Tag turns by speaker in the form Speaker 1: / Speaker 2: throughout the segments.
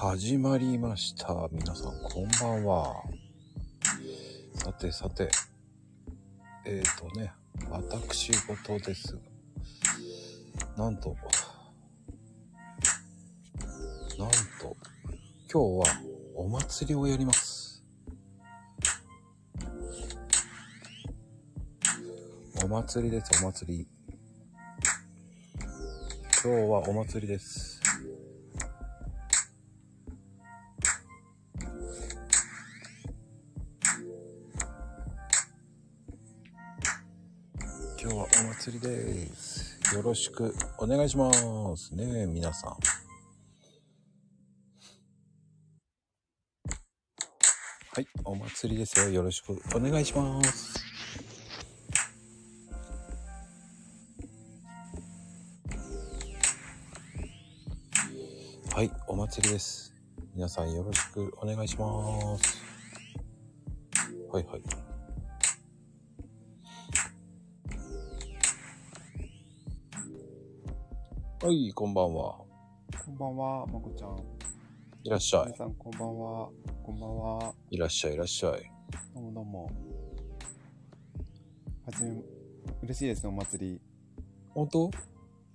Speaker 1: 始まりました。皆さん、こんばんは。さてさて、えーとね、私事ですが、なんと、なんと、今日はお祭りをやります。お祭りです、お祭り。今日はお祭りです。今日はお祭りです。よろしくお願いしますね、皆さん。はい、お祭りですよ。よろしくお願いします。はい、お祭りです。皆さんよろしくお願いします。はいはい。はい、こんばんは。
Speaker 2: こんばんは、まこちゃん。
Speaker 1: いらっしゃ
Speaker 2: 皆さん、こんばんは。こんばんは。
Speaker 1: い。いらっしゃい、いらっしゃ い。
Speaker 2: どうもどうも。はじめ、嬉しいですね、お祭り。
Speaker 1: 本当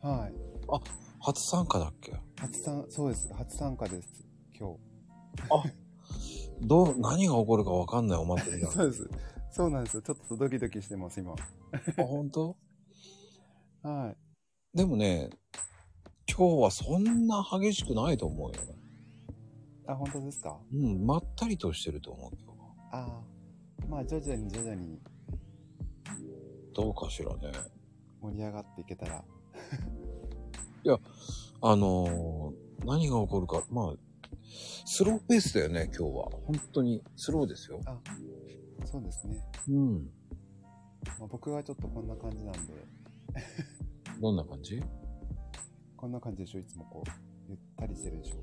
Speaker 2: はい。
Speaker 1: 初参加だっけ
Speaker 2: 初参、そうです。初参加です。今
Speaker 1: どう、何が起こるかわかんないお祭り
Speaker 2: 日。
Speaker 1: だ。
Speaker 2: そうです。そうなんですよ。ちょっとドキドキしてます、今。
Speaker 1: あ、本当
Speaker 2: はい。
Speaker 1: でもね、今日はそんな激しくないと思うよ。
Speaker 2: あ、本当ですか
Speaker 1: うん、まったりとしてると思うけど。
Speaker 2: ああ。まあ、徐々に徐々に
Speaker 1: どうかしらね。
Speaker 2: 盛り上がっていけたら。
Speaker 1: あのー何が起こるか、まあ、スローペースだよね、今日は。本当に、スローですよ。
Speaker 2: そうですね。
Speaker 1: うん。
Speaker 2: まあ、僕はちょっとこんな感じなんで、
Speaker 1: どんな感じ
Speaker 2: こんな感じでしょいつもこう、ゆったりしてるで しょ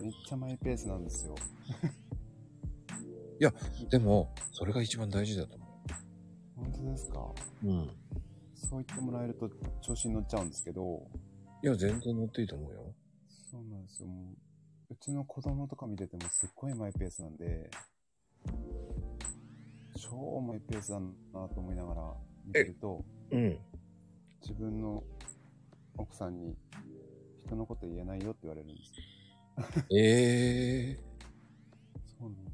Speaker 2: めっちゃマイペースなんですよ。
Speaker 1: でも、それが一番大事だと思
Speaker 2: 本当ですか
Speaker 1: う。うん。
Speaker 2: そう言ってもらえると調子に乗っちゃうんですけど、
Speaker 1: いや、全然乗っていいと思うよ。
Speaker 2: そうなんですよ。もううちの子供とか見ててもすっごいマイペースなんで、超マイペースだなと思いながら見てると、
Speaker 1: うん。
Speaker 2: 自分の奥さんに人のこと言えないよって言われるんですよ。
Speaker 1: ええ
Speaker 2: そうなんです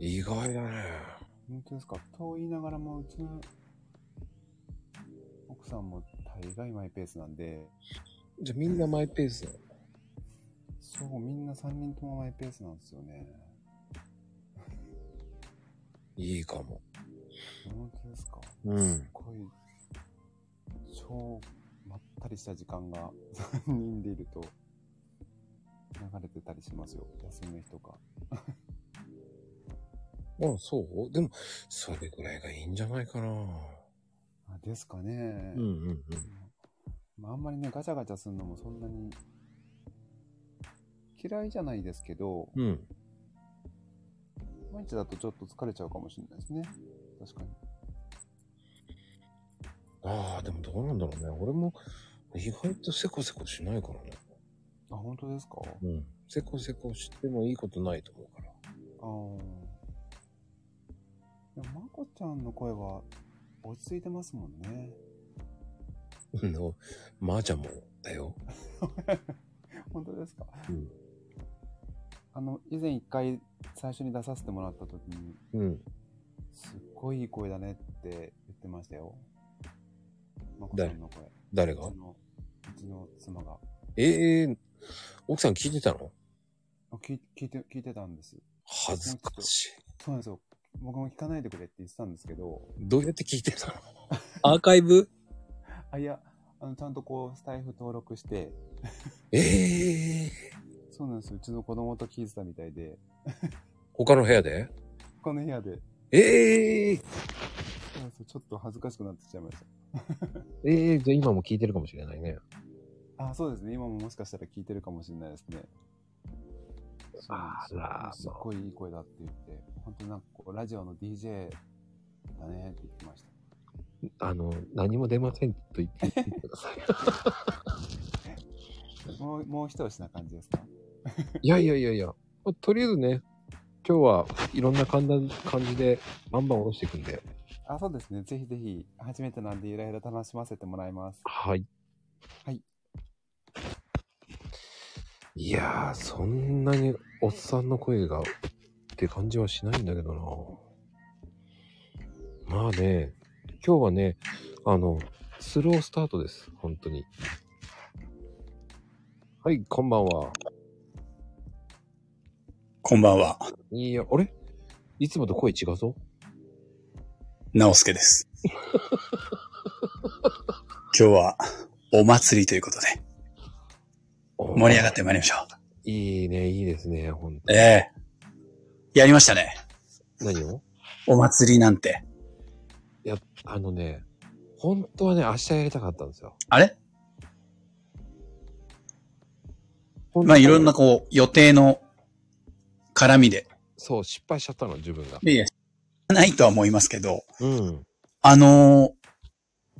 Speaker 1: 意外だね。
Speaker 2: 本当ですかと言いながらもうちの奥さんも大概マイペースなんで
Speaker 1: じゃあみんなマイペースなの
Speaker 2: そうみんな3人ともマイペースなんですよね
Speaker 1: いいかも。
Speaker 2: 本当ですか
Speaker 1: うん
Speaker 2: す。ごい超まったりした時間が3人でいると流れてたりしますよ休みの日とか
Speaker 1: あ、そうでも、それぐらいがいいんじゃないかな。
Speaker 2: あですかね、
Speaker 1: うんうん。
Speaker 2: まあ、あんまりねガチャガチャするのもそんなに嫌いじゃないですけど、
Speaker 1: うん。
Speaker 2: 毎日だとちょっと疲れちゃうかもしれないですね確かに
Speaker 1: ああ、でもどうなんだろうね。俺も、意外とせこせこしないからね。
Speaker 2: あ、本当ですかあ
Speaker 1: うん。せこせこしてもいいことないと思うから。
Speaker 2: あー。でも、まこちゃんの声は落ち着いてますもんね。
Speaker 1: の、まーちゃんもだよ。
Speaker 2: 本当ですか
Speaker 1: うん。
Speaker 2: あの、以前一回最初に出させてもらった時に、
Speaker 1: うん。
Speaker 2: すっごいいい声だねって言ってましたよ。まこちゃんの声。
Speaker 1: 誰
Speaker 2: う
Speaker 1: が
Speaker 2: ちの、うちの妻が。
Speaker 1: ええ奥さん聞いてたの
Speaker 2: あ聞い聞いて、聞いてたんです。
Speaker 1: 恥ずかしい。
Speaker 2: そうなんですよ。僕も聞かないでくれって言ってたんですけど、
Speaker 1: どうやって聞いて たのアーカイブ
Speaker 2: あ、いや、あの、ちゃんとこう、スタイフ登録して、
Speaker 1: ええ
Speaker 2: そうなんですよ。うちの子供と聞いてたみたいで、
Speaker 1: 他の部屋で
Speaker 2: この部屋で
Speaker 1: ええ
Speaker 2: そうなんですよちょっと恥ずかしくなってきちゃいまし
Speaker 1: ええじゃあ今も聞いてるかもしれないね。
Speaker 2: た。あ、そうですね。今ももしかしたら聞いてるかもしれないですね。そうなんですよ
Speaker 1: あら
Speaker 2: すっごいいい声だって言って、本当になんかこう、ラジオの DJ だねって言ってました。
Speaker 1: あの、何も出ませんと言って言ってください。
Speaker 2: もう、もう一押しな感じですか
Speaker 1: いやいやいやいや、まあとりあえずね、今日はいろんな感じ感じでバンバン下ろしていくんで。
Speaker 2: あ、そうですね。ぜひぜひ、初めてなんでゆらゆら楽しませてもらいます。
Speaker 1: はい。
Speaker 2: はい。
Speaker 1: いやー、そんなにおっさんの声がって感じはしないんだけどな。まあね、今日はね、あの、スロースタートです。本当に。はい、こんばんは。
Speaker 3: こんばんは、
Speaker 1: いや、あれいつもと声違うぞ。
Speaker 3: なおすけです。 今日は、お祭りということで、盛り上がってまいりましょ
Speaker 1: いいね、いいですね、本
Speaker 3: う。ええやりましたね。
Speaker 1: 当何 を
Speaker 3: お祭りなんて。
Speaker 1: いや、あのね、本当はね、明日やりたかったんですよ。
Speaker 3: あれ
Speaker 1: 本当
Speaker 3: まあ、
Speaker 1: はい
Speaker 3: ろんな。こう、予定の絡みで。
Speaker 1: そう、失敗しちゃったの、自分が。
Speaker 3: いやいや、ないとは思いますけど、
Speaker 1: うん。
Speaker 3: あのー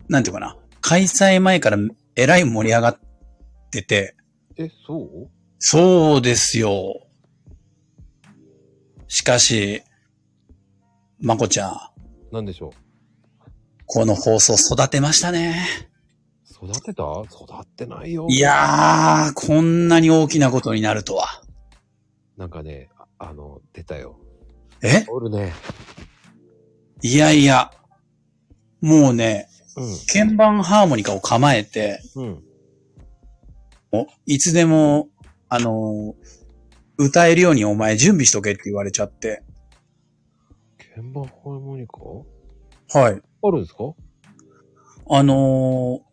Speaker 3: なんていうかな、開催前からえらい盛り上がってて、
Speaker 1: え、そう
Speaker 3: そうですよ。しかし、まこちゃん、
Speaker 1: なんでしょ
Speaker 3: この放送育てましたね。
Speaker 1: う。育てた育ってないよ。
Speaker 3: い。やー、こんなに大きなことになるとは。
Speaker 1: なんかね、ああの、出たよ。
Speaker 3: え
Speaker 1: おるね。
Speaker 3: いやいや。もうね、
Speaker 1: う
Speaker 3: 鍵盤ハーモニカを構えて、
Speaker 1: ん。うん。
Speaker 3: おいつでも、あのー歌えるようにお前準備しとけって言われちゃって。
Speaker 1: 鍵盤ハーモニカ
Speaker 3: は
Speaker 1: あ
Speaker 3: い。
Speaker 1: るんですか
Speaker 3: あのー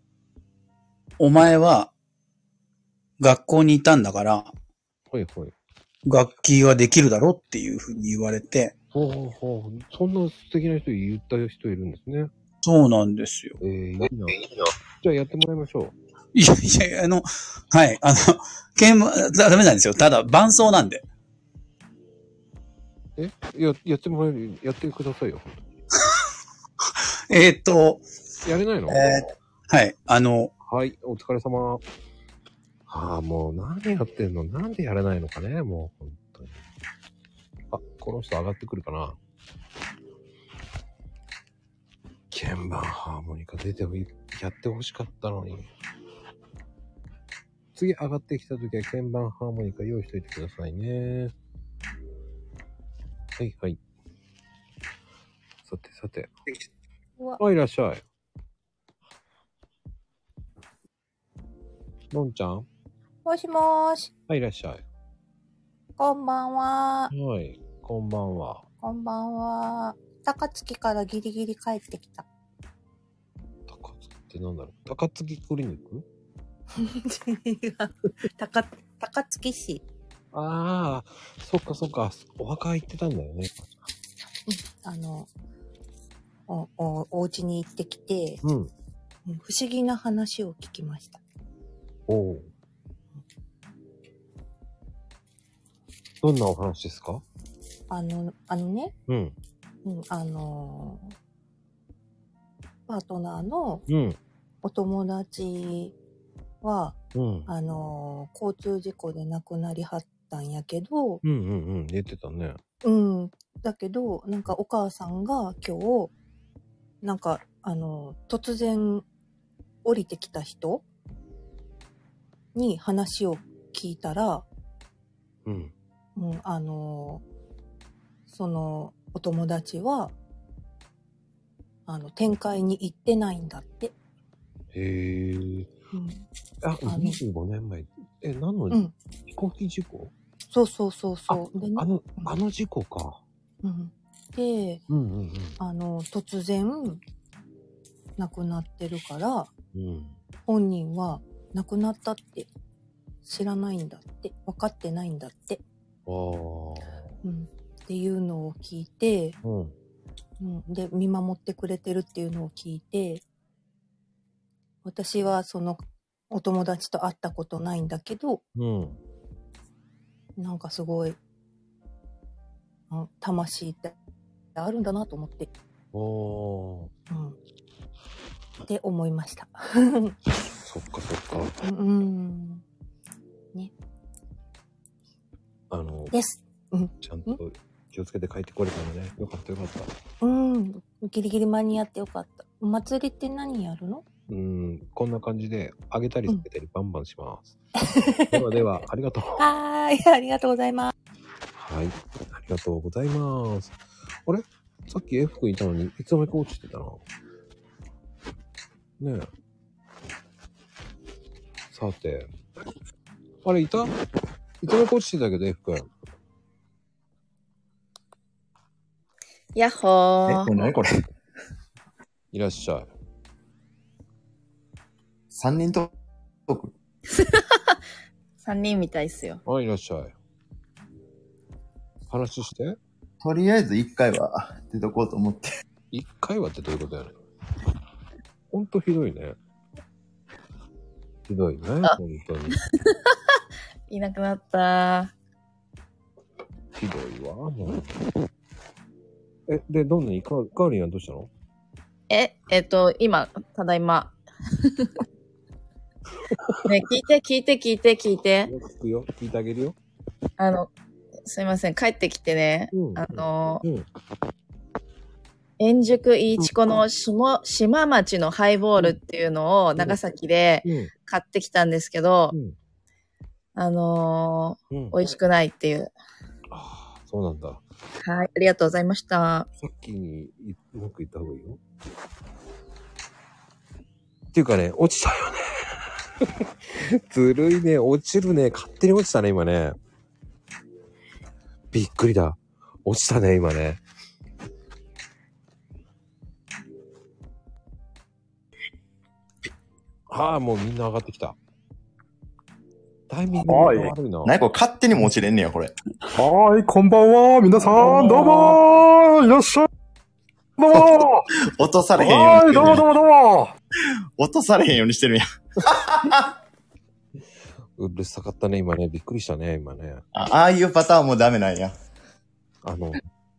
Speaker 3: お前は、学校にいたんだから、
Speaker 1: はいはい。
Speaker 3: 楽器はできるだろっていうふうに言われて、
Speaker 1: ほうほうほう。そんな素敵な人言った人いるんですね。
Speaker 3: そうなんですよ。
Speaker 1: えー、いいな。じゃあやってもらいましょう。
Speaker 3: いやいや、あの、はい、あの、鍵盤、ダダメなんですよ。ただ、伴奏なんで。
Speaker 1: えや、やってもらえる、やってくださいよ。
Speaker 3: えーっと、
Speaker 1: やれないの、
Speaker 3: えはい。あの、
Speaker 1: はい、お疲れ様。ああ、もう何やってんのなんでやれないのかねもう、本当に。あ、この人上がってくるかな鍵盤ハーモニカ出てもいやってほしかったのに。次上がってきた時は鍵盤ハーモニカ用意しといてくださいね。はいはい。さてさて。
Speaker 4: うわ
Speaker 1: あ、いらっしゃい。のんちゃん
Speaker 4: もしもーし、
Speaker 1: はい、いらっしゃ
Speaker 4: こんばんは。
Speaker 1: い。はい、こんばんは。
Speaker 4: こんばんは。高槻からギリギリ帰ってきた。
Speaker 1: 高槻ってなんだろう高槻クリニック
Speaker 4: 違う 高、高槻市。
Speaker 1: ああ、そっかそっか。お墓行ってたんだよね。
Speaker 4: あの、お、お、お家に行ってきて、
Speaker 1: う
Speaker 4: う
Speaker 1: ん。
Speaker 4: ん不思議な話を聞きました。
Speaker 1: おう。どんなお話ですか
Speaker 4: あの、あのね、
Speaker 1: うん。
Speaker 4: うん、あのパートナーの
Speaker 1: うん。
Speaker 4: お友達は、
Speaker 1: うん。
Speaker 4: あの交通事故で亡くなりはったんやけど、
Speaker 1: うんうんうん。言ってたね。
Speaker 4: うん。だけど、なんかお母さんが今日、なんか、あの、突然降りてきた人に話を聞いたら、
Speaker 1: うん。
Speaker 4: うん、あの、そのお友達は、あの、展開に行ってないんだって。
Speaker 1: へえ。
Speaker 4: うん、
Speaker 1: あ、
Speaker 4: の
Speaker 1: 25年前。え、何の、
Speaker 4: うん
Speaker 1: 飛行機事故
Speaker 4: そうそうそうそう。でね
Speaker 1: あの、あの事故か。
Speaker 4: うん、で、
Speaker 1: うんうん
Speaker 4: あの、突然、亡くなってるから、
Speaker 1: うん。うん。
Speaker 4: 本人は亡くなったって知らないんだって分かってないんだって、
Speaker 1: あ
Speaker 4: うん、っていうのを聞いて、
Speaker 1: あ。うん。
Speaker 4: うん、で見守ってくれてるっていうのを聞いて私はそのお友達と会ったことないんだけど
Speaker 1: うん。
Speaker 4: なんかすごい、うん、魂ってあるんだなと思って、
Speaker 1: おー。
Speaker 4: うん、って思いました。
Speaker 1: そっかそっか。
Speaker 4: うん。
Speaker 1: あの、
Speaker 4: です。
Speaker 1: ちゃんと気をつけて帰ってこれたのね。よかったよかった。
Speaker 4: うん。ギリギリ間に合ってよかった。お祭りって何やるの
Speaker 1: うん、こんな感じで、上げたり下げたりバンバンします。ではでは、ありがとう。
Speaker 4: はーい。ありがとうございます。
Speaker 1: はい、ありがとうございます。あれさっき F 君いたのに、いつの間にか落ちてたな。ねえ。さて。あれ、いたいつの間にか落ちてたけど、F 君。
Speaker 5: やっほー。
Speaker 6: 何これ
Speaker 1: いらっしゃい。
Speaker 6: 三人と、
Speaker 5: 3人みたいっすよ。
Speaker 1: あ、いらっしゃい。話して。
Speaker 6: とりあえず一回は出とこうと思って。
Speaker 1: 一回はってどういうことやねん。ほんとひどいね。ひどいね、
Speaker 5: あ
Speaker 1: ほんとに。
Speaker 5: いなくなった
Speaker 1: ひどいわ、もう。え、で、どんなにカーカーリンはどうしたの
Speaker 5: ー。え、えっと、今、ただい ま。ね、聞いて、聞いて、聞いて、聞いて。
Speaker 1: よく聞くよ。聞いてあげるよ。
Speaker 5: あの、すいません、帰ってきてね。
Speaker 1: うん
Speaker 5: あの、
Speaker 1: うん。
Speaker 5: 円熟いいちこの下、島町のハイボールっていうのを長崎で
Speaker 1: うん。
Speaker 5: 買ってきたんですけど、
Speaker 1: うん
Speaker 5: あの
Speaker 1: うん
Speaker 5: ー、美味しくないっていう。
Speaker 1: ああ、そうなんだ。
Speaker 5: はい、ありがとうございました。
Speaker 1: さっきにい文句言った方がいいよ。っていうかね、落ちたよね。 ずるいね。落ちるね。勝手に落ちたね、今ね。びっくりだ。落ちたね、今ね。ああ、もうみんな上がってきた。タイミングが
Speaker 6: おい
Speaker 1: 悪いな。
Speaker 6: 何これ勝手にも落ちれんねや、これ。
Speaker 7: はーい、こんばんは。皆さん、どうもーいらっしゃいどうも
Speaker 6: 落とさ
Speaker 7: ー
Speaker 6: れへんよう
Speaker 7: はー
Speaker 6: に
Speaker 7: い、どうも
Speaker 6: して
Speaker 7: ど
Speaker 6: る
Speaker 7: うもどうも
Speaker 6: 落とされへんようにしてるやん。
Speaker 1: うるさかったね、今ね。びっくりしたね、今ね。
Speaker 6: あああいうパターンもダメなんや。
Speaker 1: あの、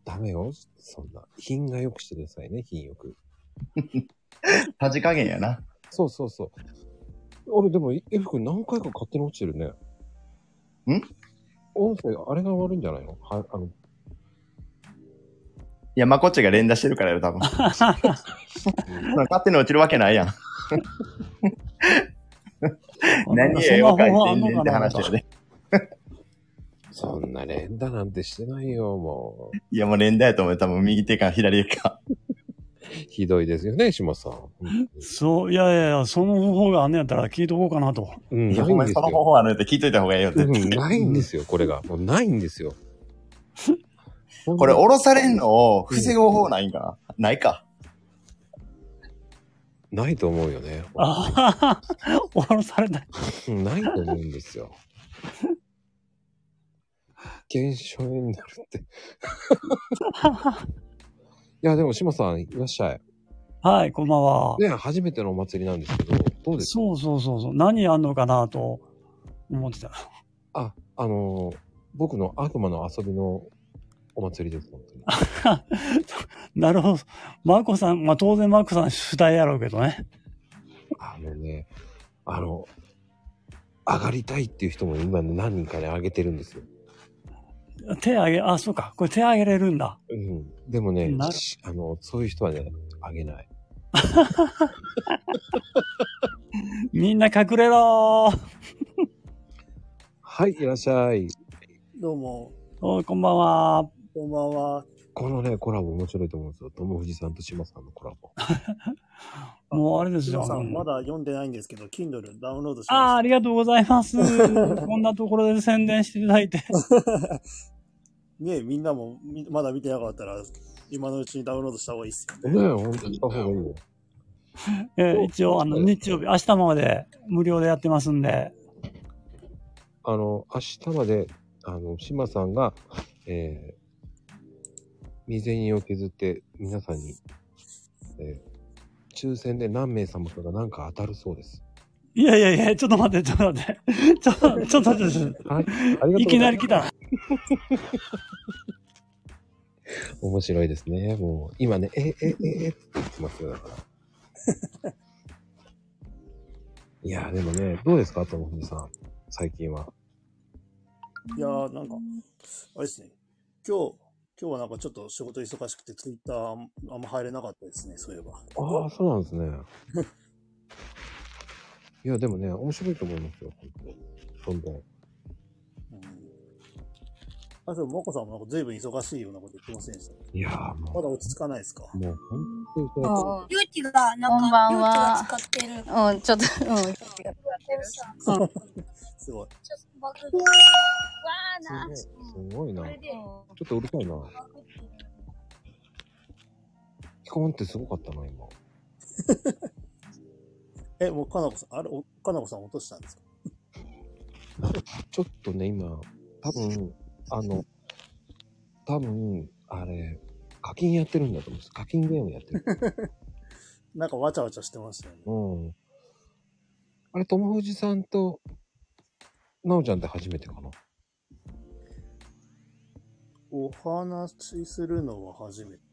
Speaker 1: ダメよ。そんな。品が良くしてくださいね、品よ く。
Speaker 6: さじ加減やな。
Speaker 1: そうそうそう。あれ、でも、い F 君何回か勝手に落ちてるね。
Speaker 6: ん
Speaker 1: 音声、あれが悪いんじゃないのは、 あの、
Speaker 6: いや、まこっちが連打してるからよ、多分。 勝手に落ちるわけないやん。何絵を描いてんねんって話だよね。
Speaker 1: そんな連打なんてしてないよ、もう。
Speaker 6: いや、もう連打やと思う。多分右手か左手か。
Speaker 1: ひどいですよね、島さん。
Speaker 7: そう、いやいやいや、その方法があんねやったら聞いとこうかなと。
Speaker 1: うん、
Speaker 6: いや、
Speaker 1: な
Speaker 6: ほ
Speaker 1: い
Speaker 6: ん
Speaker 1: ん
Speaker 6: ま
Speaker 1: で
Speaker 6: にそ
Speaker 1: す
Speaker 6: の方
Speaker 1: よ。
Speaker 6: 法あるんやって聞いといた方がええよって。
Speaker 1: うん、ないんですよ、これが。もうないんですよ。
Speaker 6: これ、降ろされんのを防ぐ方法ないんかな、ないか。
Speaker 1: ないと思うよね。
Speaker 7: あはは終わらされた。
Speaker 1: うんないと思うんですよ。現象になるって。いや、でも、島さん、いらっしゃい。
Speaker 7: はい、こんばんは。
Speaker 1: ね、初めてのお祭りなんですけど、どうですか
Speaker 7: そうそうそうそう。何やんのかなと思ってた。
Speaker 1: あ、あのー僕の悪魔の遊びのお祭りです、本当に。
Speaker 7: なるほど。マーコさん、まあ当然マーコさん主体やろうけどね。
Speaker 1: あのね、あの、上がりたいっていう人も今ね何人かね、上げてるんですよ。
Speaker 7: 手上げ、あ、そうか。これ手上げれるんだ。
Speaker 1: うん。でもね
Speaker 7: な、る
Speaker 1: しあの、そういう人はね、上げない。
Speaker 7: みんな隠れろー。
Speaker 1: はい、いらっしゃい。
Speaker 8: どうも、
Speaker 7: おいこんばんは。
Speaker 8: こんばんは。
Speaker 1: このね、コラボ面白いと思うんですよ。友藤さんと島さんのコラ ボ。
Speaker 7: もうあれですよ。
Speaker 8: 皆さ
Speaker 7: あ
Speaker 8: ん、
Speaker 7: の
Speaker 8: まだ読んでないんですけど、Kindle ダウンロードし
Speaker 7: ああ、あ
Speaker 8: ま
Speaker 7: りがとうございます。こんなところで宣伝していた だいて。
Speaker 8: した。ねえ、みんなもみまだ見てなかったら、今のうちにダウンロードした方がいいっすよ
Speaker 1: ねえ、
Speaker 8: ね。
Speaker 1: ほんとした方がいいよ。
Speaker 7: えー一応、あの、日曜日、明日まで無料でやってますんで。
Speaker 1: あの、明日まで、あの、島さんが、えー、未然を削って皆さんに、えー、抽選で何名様かが何か当たるそうです。
Speaker 7: いやいやいや、ちょっと待って、ちょっと待って。 ちょっと、ちょっと待ってちょっと
Speaker 1: はい。
Speaker 7: 待って。いきなり来
Speaker 1: 来
Speaker 7: た。
Speaker 1: 面白いですね。もう、今ね、え、え、え、えって言ってますよ、だから。 いやー、でもね、どうですかともふみさん。最近は。
Speaker 9: いやー、なんか、あれですね。今日、今日はなんかちょっと仕事忙しくて、ツイッターあんま入れなかったですね、そういえば。
Speaker 1: ああ、そうなんですね。 いや、でもね、面白いと思いますよ、本当どんどん。
Speaker 9: あ、そう、もこさんもなんか随分忙しいようなこと言ってませんでした。
Speaker 1: いやー、も
Speaker 9: まだ落ち着かないですか
Speaker 1: う、もう本当に
Speaker 10: ありゅうちが、なんか、
Speaker 11: こんばんは
Speaker 10: りゅうちが使ってる。
Speaker 11: うん、ちょっと、うん、ちょっとや
Speaker 10: うん
Speaker 11: ってる。
Speaker 9: すごい。
Speaker 10: ちょっとバグる。わーな。
Speaker 1: すごいな。
Speaker 10: こ
Speaker 1: ち
Speaker 10: れで
Speaker 1: ょっとうるさいな。聞こ音ってすごかったな、今。
Speaker 9: え、もう、かなこさん、あれ、おかなこさん落としたんですか
Speaker 1: ちょっとね、今、多分、あの、多分、あれ、課金やってるんだと思うんです。課金ゲームやってる。
Speaker 9: なんかわちゃわちゃしてましたよね。
Speaker 1: うん。あれ、友藤さんと、なおちゃんって初めてかな。
Speaker 9: お話しするのは初めて。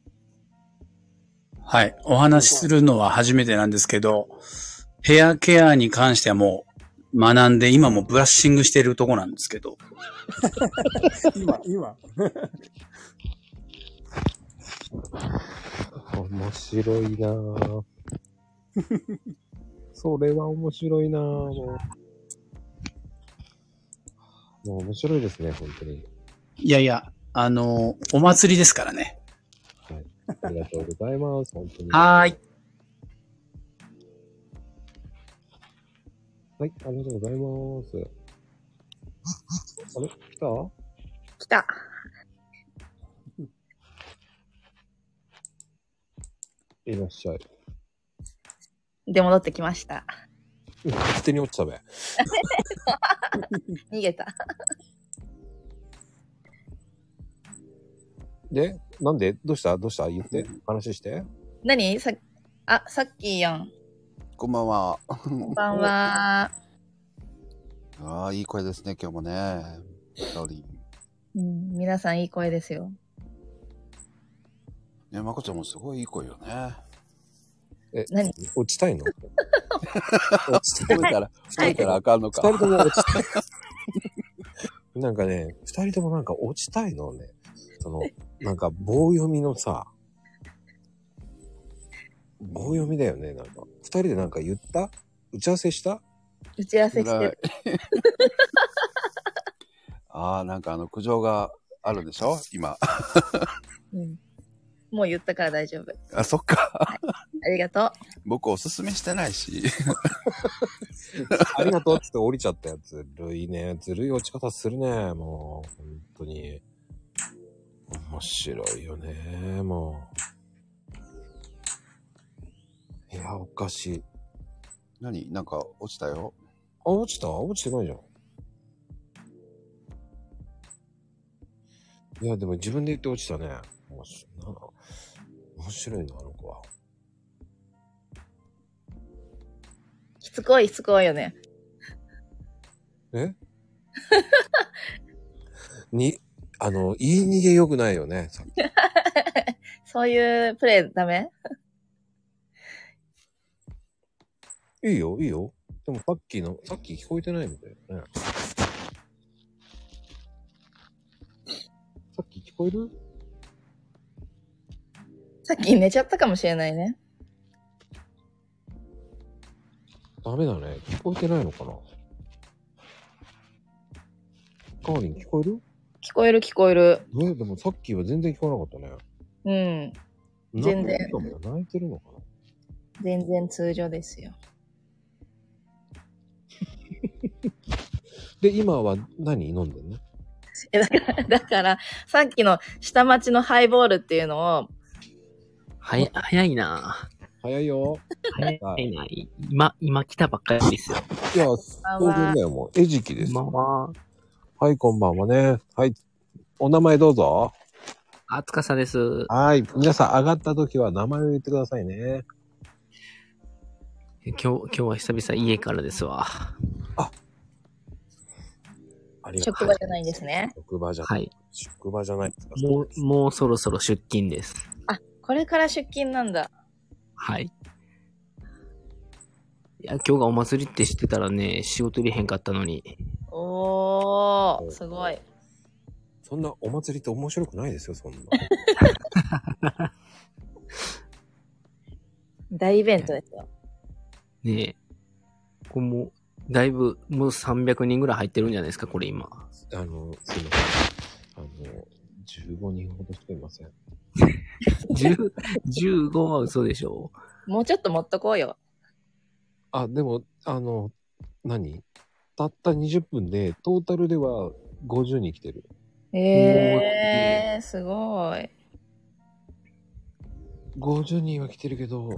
Speaker 3: はい。お話しするのは初めてなんですけど、ヘアケアに関してはもう学んで、今もブラッシングしてるとこなんですけど、
Speaker 9: 今、今。
Speaker 1: 面白いなぁ。それは面白いなぁ、もう。もう面白いですね、本当に。
Speaker 3: いやいや、あの、お祭りですからね。
Speaker 1: ありがとうございます、本当に。
Speaker 3: はーい。
Speaker 1: はい、ありがとうございます。あれ来た
Speaker 11: 来た。
Speaker 1: いらっしゃい。
Speaker 5: で、戻ってきました。
Speaker 1: 勝手に落ちたべ。
Speaker 5: 逃げた。
Speaker 1: で、なんでどうしたどうした言って。話して。
Speaker 5: 何さあ、さっきやん。
Speaker 12: こんばんは。
Speaker 5: こんばんは。
Speaker 12: ああ、いい声ですね、今日もね。サオリ ン。
Speaker 5: うん、皆さんいい声ですよ。
Speaker 12: ね、まこちゃんもすごいいい声よね。
Speaker 1: え、落ちたいの
Speaker 12: 落ちたいから、落ちたらあかんのか。
Speaker 1: 二人とも落ちたい。なんかね、二人ともなんか落ちたいのね。その、なんか棒読みのさ、棒読みだよね、なんか。二人でなんか言った打ち合わせした
Speaker 5: 打ち合わせしてる。
Speaker 12: ああ、なんかあの、苦情があるでしょ今。
Speaker 5: うん、もう言ったから大丈夫。
Speaker 12: あ、そっか。
Speaker 5: ありがとう。
Speaker 12: 僕おすすめしてないし。
Speaker 1: ありがとうっつって降りちゃったやつ。ずるいね。ずるい落ち方するね。もう、本当に。面白いよね。もう。いや、おかしい。
Speaker 12: 何なんか落ちたよ。
Speaker 1: あ、落ちた落ちてないじゃん。いや、でも自分で言って落ちたね。面白いな。面白いな、あの子は。
Speaker 5: しつこいしつこいよね。
Speaker 1: え に、あの、言い逃げ良くないよね。さ
Speaker 5: そういうプレイダメ
Speaker 1: いいよ、いいよ。でもさっきの、さっき聞こえてないみたいだよね。さっき聞こえる
Speaker 5: さっき寝ちゃったかもしれないね。
Speaker 1: ダメだね。聞こえてないのかなカーリン聞こえる
Speaker 5: 聞こえる聞こえる。
Speaker 1: ねでもさっきは全然聞こえなかったね。
Speaker 5: うん。全然
Speaker 1: 泣いてるのかな泣いてるのかな
Speaker 5: 全然通常ですよ。
Speaker 1: で、今は何飲んでんの
Speaker 5: え、だから、 だから、さっきの下町のハイボールっていうのを、
Speaker 13: はや、早いな
Speaker 1: 早いよ。
Speaker 13: 早いな今、今来たばっかりですよ。
Speaker 1: いや、当然だよ、もう。餌食です。こんばんは。はい、こんばんはね。はい。お名前どうぞ。
Speaker 13: あつかさです。
Speaker 1: はい。皆さん上がった時は名前を言ってくださいね。
Speaker 13: 今日、今日は久々家からですわ。
Speaker 1: ありがとう
Speaker 5: 職場じゃないんですね。
Speaker 1: 職場じゃない。職場じゃないですか。
Speaker 13: もう、もうそろそろ出勤です。
Speaker 5: あ、これから出勤なんだ。
Speaker 13: はい。いや、今日がお祭りって知ってたらね、仕事入れへんかったのに。
Speaker 5: おー、すごい。
Speaker 1: そんなお祭りって面白くないですよ、そんな。
Speaker 5: 大イベントですよ。
Speaker 13: ねえ。これもう、だいぶ、もう300人ぐらい入ってるんじゃないですか、これ今。
Speaker 1: あの、すいません。あの、15人ほどしかいません。
Speaker 13: 10 15は嘘でしょ
Speaker 5: もうちょっと持っとこうよ。
Speaker 1: あ、でも、あの、何たった20分で、トータルでは50人来てる。
Speaker 5: えー、すごい。
Speaker 1: 50人は来てるけど、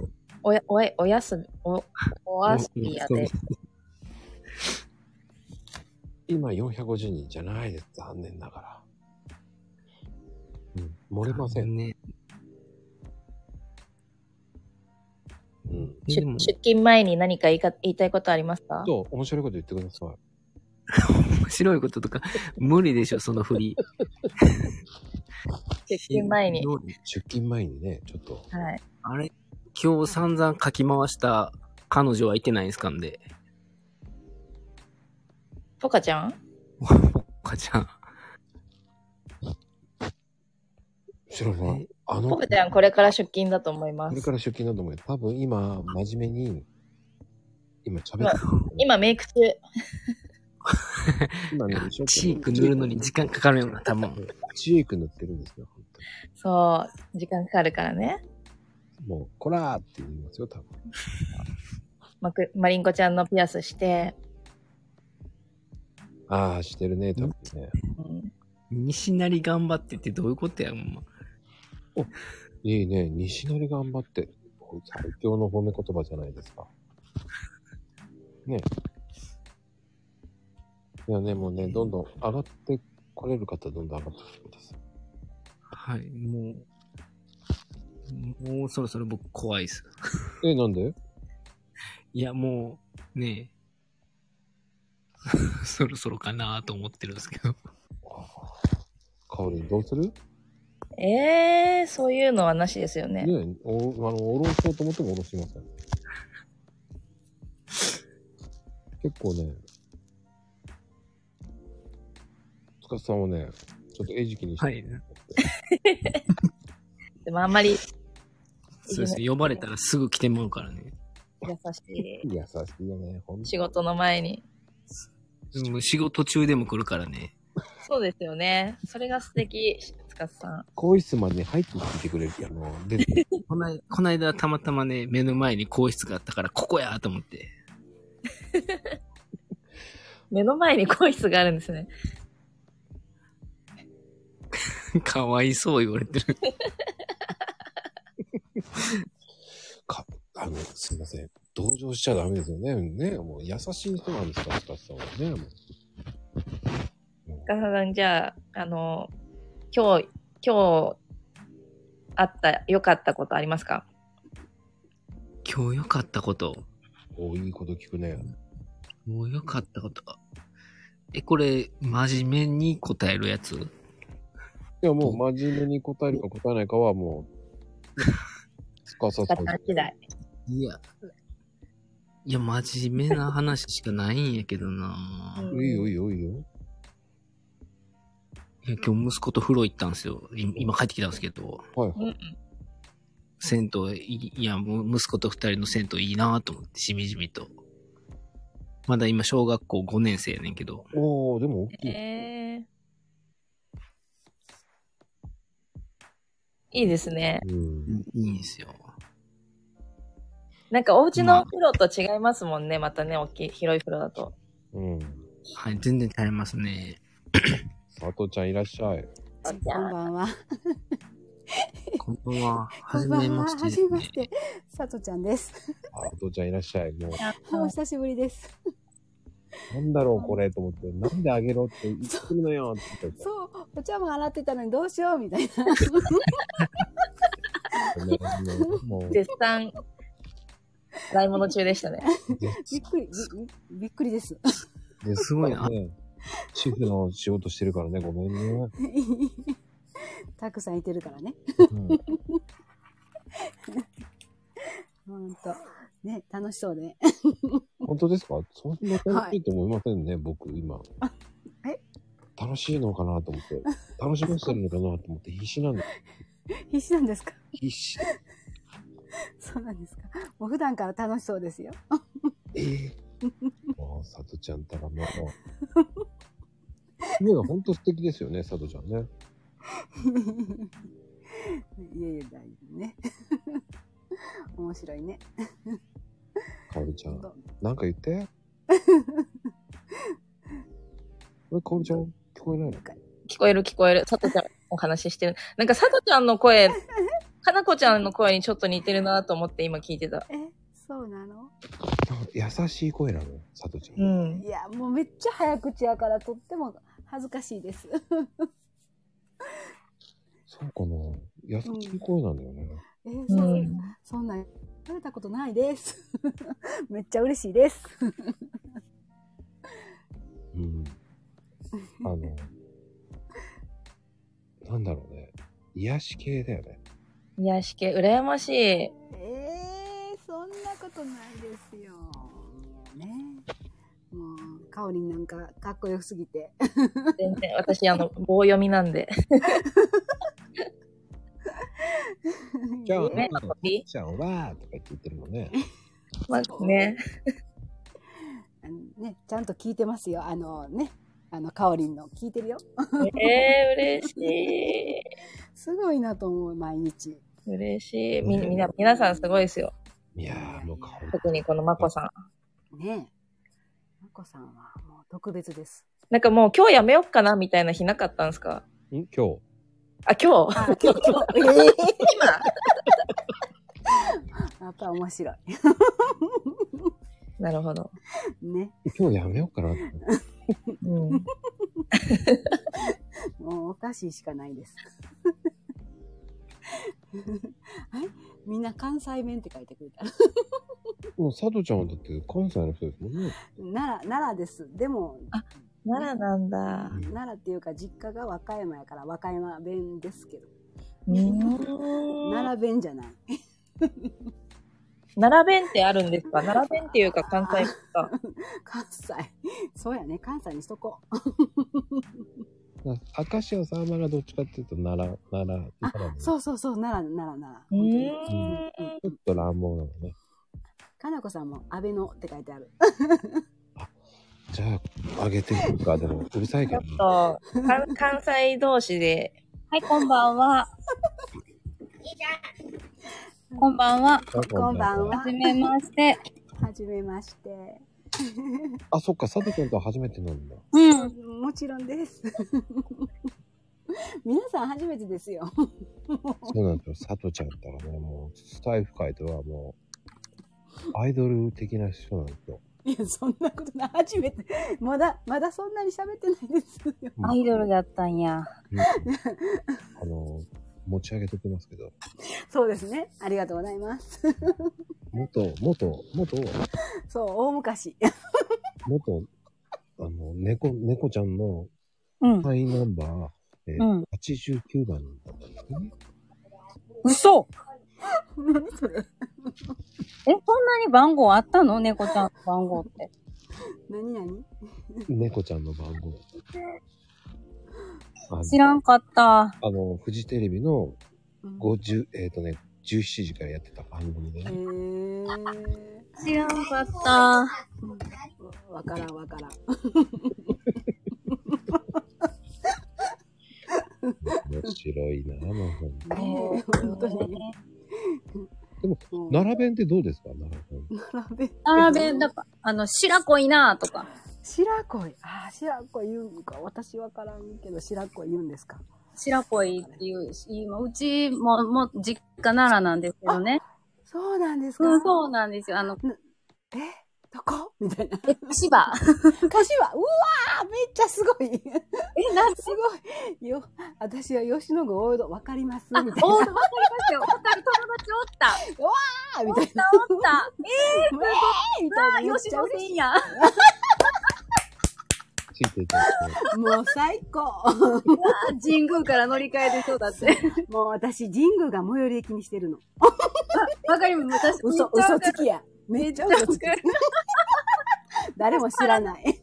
Speaker 5: おや、おや、おやすみ、お、お遊びやで。
Speaker 1: 今450人じゃないです。残念ながら。うん、漏れません。
Speaker 13: ね。
Speaker 1: うん。
Speaker 5: 出出勤前に何か言いか言いたいことありますか
Speaker 1: そう、面白いこと言ってください。
Speaker 13: 面白いこととか、 無理でしょ、その振り。
Speaker 5: 出勤前に。
Speaker 1: 出勤前にね、ちょっと。
Speaker 5: はい。
Speaker 13: あれ今日散々書き回した彼女はいてないんすかんで。
Speaker 5: ポカちゃん
Speaker 13: かちゃん。
Speaker 1: 知らない。あの、
Speaker 5: ポ
Speaker 1: こ
Speaker 5: カちゃんこれから出勤だと思いま
Speaker 1: れ
Speaker 5: す。
Speaker 1: から出勤だと思うよ。多分今、真面目に、今喋
Speaker 5: 今
Speaker 1: ってる。、
Speaker 5: 今メイク中。
Speaker 1: 今ね、一生懸命
Speaker 13: チーク塗るのに時間かかるような、多分。
Speaker 1: チーク塗ってるんですよ。
Speaker 5: そう、時間かかるからね。
Speaker 1: もう、こらーって言いますよ、多分。
Speaker 5: まく、マリンコちゃんのピアスして、
Speaker 1: ああ、してるね、多分ね。
Speaker 13: 西成頑張ってってどういうことや、ほんま。
Speaker 1: いいね、西成頑張って。最強の褒め言葉じゃないですか。 ねいやね、もうね、どんどん上がってこれる方、どんどん上がってきてください。
Speaker 13: はい、もう、もうそろそろ僕怖いっす。
Speaker 1: え、なんで
Speaker 13: いや、もう、ねえ、 そろそろかなと思ってるんですけど。
Speaker 1: 香りどうする
Speaker 5: えー、そういうのはなしですよね。
Speaker 1: ねお、あの、おろそうと思ってもおろしません。結構ね、つかさんをね、ちょっと餌食にして、
Speaker 13: はい。
Speaker 5: でもあんまり
Speaker 13: そうですね、呼ばれたらすぐ来てもらうからね。
Speaker 5: 優しい。
Speaker 1: 優しいよね、ほんと
Speaker 5: 仕事の前に。
Speaker 13: でも仕事中でも来るからね。
Speaker 5: そうですよね。それが素敵、つかさん。
Speaker 1: 更衣室まで入ってきてくれるあの、で、
Speaker 13: こないこの間たまたまね、目の前に更衣室があったから、ここやと思って。
Speaker 5: 目の前に更衣室があるんですね。
Speaker 13: かわいそう言われてる。
Speaker 1: あの、すいません。同情しちゃダメですよね。ね、もう優しい人なんですから、スタッフさんはね。もう
Speaker 5: つかさん、じゃあ、あの、今日、今日、あった、良かったことありますか
Speaker 13: 今日良かったこと。
Speaker 1: おいいこと聞くね。
Speaker 13: もう良かったこと。え、これ、真面目に答えるやつ
Speaker 1: いや、もう真面目に答えるか答えないかはもう、すかさ
Speaker 5: つ
Speaker 1: ず
Speaker 5: かさん次第。
Speaker 13: いや。いや、真面目な話しかないんやけどな
Speaker 1: ういよいいよいいよ。
Speaker 13: いや、今日息子と風呂行ったんですよ。い今帰ってきたんですけど。
Speaker 1: はい
Speaker 13: 銭湯、いいや、もう息子と二人の銭湯いいなと思って、しみじみと。まだ今、小学校5年生やねんけど。
Speaker 1: おー、でも大きい。
Speaker 5: えー。いいですね。
Speaker 13: いいんですよ。
Speaker 5: なんかお家のお風呂と違いますもんね、またね、大きい、広い風呂だと。
Speaker 1: うん。
Speaker 13: はい、全然違いますね。
Speaker 1: 佐藤ちゃんいらっしゃい。
Speaker 14: こんばんは。
Speaker 13: こんばんは。
Speaker 14: こ
Speaker 13: はじ
Speaker 14: んば
Speaker 13: め
Speaker 14: んは。
Speaker 13: まし
Speaker 14: は
Speaker 13: て。
Speaker 14: じめまして。さとちゃんです。
Speaker 1: 佐藤ちゃんいらっしゃい。もう、
Speaker 14: お久しぶりです。
Speaker 1: なんだろうこれと思って、なんであげろって言ってるのよって言って
Speaker 14: そう、お茶も洗ってたのにどうしようみたいな。
Speaker 1: たねもう、
Speaker 5: 絶賛、洗い物中でしたね。
Speaker 14: びっくり、びびっくりです。
Speaker 1: すごいな。主婦の仕事してるからね、ごめんね。
Speaker 14: たくさんいてるからね。ほんと。ね、楽しそうでね。
Speaker 1: 本当ですかそんな楽しいと思いませんね、僕今。楽しいのかなと思って、楽しませてるのかなと思って必死なんです。
Speaker 14: 必死なんですか
Speaker 1: 必死。
Speaker 14: そうなんですか。もう普段から楽しそうですよ。
Speaker 1: えー、もう、さとちゃんたらもう、夢が本当素敵ですよね、さとちゃんね。
Speaker 14: いやいや、大丈夫ね。 面白いね。
Speaker 1: かおりちゃん。なんか言って。え、かおりちゃん、聞こえないの
Speaker 5: 聞こえる聞こえる。佐藤ちゃんお話ししてる。なんか佐藤ちゃんの声、かなこちゃんの声にちょっと似てるなと思って今聞いてた。
Speaker 14: そうなの
Speaker 1: 優しい声なのよ、さとちゃん。
Speaker 14: いや、もうめっちゃ早口やからとっても恥ずかしいです。
Speaker 1: そうかな優しい声なんだよね。
Speaker 14: えーそう、そんなん言われたことないです。 めっちゃ嬉しいです。
Speaker 1: うん。あの、なんだろうね。癒し系だよね。
Speaker 5: 癒し系、羨ましい。
Speaker 14: えー、そんなことないですよ。ね。もう、かおりんなんかかっこよすぎて。
Speaker 5: 全然、私、あの、棒読みなんで。
Speaker 1: じゃあ、
Speaker 5: ね
Speaker 1: さとちゃんは、とか言って言ってるもんね。
Speaker 5: まあね。
Speaker 14: あのね、ちゃんと聞いてますよ。あのね、あの、かおりんの聞いてるよ。
Speaker 5: えー、嬉しい。
Speaker 14: すごいなと思う、毎日。
Speaker 5: 嬉しい。み、みな、皆さんすごいですよ。
Speaker 1: いやー、もうか
Speaker 5: 特にこのまこさん。
Speaker 14: ねえ。まこさんはもう特別です。
Speaker 5: なんかもう今日やめよっかなみたいな日なかったんですか
Speaker 1: ん今日。
Speaker 5: あ、今 日
Speaker 14: 今日、今 日、えー、やっぱ面白い。
Speaker 5: なるほど。
Speaker 14: ね。
Speaker 1: 今日やめようかな って。
Speaker 5: も
Speaker 14: うおかしいしかないです。 はい、みんな関西弁って書いてくれた。
Speaker 1: もう、さとちゃんはだって関西の人ですもんね。
Speaker 14: 奈良、奈良です。でも、
Speaker 5: 奈良なんだ。
Speaker 14: 奈良っていうか実家が和歌山やから和歌山弁ですけど。
Speaker 5: 奈
Speaker 14: 良弁じゃない。
Speaker 5: 奈良弁ってあるんですか奈良弁っていうか関西か。
Speaker 14: 関西。そうやね、関西にしとこ
Speaker 1: 明石家さんまがどっちかっていうと奈良、奈良、奈
Speaker 14: う。そうそうそう、奈良、奈良、奈良。
Speaker 1: 良。
Speaker 14: 本当に
Speaker 1: うんちょっと乱暴なのね。
Speaker 14: かなこさんも、安倍のって書いてある。
Speaker 1: じゃあ、あげてみるか。でも、うるさいけどね。
Speaker 5: そう関関西同士で。
Speaker 11: はい、こんばんは。こんばんは。
Speaker 1: こんばんは
Speaker 11: はじめまして。
Speaker 14: はじめまして。
Speaker 1: あ、そっか、さとちゃんとは初めてなんだ。
Speaker 14: うん。もちろんです。皆さん初めてですよ。
Speaker 1: そうなんですよ。さとちゃんったらね、もう、スタイフ界ではもう、アイドル的な人なんですよ。
Speaker 14: いや、そんなことない。初めて。まだ、まだそんなに喋ってないですよ。
Speaker 1: アイ
Speaker 11: ドルだったんや。
Speaker 1: あの、持ち上げときますけど、
Speaker 14: そうですね。ありがとうございます。
Speaker 1: 元、元、元、
Speaker 14: そう、大昔。
Speaker 1: 元、あの、猫、猫ちゃんの、
Speaker 11: うん
Speaker 1: 会員ナンバー、えー
Speaker 11: うん
Speaker 1: 89番だったんですよね。
Speaker 11: 嘘
Speaker 14: 何それ
Speaker 11: え、そんなに番号あったの猫ちゃんの番号って。
Speaker 14: 何何
Speaker 1: 猫ちゃんの番号だった。あの
Speaker 11: 知らんかった。
Speaker 1: あの、フジテレビの50、えっ、とね、17時からやってた番組 でね。
Speaker 11: 知らんかった。
Speaker 14: わからんわからん。
Speaker 1: 面白いなぁ、もうほんと
Speaker 14: ねえ本当に。
Speaker 1: でも、奈良弁ってどうですか奈良弁。
Speaker 14: 並べ。
Speaker 11: 並べ、だから、あの、白子いなとか。
Speaker 14: 白恋。ああ、白恋言うんか。私わからんけど、白恋言うんですか。
Speaker 11: 白子いっていう、今、うちも、も、実家奈良なんですけどね。
Speaker 14: そうなんですか。
Speaker 11: うん、そうなんですよ。あの、
Speaker 14: えどこみたいな。
Speaker 11: え、千葉。
Speaker 14: 柏うわーめっちゃすごいえ、
Speaker 11: なん
Speaker 14: すごいよ、私は吉野郷大戸、わかりますみたいな。
Speaker 11: おわかりますよ。わかる友達おった。
Speaker 14: うわーみたいな。
Speaker 11: おった、おった。えー、すごい。
Speaker 14: えーみたいな
Speaker 11: わー吉野線や。
Speaker 1: ついていただいて。
Speaker 14: もう最高
Speaker 11: 神宮から乗り換えでそうだって。
Speaker 14: もう私、神宮が最寄り駅にしてるの。
Speaker 11: わかります。私、
Speaker 14: 嘘、嘘つきや。めっちゃ嘘つき。誰も知らない。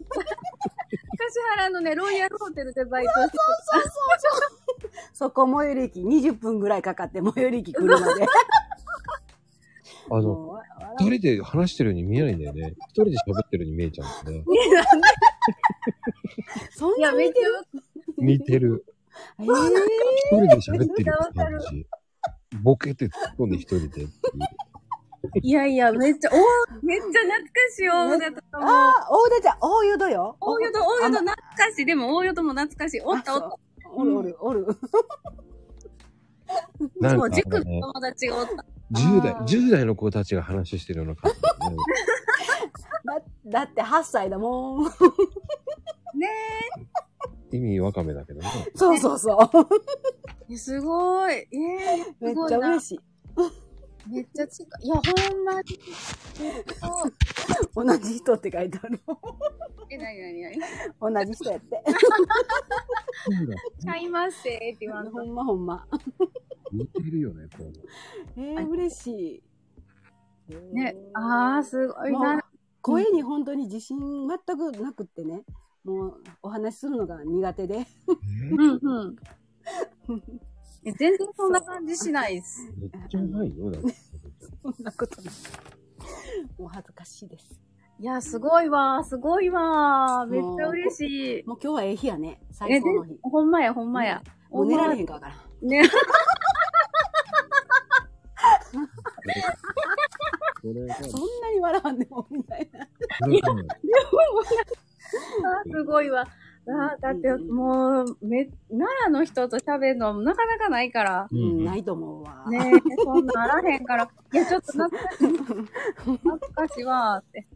Speaker 11: 原のね、ロイヤルホテルでバイトしてた。
Speaker 14: そうそう そこ最寄り駅20分ぐらいかかって最寄り駅来る まで。
Speaker 1: あの、二人で話してるように見えないんだよね。一人で喋ってるように見えちゃうんで すね。
Speaker 14: そんな見てる
Speaker 1: 似てる。
Speaker 14: え
Speaker 1: 一人で喋ってる よ
Speaker 11: わかる
Speaker 1: ボケて突っ込んで一人で。
Speaker 11: いやいや、めっちゃ、おめっちゃ懐かしい大淀とも。
Speaker 14: ああ、大淀ちゃん、大淀よ。
Speaker 11: 大淀、大淀懐かしい。でも大淀も懐かしい。おったおった。
Speaker 14: おるおるおる。
Speaker 1: なん
Speaker 11: そ
Speaker 1: か
Speaker 11: う、塾
Speaker 1: ね
Speaker 11: の友達がおった。
Speaker 1: 10代、10代の子たちが話してるような感じだね。
Speaker 14: だだって8歳だもん。
Speaker 11: ね
Speaker 1: 意味わかめだけどね。
Speaker 14: え。そうそうそう。
Speaker 11: え。すごい。ええ
Speaker 14: めっちゃ嬉しい。
Speaker 11: めっちゃ近い。いや、ほんまに。
Speaker 14: 同じ人って書いてある。
Speaker 11: え、なになになに
Speaker 14: 同じ人やって。
Speaker 11: ちゃいますって言わんと。
Speaker 14: ほんまほんま。
Speaker 1: 似てるよね、こ
Speaker 14: えー、嬉しい。
Speaker 11: ね、ああ、すごい
Speaker 14: もう
Speaker 11: な。
Speaker 14: 声に本当に自信全くなくってね。もうお話しするのが苦手で。
Speaker 11: うんうん。え全然そんな感じしないです。
Speaker 1: めっちゃないよ、だって。
Speaker 14: そんなことない。 もう恥ずかしいです。
Speaker 11: いや、すごいわー、すごいわー。めっちゃ嬉しい。
Speaker 14: もう今日はええ日やね。最高の日
Speaker 11: え。ほんまや、ほんまや。
Speaker 14: もう寝られへんかわからん。
Speaker 11: ね。
Speaker 1: それが、
Speaker 14: そんなに笑わんでもみたいな。
Speaker 1: これがね
Speaker 11: あーすごいわ。あーだって、もう、め、奈良の人と喋るのなかなかないから。
Speaker 14: うん、ないと思うわ。
Speaker 11: ねえ、そんなんあらへんから。いや、ちょっと懐かしい。懐かしいわーって。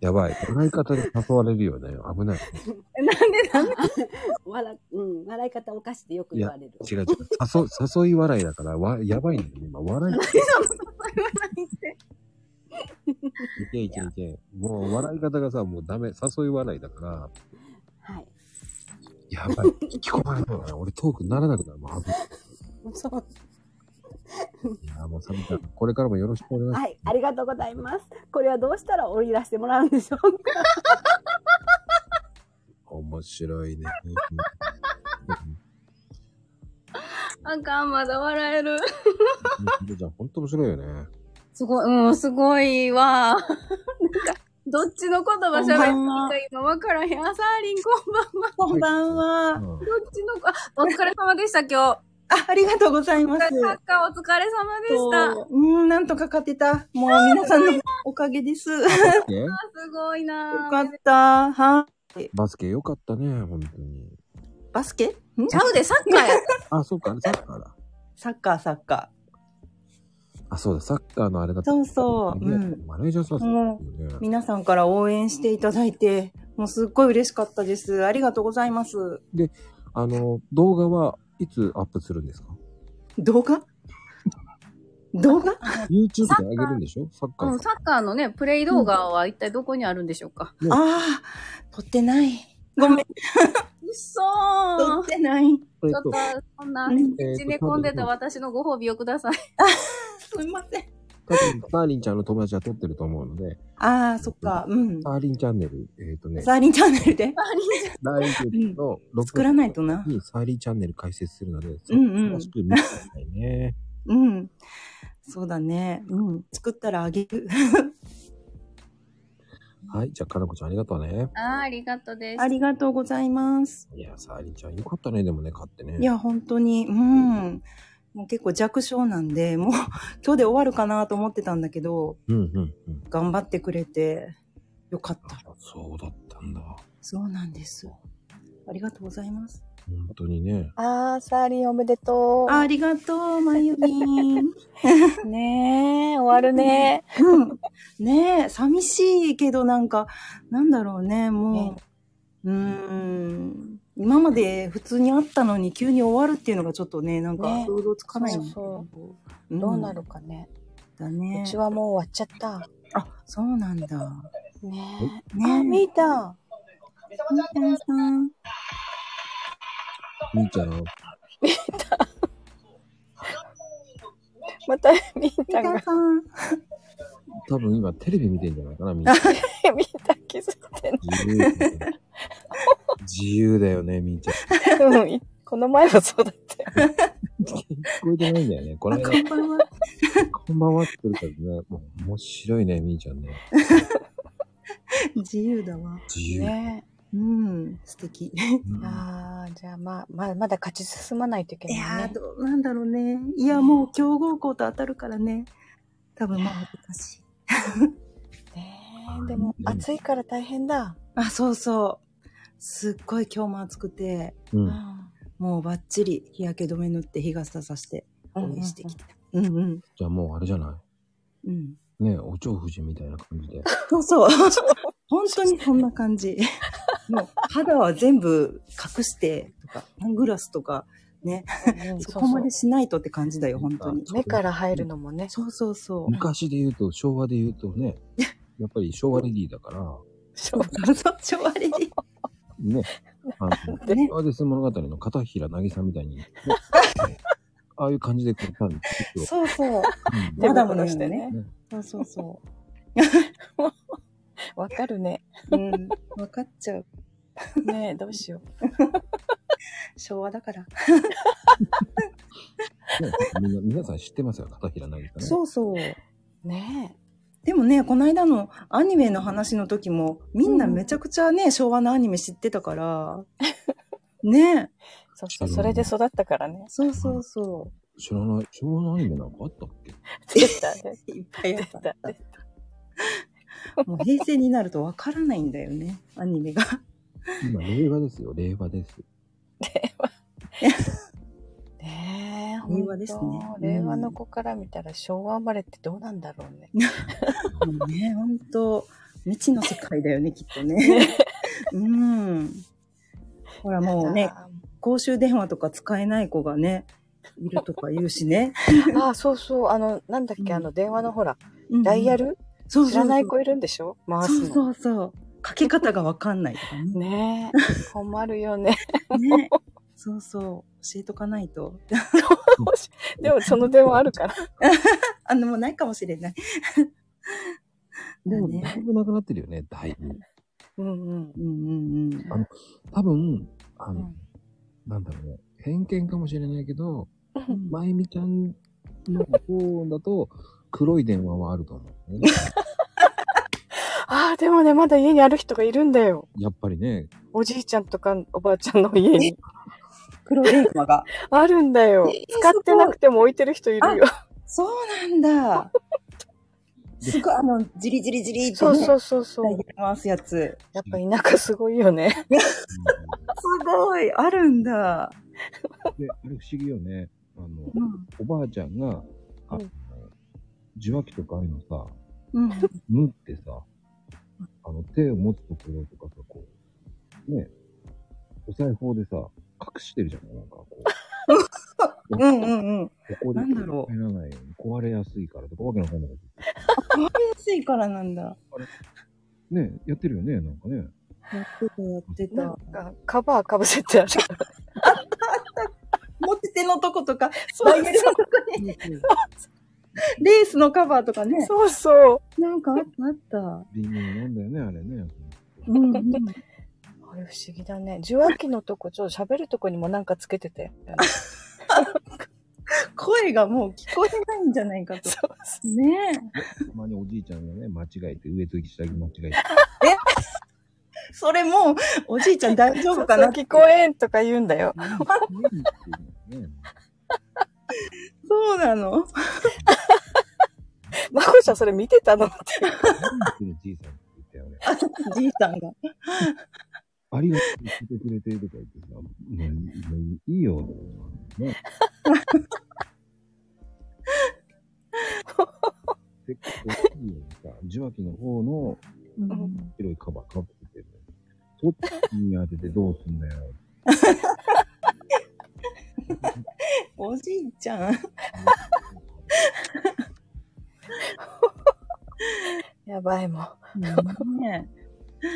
Speaker 1: やばい。笑い方で誘われるよね。危ない。
Speaker 14: なんで笑、うん、笑い方おかしってよく
Speaker 1: い
Speaker 14: 言
Speaker 1: や
Speaker 14: われる。、
Speaker 1: 違う違う。誘、誘い 笑いだから、わ、やばいんだよね。今、笑い、いけいけいけ。もう、笑い方がさ、もうダメ。誘い笑いだから。
Speaker 14: はい。
Speaker 1: やばい。聞き込まれたから、俺トークにならなくなる。もう危ない。
Speaker 14: そう。
Speaker 1: いや、もう、サミちゃん、これからもよろしくお願いします。
Speaker 14: はい、ありがとうございます。これはどうしたら折り出してもらうんでしょうか。
Speaker 1: 面白いね。
Speaker 11: あかん、まだ笑える。
Speaker 1: サミちゃん、ほんと面白いよね。
Speaker 11: すごい、うん、すごいわ。なんか、どっちの言葉喋っていい
Speaker 14: こんばん
Speaker 11: か今わか
Speaker 14: は
Speaker 11: らへん。あ、サーリン、こんばんは。
Speaker 14: こんばんは。
Speaker 11: どっちの、あ、お疲れ様でした、今日。
Speaker 15: あ、ありがとうございます。
Speaker 11: サッカーお疲れ様でした。
Speaker 15: そううん、なんとか勝てた。もう皆さんのおかげです。よ
Speaker 1: え
Speaker 11: あすごいな
Speaker 15: かった。はい。
Speaker 1: バスケよかったね、ほんとに。
Speaker 15: バスケ
Speaker 11: ちゃうで、サッカーや。
Speaker 1: あ、そうか、あれサッカーだ。
Speaker 15: サッカー、サッカ
Speaker 1: あ、そうだ、サッカーのあれだった。
Speaker 15: そうそううん
Speaker 1: マネージャーさん
Speaker 15: ー。
Speaker 1: だった
Speaker 15: も
Speaker 1: よ
Speaker 15: う、
Speaker 1: ね。
Speaker 15: 皆さんから応援していただいて、もうすっごい嬉しかったです。ありがとうございます。
Speaker 1: で、あの、動画はいつアップするんですか
Speaker 15: 動画動画
Speaker 1: ?YouTube で上げるんでしょサッカー。
Speaker 11: うん、サッカーのね、プレイ動画は一体どこにあるんでしょうか。
Speaker 15: ああ、撮ってない。ご めん。
Speaker 11: うっそー
Speaker 15: 撮ってない。
Speaker 11: ちょっと、そんな、ちね込んでた私のご褒美をください。
Speaker 15: すいません。
Speaker 1: 多分、サーリンちゃんの友達は撮ってると思うので、
Speaker 15: ああ、そっか。うん。
Speaker 1: サーリンチャンネル、えっ、とね、
Speaker 15: サーリンチャンネルで。
Speaker 1: 来月の6
Speaker 15: 作らないとな。
Speaker 1: にサーリンチャンネル開設するので、
Speaker 15: うんうん
Speaker 1: 詳しく見てくださいね。
Speaker 15: うん。そうだね。うん。作ったらあげる。
Speaker 1: はい、じゃあ、かなこちゃんありがとうね。
Speaker 11: あーありがとうです。
Speaker 15: ありがとうございます。
Speaker 1: いや、サーリンちゃんよかったね、でもね、買ってね。
Speaker 15: いや、本当に、うん。もう結構弱小なんで、もう 今日で終わるかなと思ってたんだけど、
Speaker 1: うんうんうん。
Speaker 15: 頑張ってくれて、よかった。
Speaker 1: そうだったんだ。本
Speaker 15: そうなんです。ありがとうございます。
Speaker 1: 当にね。
Speaker 4: あー、サーリンおめでとう。
Speaker 15: ありがとう、まゆみん。
Speaker 4: ねえ、終わるね。
Speaker 15: うん。ねえ、寂しいけど、なんか、なんだろうね、もう、うーん。今まで普通にあったのに急に終わるっていうのがちょっとね、なんか
Speaker 4: ね
Speaker 15: 想像つかないんだけど
Speaker 4: そう
Speaker 15: うん
Speaker 4: どうなるかね。
Speaker 15: だね。
Speaker 4: うちはもう終わっちゃった。
Speaker 15: あ、そうなんだ。
Speaker 4: ね
Speaker 15: え。ねえ。
Speaker 4: あ、見た。
Speaker 15: みーたんさん。
Speaker 1: みーちゃん、
Speaker 4: また、みーちゃんが。
Speaker 15: さん。
Speaker 1: 多分今テレビ見てんじゃないかな、み んな。
Speaker 14: みんな気づいてない
Speaker 1: 自由。自由だよね、みーちゃん。
Speaker 14: うんこの前はそうだったよ。
Speaker 1: 聞こえてないんだよ ね。この間、
Speaker 14: こんばんは。
Speaker 1: こんばんはって言ってるからね、もう面白いね、みーちゃんね。
Speaker 15: 自由だわ。
Speaker 1: 自由
Speaker 14: ね
Speaker 15: うん、素敵。
Speaker 14: ああ、じゃあまあ、まあ、まだ勝ち進まないといけない
Speaker 15: い
Speaker 14: ね。
Speaker 15: やーどうなんだろうね。いや、もう強豪校と当たるからね。多分まあ難し
Speaker 14: えーでも、暑いから大変だ。
Speaker 15: い。あ、そうそう。すっごい今日も暑くて、
Speaker 1: うん
Speaker 15: もうバッチリ日焼け止め塗って日傘さして応援してきた。うんうん。
Speaker 1: じゃあもうあれじゃな
Speaker 15: うん。
Speaker 1: いねえ、お蝶夫人みたいな感じ で。
Speaker 15: そうそう。本当にそんな感じ。もう肌は全部隠してとか、サングラスとかね、そこまでしないとって感じだよ、本当に。
Speaker 14: 目から入るのもね。
Speaker 15: そうそうそう。
Speaker 1: 昔で言うと、昭和で言うとね、やっぱり昭和レディーだから、
Speaker 15: そうそうそう、昭和レディ。
Speaker 1: ね、あの、 昭和です物語の片平なぎさみたいに、ねああいう感じでこう、多分、
Speaker 14: そうそう。
Speaker 1: 手
Speaker 14: マダ
Speaker 1: 袋
Speaker 14: ムの
Speaker 1: し
Speaker 14: し
Speaker 1: て
Speaker 14: て
Speaker 1: ね
Speaker 14: ね。そうそうそう。 わかるね。
Speaker 15: うん。わかっちゃう。
Speaker 14: ねえ、どうしよ
Speaker 15: 昭和だから。
Speaker 1: ね、みんな、皆さん知ってますよ、片平なぎさね。
Speaker 15: そうそう。
Speaker 14: ね
Speaker 15: でもね、この間のアニメの話の時も、みんなめちゃくちゃね、昭和のアニメ知ってたから。ね
Speaker 14: そうそう、それで育ったからね。
Speaker 15: そうそうそ
Speaker 1: 知らない、昭和のアニメなんかあったっけ
Speaker 14: う。出た、出
Speaker 15: た。いっぱい
Speaker 14: 出た。出た
Speaker 15: もう平成になるとわからないんだよね、アニメが。
Speaker 1: 今、令和ですよ、令和です。
Speaker 14: ねえ、
Speaker 15: 令和ですね
Speaker 14: 本当令和の子から見たら昭和生まれってどうなんだろうね。
Speaker 15: もうね、ほんと、未知の世界だよね、きっとね。うん。ほら、もうね、公衆電話とか使えない子がね、いるとか言うしね。
Speaker 14: ああ、そうそう、あの、なんだっけ、あの、電話のほら、ダイヤル
Speaker 15: そうそうそう
Speaker 14: 知らない子いるんでしょ回す
Speaker 15: そう
Speaker 14: の。
Speaker 15: そうそう。かけ方がわかんないとかね。
Speaker 14: ねえ、困るよね。
Speaker 15: ね。そうそう。教えとかないと。
Speaker 14: でも、その電話あるから。
Speaker 15: あの、もうないかもしれない。
Speaker 1: でも、だいぶなくなってるよね、だいぶ。
Speaker 14: うんうん。
Speaker 15: うんうんうん。
Speaker 1: あの、多分、あの、なんだろうね、偏見かもしれないけど、まゆみちゃんの方だと、黒い電話はあると思う、ね。
Speaker 14: ああ、でもね、まだ家にある人がいるんだよ。
Speaker 1: やっぱりね、
Speaker 14: おじいちゃんとかおばあちゃんの家に。
Speaker 15: 黒電話が。
Speaker 14: あるんだよ。使ってなくても置いてる人いるよ。
Speaker 15: そうなん だ。すごい、あの、じりじりじりって、ね。
Speaker 14: そうそうそうそう
Speaker 15: ダイヤル回すやつ。
Speaker 14: やっぱ田舎すごいよ ね。
Speaker 15: すごい、あるんだ。
Speaker 1: で、あれ不思議よね。あの、
Speaker 15: うん
Speaker 1: おばあちゃんが、あの、受話器とかああいうのさ、
Speaker 15: うん。
Speaker 1: 縫ってさ、あの、手を持つところとかさ、こう、ね、お裁縫でさ、隠してるじゃないなんかこう。
Speaker 15: うんうんうん。
Speaker 1: ここで
Speaker 15: なんだろ
Speaker 1: 入らないように壊れやすいからとか、わけのわかんないこ
Speaker 15: 壊れやすいからなんだ。
Speaker 1: と。ね、やってるよね、なんかね。
Speaker 15: やってた、やってた。
Speaker 14: なんか、カバーかぶせてあるから。
Speaker 15: 持ち手のとことか、
Speaker 14: そう
Speaker 15: ダイヤルのとこに。レースのカバーとかね。
Speaker 14: そうそう。
Speaker 15: なんかあった、あっ
Speaker 1: 微妙なんだよね、あれね。
Speaker 15: た。うん、
Speaker 14: あれ不思議だね。受話器のとこ、ちょっと喋るとこにもなんかつけてて。
Speaker 15: 声がもう聞こえないんじゃないかと。ね
Speaker 1: たまにおじいちゃんがね、間違えて、上と下着間違えて。
Speaker 15: え。えそれもう、おじいちゃん大丈夫かな
Speaker 14: 聞こえんとか言うんだよ。
Speaker 15: そうなの
Speaker 14: まこちゃんそれ見てたのって。
Speaker 1: じいさんって言ったよね。
Speaker 15: じいさんが。
Speaker 1: ありがとう、してくれてとか言ってさ、もうもういいよ。ね。せっかくいいよさ、受話器の方の白いカバーかぶってるのに。そっちに当ててどうすんだよ。
Speaker 15: おじいちゃん。
Speaker 14: やばいもん。
Speaker 15: ねえ
Speaker 14: い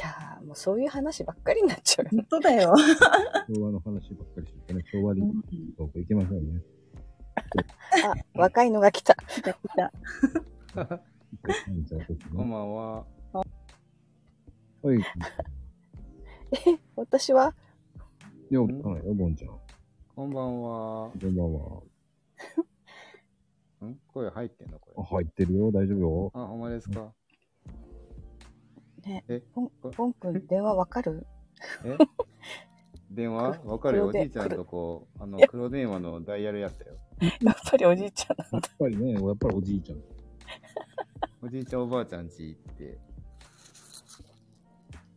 Speaker 14: やーもうそういう話ばっかりになっちゃう。
Speaker 15: 本当だ よ。
Speaker 1: 昭和の話ばっかりしててね、昭和に僕いけませんね。
Speaker 14: あ、若いのが来た。
Speaker 15: 来た来た。
Speaker 16: こんばんは。
Speaker 1: はい。
Speaker 15: え、私は
Speaker 1: よ、はい、よぼんちゃん。
Speaker 16: こんばんは。
Speaker 1: こんばんは。
Speaker 16: ん声入ってんのこれ。
Speaker 1: あ入ってるよ、大丈夫よ。
Speaker 16: あ、ほんまですか。
Speaker 15: ね、
Speaker 16: え、
Speaker 15: ポン、ポン君、電話わかる
Speaker 16: え電話わかるよ。お
Speaker 15: 黒で
Speaker 16: じいちゃんとこう、あの、黒電話のダイヤルやったよ。
Speaker 15: やっぱりおじいちゃん
Speaker 1: やっぱりね、やっぱりおじいちゃん。
Speaker 16: おじいちゃんおばあちゃんち行って、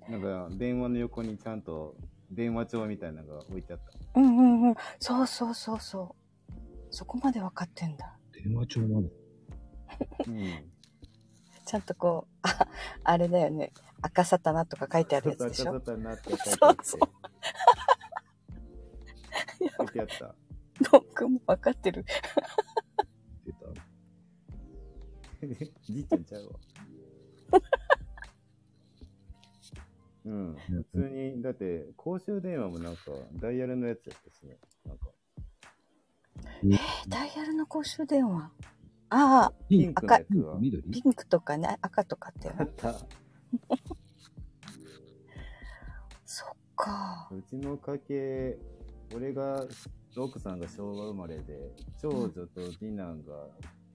Speaker 16: なんか電話の横にちゃんと電話帳みたいなのが置いてあった。
Speaker 15: うんうんうん。そうそうそうそう。そこまで分かってんだ。
Speaker 1: 電話帳まで。
Speaker 15: ちゃんとこう、 あ、あれだよね。赤サタナとか書いてあるやつでしょ。
Speaker 16: そうそう赤サタナって書いて
Speaker 15: そう そう。
Speaker 16: 置いてあった。
Speaker 15: 僕も分かってる。
Speaker 16: じいちゃんちゃうわ。うん。普通に、だって、公衆電話もなんか、ダイヤルのやつやったしね。なんか、
Speaker 15: えー、ダイヤルの公衆電話。ああ、
Speaker 16: ピンクの
Speaker 15: 赤
Speaker 16: や、つは。緑
Speaker 15: ピンクとかね、赤とか って。
Speaker 16: あった。
Speaker 15: そっか。
Speaker 16: うちの家系、俺が、奥さんが昭和生まれで、長女と次男が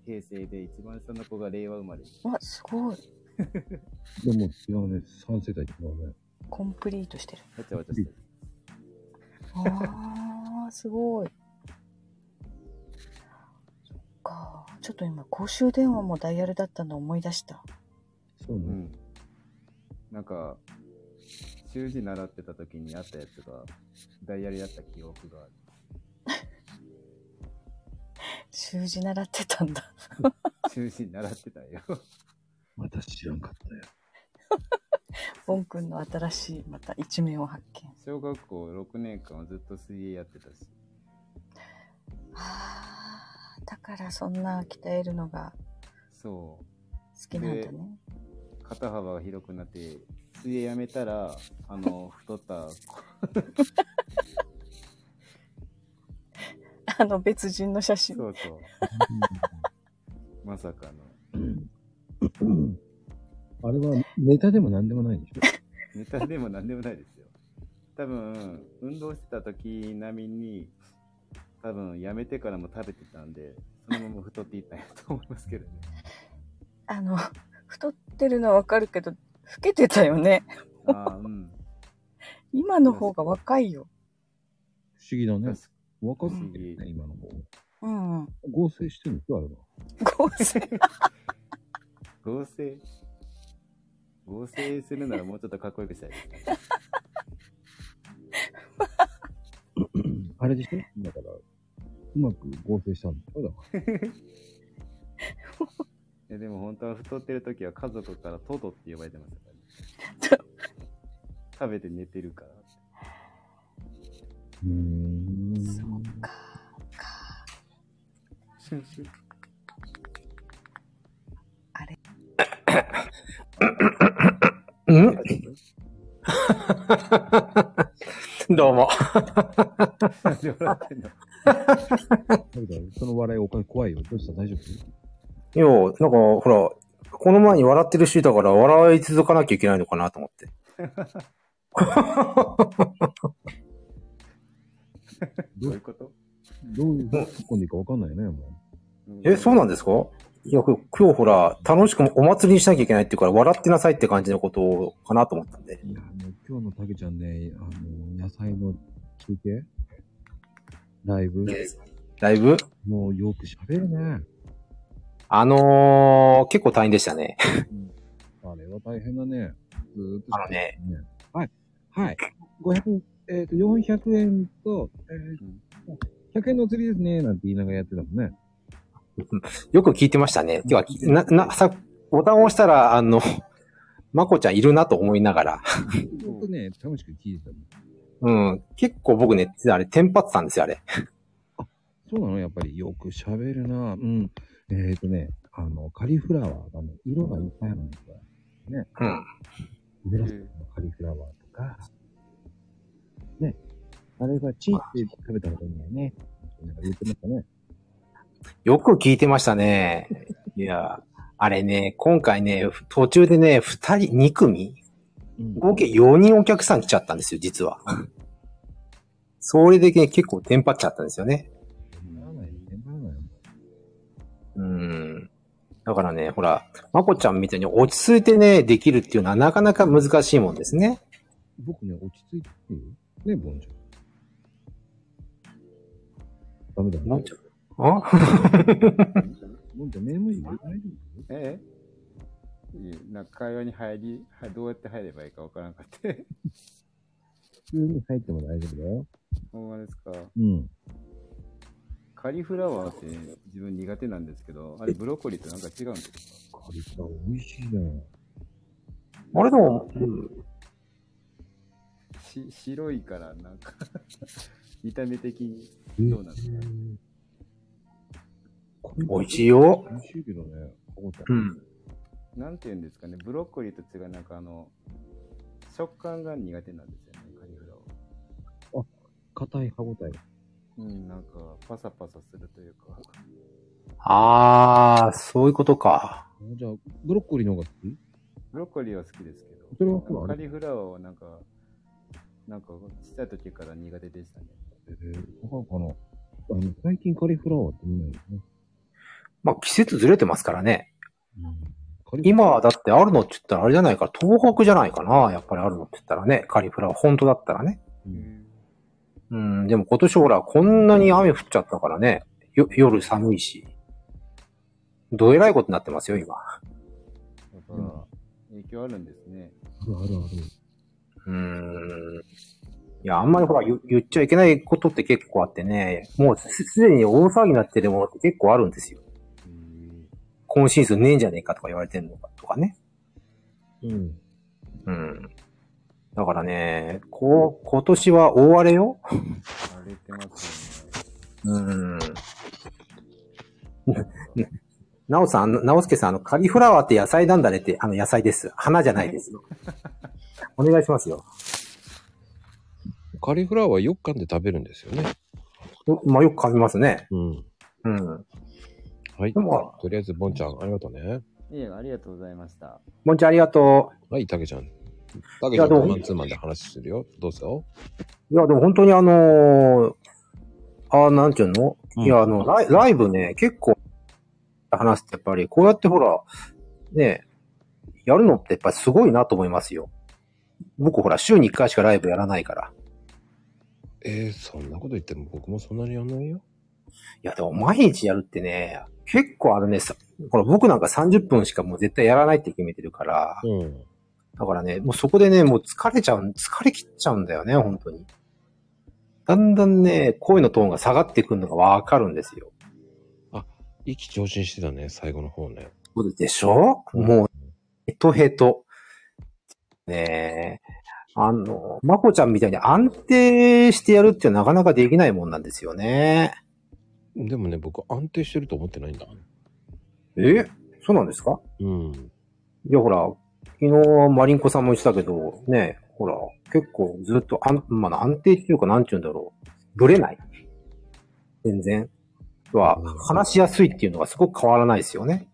Speaker 16: 平成で、一番下の子が令和生まれ。
Speaker 15: うわ、すごい。
Speaker 1: でも違うね、3世代違うね。
Speaker 15: コンプリートしてる。
Speaker 16: わちゃわちゃしてる。
Speaker 15: ああ、すごい。そっか。ちょっと今、公衆電話もダイヤルだったの思い出した。
Speaker 1: そうね。
Speaker 16: なんか、習字習ってた時にあったやつが、ダイヤルやった記憶がある。
Speaker 15: 習字習ってたんだ。
Speaker 16: 習字習ってた よ。
Speaker 1: また知らんかったよ。
Speaker 15: ボン君の新しい、また一面を発見。
Speaker 16: 小学校6年間はずっと水泳やってたし。
Speaker 15: だから、そんな鍛えるのが
Speaker 16: そう。
Speaker 15: 好きなんだね。
Speaker 16: で肩幅が広くなって、水泳やめたら、あの、太った子。
Speaker 15: あの、別人の写真。
Speaker 16: そうそう。まさかの。
Speaker 1: あれはネタでも何でもないでしょ。
Speaker 16: ネタでも何でもないですよ。多分、運動してた時並みに、多分、やめてからも食べてたんで、そのまま太っていったんやと思いますけどね。
Speaker 15: あの、太ってるのはわかるけど、老けてたよね。
Speaker 16: ああ、うん。
Speaker 15: 今の方が若いよ。
Speaker 1: 不思議だね。若すぎるね、今の方。
Speaker 15: うんうん。
Speaker 1: 合成してるんですよ、あれは。
Speaker 15: 合成
Speaker 16: 合成合成するならもうちょっとかっこよくしたいですね。
Speaker 1: あれでしょだから、うまく合成したんだよ、だから。
Speaker 16: いやでも本当は太ってる時は家族からトドって呼ばれてましたからね。食べて寝てるから。
Speaker 1: うーん。
Speaker 15: そう か。
Speaker 7: うんど うも。
Speaker 1: その笑いお金怖いよ。どうした大丈
Speaker 17: いや、なんか、ほら、この前に笑ってるし、だから笑い続かなきゃいけないのかなと思って。
Speaker 16: どういうこと
Speaker 1: 夫どういう突っ込んでいいかわかんないね、も
Speaker 17: え、そうなんですかいや、こ今日ほら、楽しくもお祭りにしなきゃいけないっていうから、笑ってなさいって感じのことかなと思ったんで。
Speaker 1: う。いや、ね、今日のたけちゃんね、あの、野菜の休憩ライブ
Speaker 17: ライブ
Speaker 1: もうよく喋るね。
Speaker 17: あのー、結構大変でしたね。
Speaker 1: あれは大変だね。ずーっと。
Speaker 17: あのね。
Speaker 1: はい。はい。500、えっ、と、400円と、えー、100円のお釣りですね、なんて言いながらやってたもんね。
Speaker 17: よく聞いてましたね。てか、な、な、さ、ボタンを押したら、あの、まこちゃんいるなと思いながら。
Speaker 1: ずっとね、楽しく聞いてたもん。
Speaker 17: うん。結構僕ね、あれ、テンパってたんですよ、あれ。
Speaker 1: そうなのやっぱりよく喋るなうん。えっ、とね、あの、カリフラワーがね、色がいっぱいあるんですよ。ね。
Speaker 17: うん。
Speaker 1: 紫のカリフラワーとか、ね。あれがチーって食べたことないね。なんか言ってましたね。
Speaker 17: よく聞いてましたね。いや、あれね、今回ね、途中でね、二人、二組、合計4人お客さん来ちゃったんですよ、実は。それでね、結構テンパっちゃったんですよね。うん。だからね、ほら、まこちゃんみたいに落ち着いてね、できるっていうのはなかなか難しいもんですね。
Speaker 18: 僕ね、落ち着いてるよ。ね、ボンちゃん。ダメだ、ボンちゃん。
Speaker 17: あ
Speaker 18: ボンちゃん、眠いよ。大丈
Speaker 16: ええいいなんか会話に入り、はどうやって入ればいいかわからんかって。
Speaker 18: 夫急に入っても大丈夫だよ。
Speaker 16: ほんまですか。
Speaker 18: うん。
Speaker 16: カリフラワーって自分苦手なんですけど、あれブロッコリーとなんか違うんですか
Speaker 18: カリフラワー美味しいじゃん。
Speaker 17: あれでも、
Speaker 16: し白いからなんか 見た目的にどうなんですか、
Speaker 17: 美味しいよ。
Speaker 18: 美味しいけどね、ここち
Speaker 17: ゃん。うん。
Speaker 16: なんて言うんですかねブロッコリーと違うなんかあの食感が苦手なんですよねカリフラワ
Speaker 18: 硬い歯応え。
Speaker 16: ーうんなんかパサパサするというか
Speaker 17: あー、そういうことか。
Speaker 18: じゃあ、ブロッコリーの方が好き
Speaker 16: ブロッコリーは好きですけど
Speaker 18: それはそうなの
Speaker 16: カリフラワーはなんかなんか小さい時から苦手でしたね
Speaker 18: えー、わかるかなあの最近カリフラワーって見ないよね。
Speaker 17: まあ季節ずれてますからね。今、だってあるのって言ったらあれじゃないか、東北じゃないかな、やっぱりあるのって言ったらね、カリフラワー、本当だったらね。うん、でも今年ほら、こんなに雨降っちゃったからね、よ夜寒いし。どえらいことになってますよ、今。
Speaker 16: やっぱ影響あるんですね
Speaker 18: あるあるある。
Speaker 17: うーん。いや、あんまりほら、言言っちゃいけないことって結構あってね、もうすすでに大騒ぎになってるものって結構あるんですよ。今シーズンねえんじゃねえかとか言われてるのかとかね。
Speaker 18: うん。
Speaker 17: うん。だからね、こう、今年は大荒れよ。
Speaker 16: 荒れてますよね
Speaker 17: うん。 なおさん、なおすけさん、あの、カリフラワーって野菜なんだねって、あの、野菜です。花じゃないです。お願いしますよ。
Speaker 18: カリフラワーよく噛んで食べるんですよね。
Speaker 17: まあ、よく噛みますね。
Speaker 18: うん。
Speaker 17: うん。
Speaker 18: はい。とりあえず、ボンちゃん、ありがとうね。
Speaker 16: いえありがとうございました
Speaker 17: もんちゃんありがと
Speaker 18: う。はい、たけちゃん。た
Speaker 17: い
Speaker 18: けちゃ
Speaker 17: や
Speaker 18: ん
Speaker 17: で
Speaker 18: と
Speaker 17: も
Speaker 18: マンツーマンで話するよ。どうぞ。
Speaker 17: いや、でも本当にあのーあーなんていうの、いや、あのライ、ライブね、結構、話してやっぱり、こうやってほら、ね、やるのってやっぱりすごいなと思いますよ。僕ほら、週に1回しかライブやらないから。
Speaker 18: えー、そんなこと言っても僕もそんなにやんないよ。
Speaker 17: いや、でも毎日やるってね、結構あれね、さほら、僕なんか30分しかもう絶対やらないって決めてるから、だからね、もうそこでね、もう疲れちゃう、疲れ切っちゃうんだよね、本当に。だんだんね、声のトーンが下がってくるのがわかるんですよ。
Speaker 18: 意気調子してたね、最後の方ね。
Speaker 17: そうでしょ、もう、ヘトヘト。ねえ。あの、まこちゃんみたいに安定してやるってなかなかできないもんなんですよね。
Speaker 18: でもね、僕安定してると思ってないんだ。
Speaker 17: えそうなんですか
Speaker 18: うん。
Speaker 17: いや、ほら、昨日、マリンコさんも言ってたけど、ねえ、ほら、結構ずっと安、まあ、安定っていうか、なんて言うんだろう。ぶれない。全然。は、話しやすいっていうのがすごく変わらないですよね。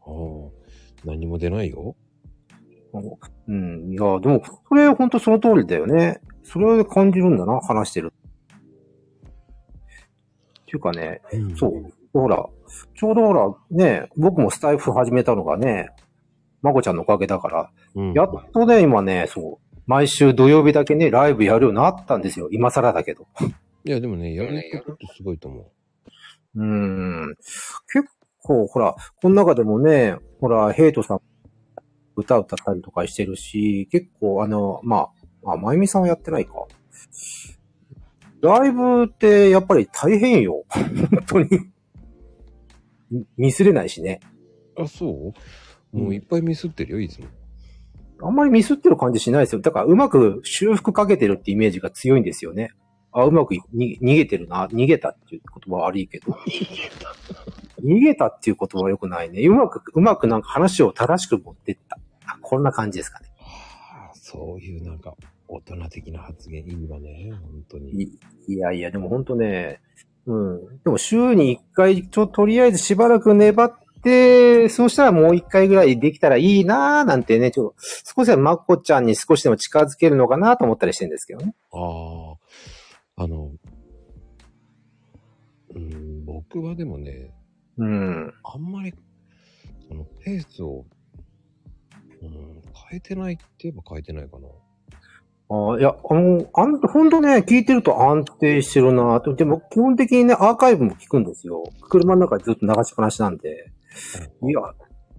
Speaker 18: ああ、何も出ないよ。
Speaker 17: うん。いや、でも、それ本当その通りだよね。それを感じるんだな、話してる。っていうかね、そう。ほら、ちょうどほら、ね、僕もスタイフ始めたのがね、まこちゃんのおかげだから、やっとね、今ね、そう、毎週土曜日だけね、ライブやるようになったんですよ。今更だけど。
Speaker 18: いや、でもね、やることってすごいと思
Speaker 17: うーん。結構、ほら、この中でもね、ほら、ヘイトさん、歌歌ったりとかしてるし、結構、あの、まあ、あ、まゆみさんはやってないか。ライブって、やっぱり大変よ。本当に。ミミスれないしね。
Speaker 18: あ、そうもういっぱいミスってるよ、いつも。
Speaker 17: あんまりミスってる感じしないですよ。だから、うまく修復かけてるってイメージが強いんですよね。あ、うまくに逃げてるな。逃げたっていう言葉は悪いけど。逃げたっていう言葉は良くないね。うまく、うまくなんか話を正しく持ってった。あこんな感じですかね。
Speaker 18: あそういうなんか、大人的な発言、いいわね、本当に。
Speaker 17: いいやいや、でも本当ね、うん。でも週に一回、ちょ、とりあえずしばらく粘っで、そうしたらもう一回ぐらいできたらいいなーなんてね、ちょっと、少しはまっこちゃんに少しでも近づけるのかなと思ったりしてるんですけどね。
Speaker 1: ああ、あの、うん、僕はでもね、
Speaker 17: うん。
Speaker 1: あんまり、そのペースを、うん、変えてないって言えば変えてないかな。
Speaker 17: あいや、あの、あん、ほんとね、聞いてると安定してるなと。でも、基本的にね、アーカイブも聞くんですよ。車の中でずっと流しっぱなしなんで。いや、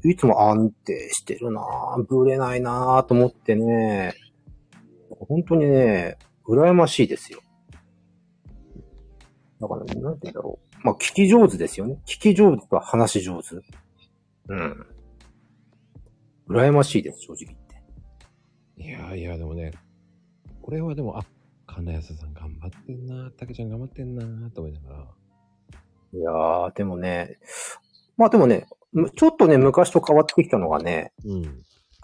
Speaker 17: いつも安定してるなぶれないなと思ってね、本当にね、羨ましいですよ。だから、なんて言うんだろう。まあ、聞き上手ですよね。聞き上手と話し上手。うん。羨ましいです、正直。
Speaker 1: いやいや、でもね、これはでも、あ、金安さん頑張ってんな、竹ちゃん頑張ってんな、と思いながら。
Speaker 17: いやー、でもね、まあでもね、むちょっとね、昔と変わってきたのがね、
Speaker 1: うん。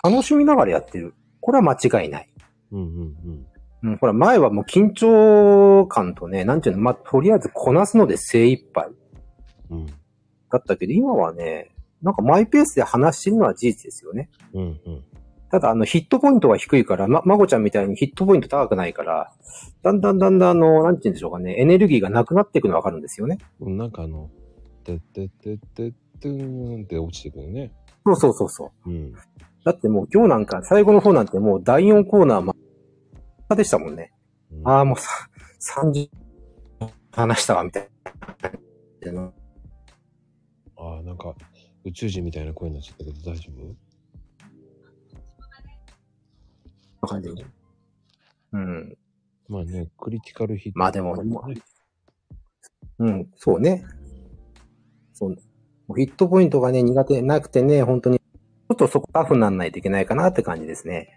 Speaker 17: 楽しみながらやってる。これは間違いない。
Speaker 1: うんうんうん。
Speaker 17: うん、ほら、前はもう緊張感とね、なんていうの、まあ、とりあえずこなすので精一杯。
Speaker 1: うん。
Speaker 17: だったけど、今はね、なんかマイペースで話してるのは事実ですよね。
Speaker 1: うんうん。
Speaker 17: ただ、あの、ヒットポイントは低いから、ま、まごちゃんみたいにヒットポイント高くないから、だんだんだんだん、あの、なんて言うんでしょうかね、エネルギーがなくなっていくのわかるんですよね。
Speaker 1: うんなんかあの、てってってってってーんって落ちてくるね。
Speaker 17: そうそうそうそう。
Speaker 1: うん。
Speaker 17: だってもう今日なんか最後の方なんてもう第4コーナーまでしたもんね。ああ、もうさ30話したわ、みたいな。
Speaker 1: ああ、なんか、宇宙人みたいな声になっちゃったけど大丈夫
Speaker 17: わかんない。うん。
Speaker 1: まあね、クリティカルヒット。
Speaker 17: まあでも、うん、そうね。そう。もうヒットポイントがね、苦手なくてね、本当に、ちょっとそこタフにならないといけないかなって感じですね。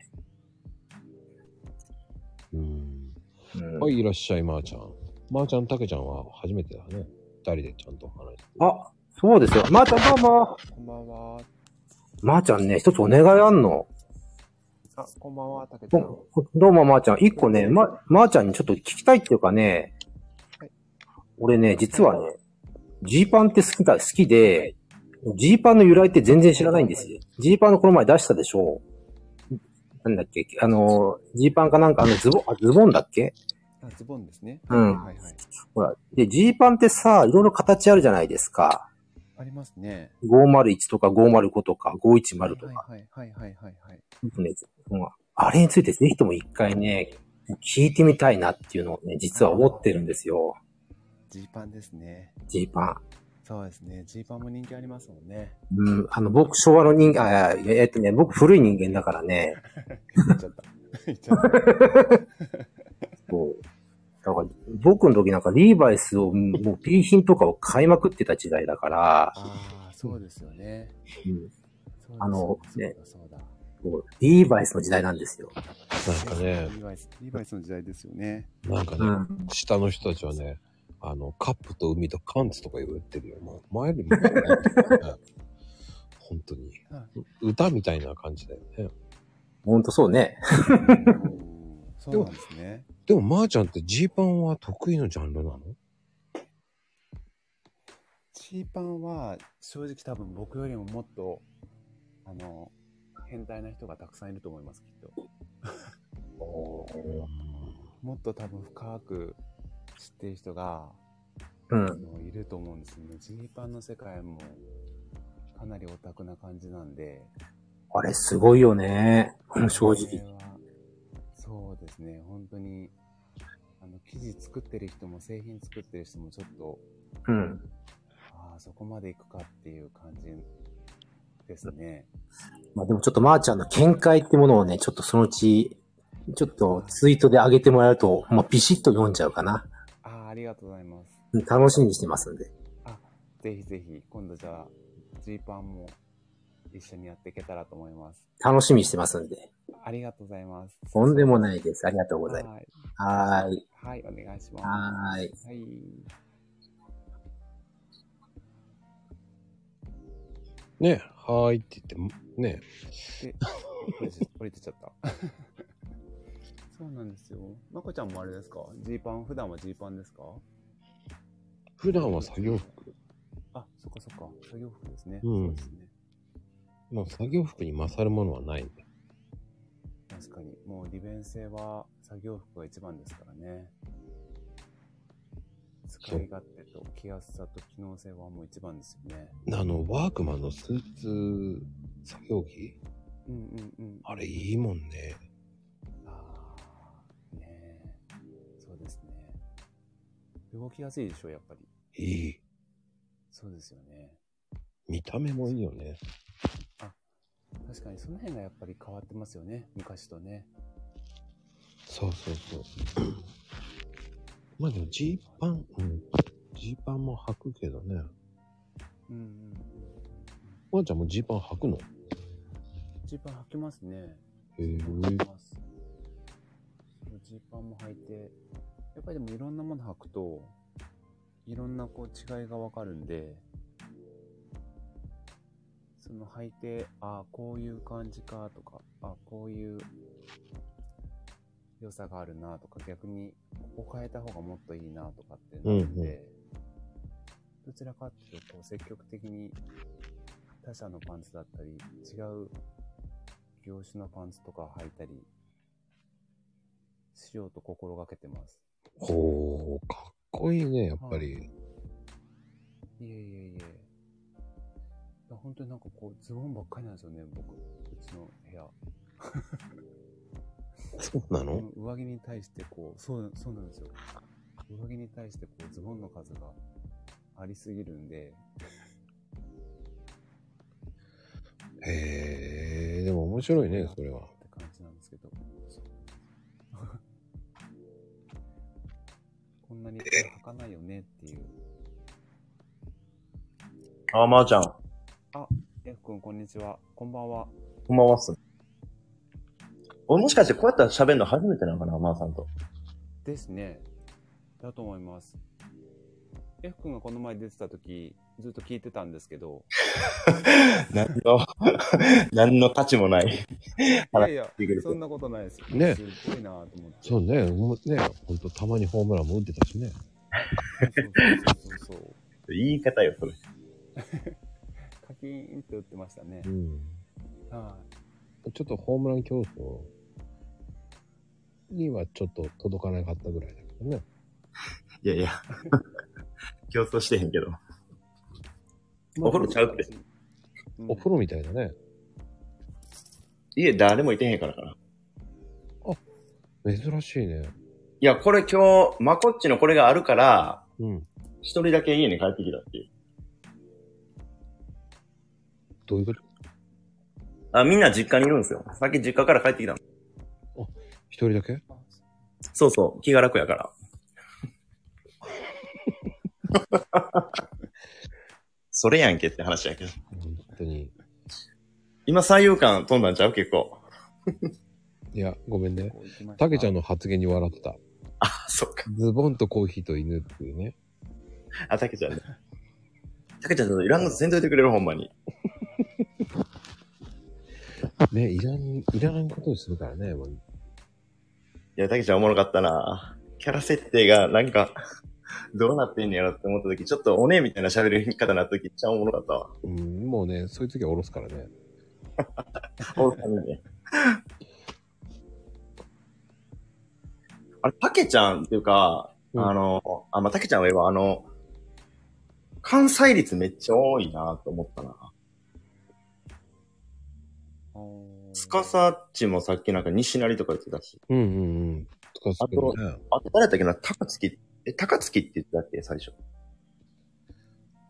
Speaker 1: はい、いらっしゃい、まー、ちゃん。まー、ちゃん、たけちゃんは初めてだね。二人でちゃんと話して。
Speaker 17: あ、そうですよ。まー、ちゃんどうも。
Speaker 2: こんばんは。
Speaker 17: まー、ちゃんね、一つお願いあんの。
Speaker 2: あ、こんばんは、たけちゃん。
Speaker 17: どどうも、まー、ちゃん。一個ね、ま、まー、ちゃんにちょっと聞きたいっていうかね、俺ね、実はね、ジーパンって好きだ、好きで、ジーパンの由来って全然知らないんですよ。ジーパンのこの前出したでしょなんだっけあの、ジーパンかなんか、あの、ズボン、あ、ズボンだっけ
Speaker 2: あ、ズボンですね。
Speaker 17: うん
Speaker 2: はいはい。
Speaker 17: ほら、で、ジーパンってさ、いろいろ形あるじゃないですか。
Speaker 2: ありますね。
Speaker 17: 501とか505とか510とか。
Speaker 2: はいはいはいはいはい。
Speaker 17: ねうんあれについてぜひとも一回ね、聞いてみたいなっていうのをね、実は思ってるんですよ。
Speaker 2: ジーパンですね。
Speaker 17: ジーパ
Speaker 2: そうですね。ジーパンも人気ありますもん ね。
Speaker 17: ン。うん、あの、僕、昭和の人間、あ、いやえっとね、僕古い人間だから ね。
Speaker 2: 言っちゃった。言っちゃった。
Speaker 17: そう。だから、僕の時なんかリーバイスを、もう B 品とかを買いまくってた時代だから、
Speaker 2: あそうですよね。
Speaker 17: うん
Speaker 2: そう
Speaker 17: あの、ね、
Speaker 2: そうだ。
Speaker 17: そうリーバイスの時代なんですよ。
Speaker 1: なんかね、
Speaker 2: リーバイス、リーバイスの時代ですよね。
Speaker 1: なんかね、下の人たちはね、あの、カップと海とカンツとか言ってるよ。もう前よ りも、ね、本当に。歌みたいな感じだよね。
Speaker 17: ほんとそうね。
Speaker 2: そうなんですね。
Speaker 1: でも、まーちゃんってジーパンは得意のジャンルなの
Speaker 2: ジーパンは、正直多分僕よりももっと、あの、変態な人がたくさんいると思います、きっ と。もっと多分深く知ってる人が、
Speaker 17: うん
Speaker 2: あのいると思うんですよね。ジーパンの世界も、かなりオタクな感じなんで、
Speaker 17: あれすごいよね。うん正直。
Speaker 2: そうですね、本当に、あの、生地作ってる人も製品作ってる人もちょっと、
Speaker 17: うん。
Speaker 2: ああ、そこまで行くかっていう感じですね。
Speaker 17: まあでもちょっとまーちゃんの見解ってものをね、ちょっとそのうち、ちょっとツイートで上げてもらうと、まあビシッと読んじゃうかな。
Speaker 2: ああ、ありがとうございます。
Speaker 17: うん楽しみにしてますんで。
Speaker 2: ぜひぜひ、今度じゃあ、ジーパンも一緒にやっていけたらと思います。
Speaker 17: 楽しみにしてますんで。
Speaker 2: ありがとうございます。
Speaker 17: とんでもないです。ありがとうございます。はーい。
Speaker 2: はい、お願いします。
Speaker 17: はーい。
Speaker 2: はい。
Speaker 1: ね、はーいって言って、ね。
Speaker 2: で、降りて降りてっちゃった。そうなんですよ。まこちゃんもあれですかジーパン、普段はジーパンですか
Speaker 1: 普段は作業服。
Speaker 2: あ、そっかそっか。作業服ですね。
Speaker 1: うん
Speaker 2: そうですね。
Speaker 1: もう作業服に勝るものはないんだ。
Speaker 2: 確かに。もう利便性は作業服が一番ですからね。使い勝手と着やすさと機能性はもう一番ですよね。
Speaker 1: あの、ワークマンのスーツ作業着
Speaker 2: うんうんうん。
Speaker 1: あれいいもんね。
Speaker 2: そうですね。動きやすいでしょ、やっぱり。
Speaker 1: いい。
Speaker 2: そうですよね。
Speaker 1: 見た目もいいよね。
Speaker 2: 確かにその辺がやっぱり変わってますよね、昔とね。
Speaker 1: そうそうそう。まあでもジーパン、うん。ジーパンも履くけどね。
Speaker 2: うんうん。
Speaker 1: ワンちゃんもジーパン履くの
Speaker 2: ジーパン履きますね。
Speaker 1: へえ。
Speaker 2: そうジーパンも履いて、やっぱりでもいろんなもの履くと、いろんなこう違いがわかるんで、その履いて、ああ、こういう感じかとか、ああ、こういう良さがあるなとか、逆にここ変えた方がもっといいなとかってなるんで、どちらかっていうと、こう積極的に他社のパンツだったり、違う業種のパンツとか履いたり、しようと心がけてます。
Speaker 1: ほう、かっこいいね、やっぱり。
Speaker 2: いえいえいえ。いや本当になんかこう、ズボンばっかりなんですよね、僕。うちの部屋。
Speaker 1: そうなの
Speaker 2: 上着に対してこう、そう、そうなんですよ。上着に対してこう、ズボンの数がありすぎるんで、
Speaker 1: へえ、でも面白いね、それは。
Speaker 2: って感じなんですけど。こんなにこれ履かないよねっていう。
Speaker 6: あ、まー、ちゃん、
Speaker 2: あ、F 君こんにちは。こんばんは。
Speaker 6: こんばんはっす。俺もしかしてこうやったら喋るの初めてなのかな、まー、さんと。
Speaker 2: ですね。だと思います。F 君がこの前出てた時、ずっと聞いてたんですけど、
Speaker 6: 何の、何の価値もない。
Speaker 2: いやいや
Speaker 6: 話してくれ、て
Speaker 2: そんなことないですよ。
Speaker 1: ね
Speaker 2: すっごいなぁと思って。
Speaker 1: そうね、もうね、ほんとたまにホームランも打ってたしね。
Speaker 2: そうそう。
Speaker 6: 言い方よ、それ。
Speaker 2: カキーンって打ってましたね。
Speaker 1: うん。
Speaker 2: は
Speaker 1: ちょっとホームラン競争にはちょっと届かなかったぐらいだけどね。
Speaker 6: いやいや。 競争してへんけど。お風呂ちゃうって。
Speaker 1: お風呂みたいだね。
Speaker 6: 家誰もいてへんからかな。
Speaker 1: 珍しいね。
Speaker 6: いや、これ今日、まこっちのこれがあるから、
Speaker 1: うん。
Speaker 6: 一人だけ家に帰ってきたっていう。
Speaker 1: どういうこと
Speaker 6: あ、みんな実家にいるんですよ。さっき実家から帰ってきたの。
Speaker 1: 一人だ け
Speaker 6: そうそう、気が楽やから。 それやんけって話やけど。
Speaker 1: 本当に。
Speaker 6: 今、三遊間飛んだんちゃう結構。
Speaker 1: いや、ごめんね。たけちゃんの発言に笑ってた。
Speaker 6: あ、そっ
Speaker 1: か。ズボンとコーヒーと犬っていうね。
Speaker 6: あ、たけちゃんね。たけちゃん、ちょっといらんことせんといてくれる、ほんまに。
Speaker 1: ね、いらん、いらんことにするからね、もう。
Speaker 6: いや、たけちゃんおもろかったなキャラ設定が、なんか、どうなってんねやろって思った時、ちょっとおねえみたいな喋り方になった時、めっちゃおもろかったわ。
Speaker 1: うん、もうね、そういう時はおろすからね。
Speaker 6: おろさないね。あれ、たけちゃんっていうか、あの、あ、まあ、たけちゃんは言えば、あの、関西率めっちゃ多いなと思ったな。つかさっちもさっきなんか西成とか言ってたし。
Speaker 1: うんうんうん。とか
Speaker 6: あ
Speaker 1: けど
Speaker 6: と、あと誰だったっけな高槻、え、高槻って言ってたっけ最初。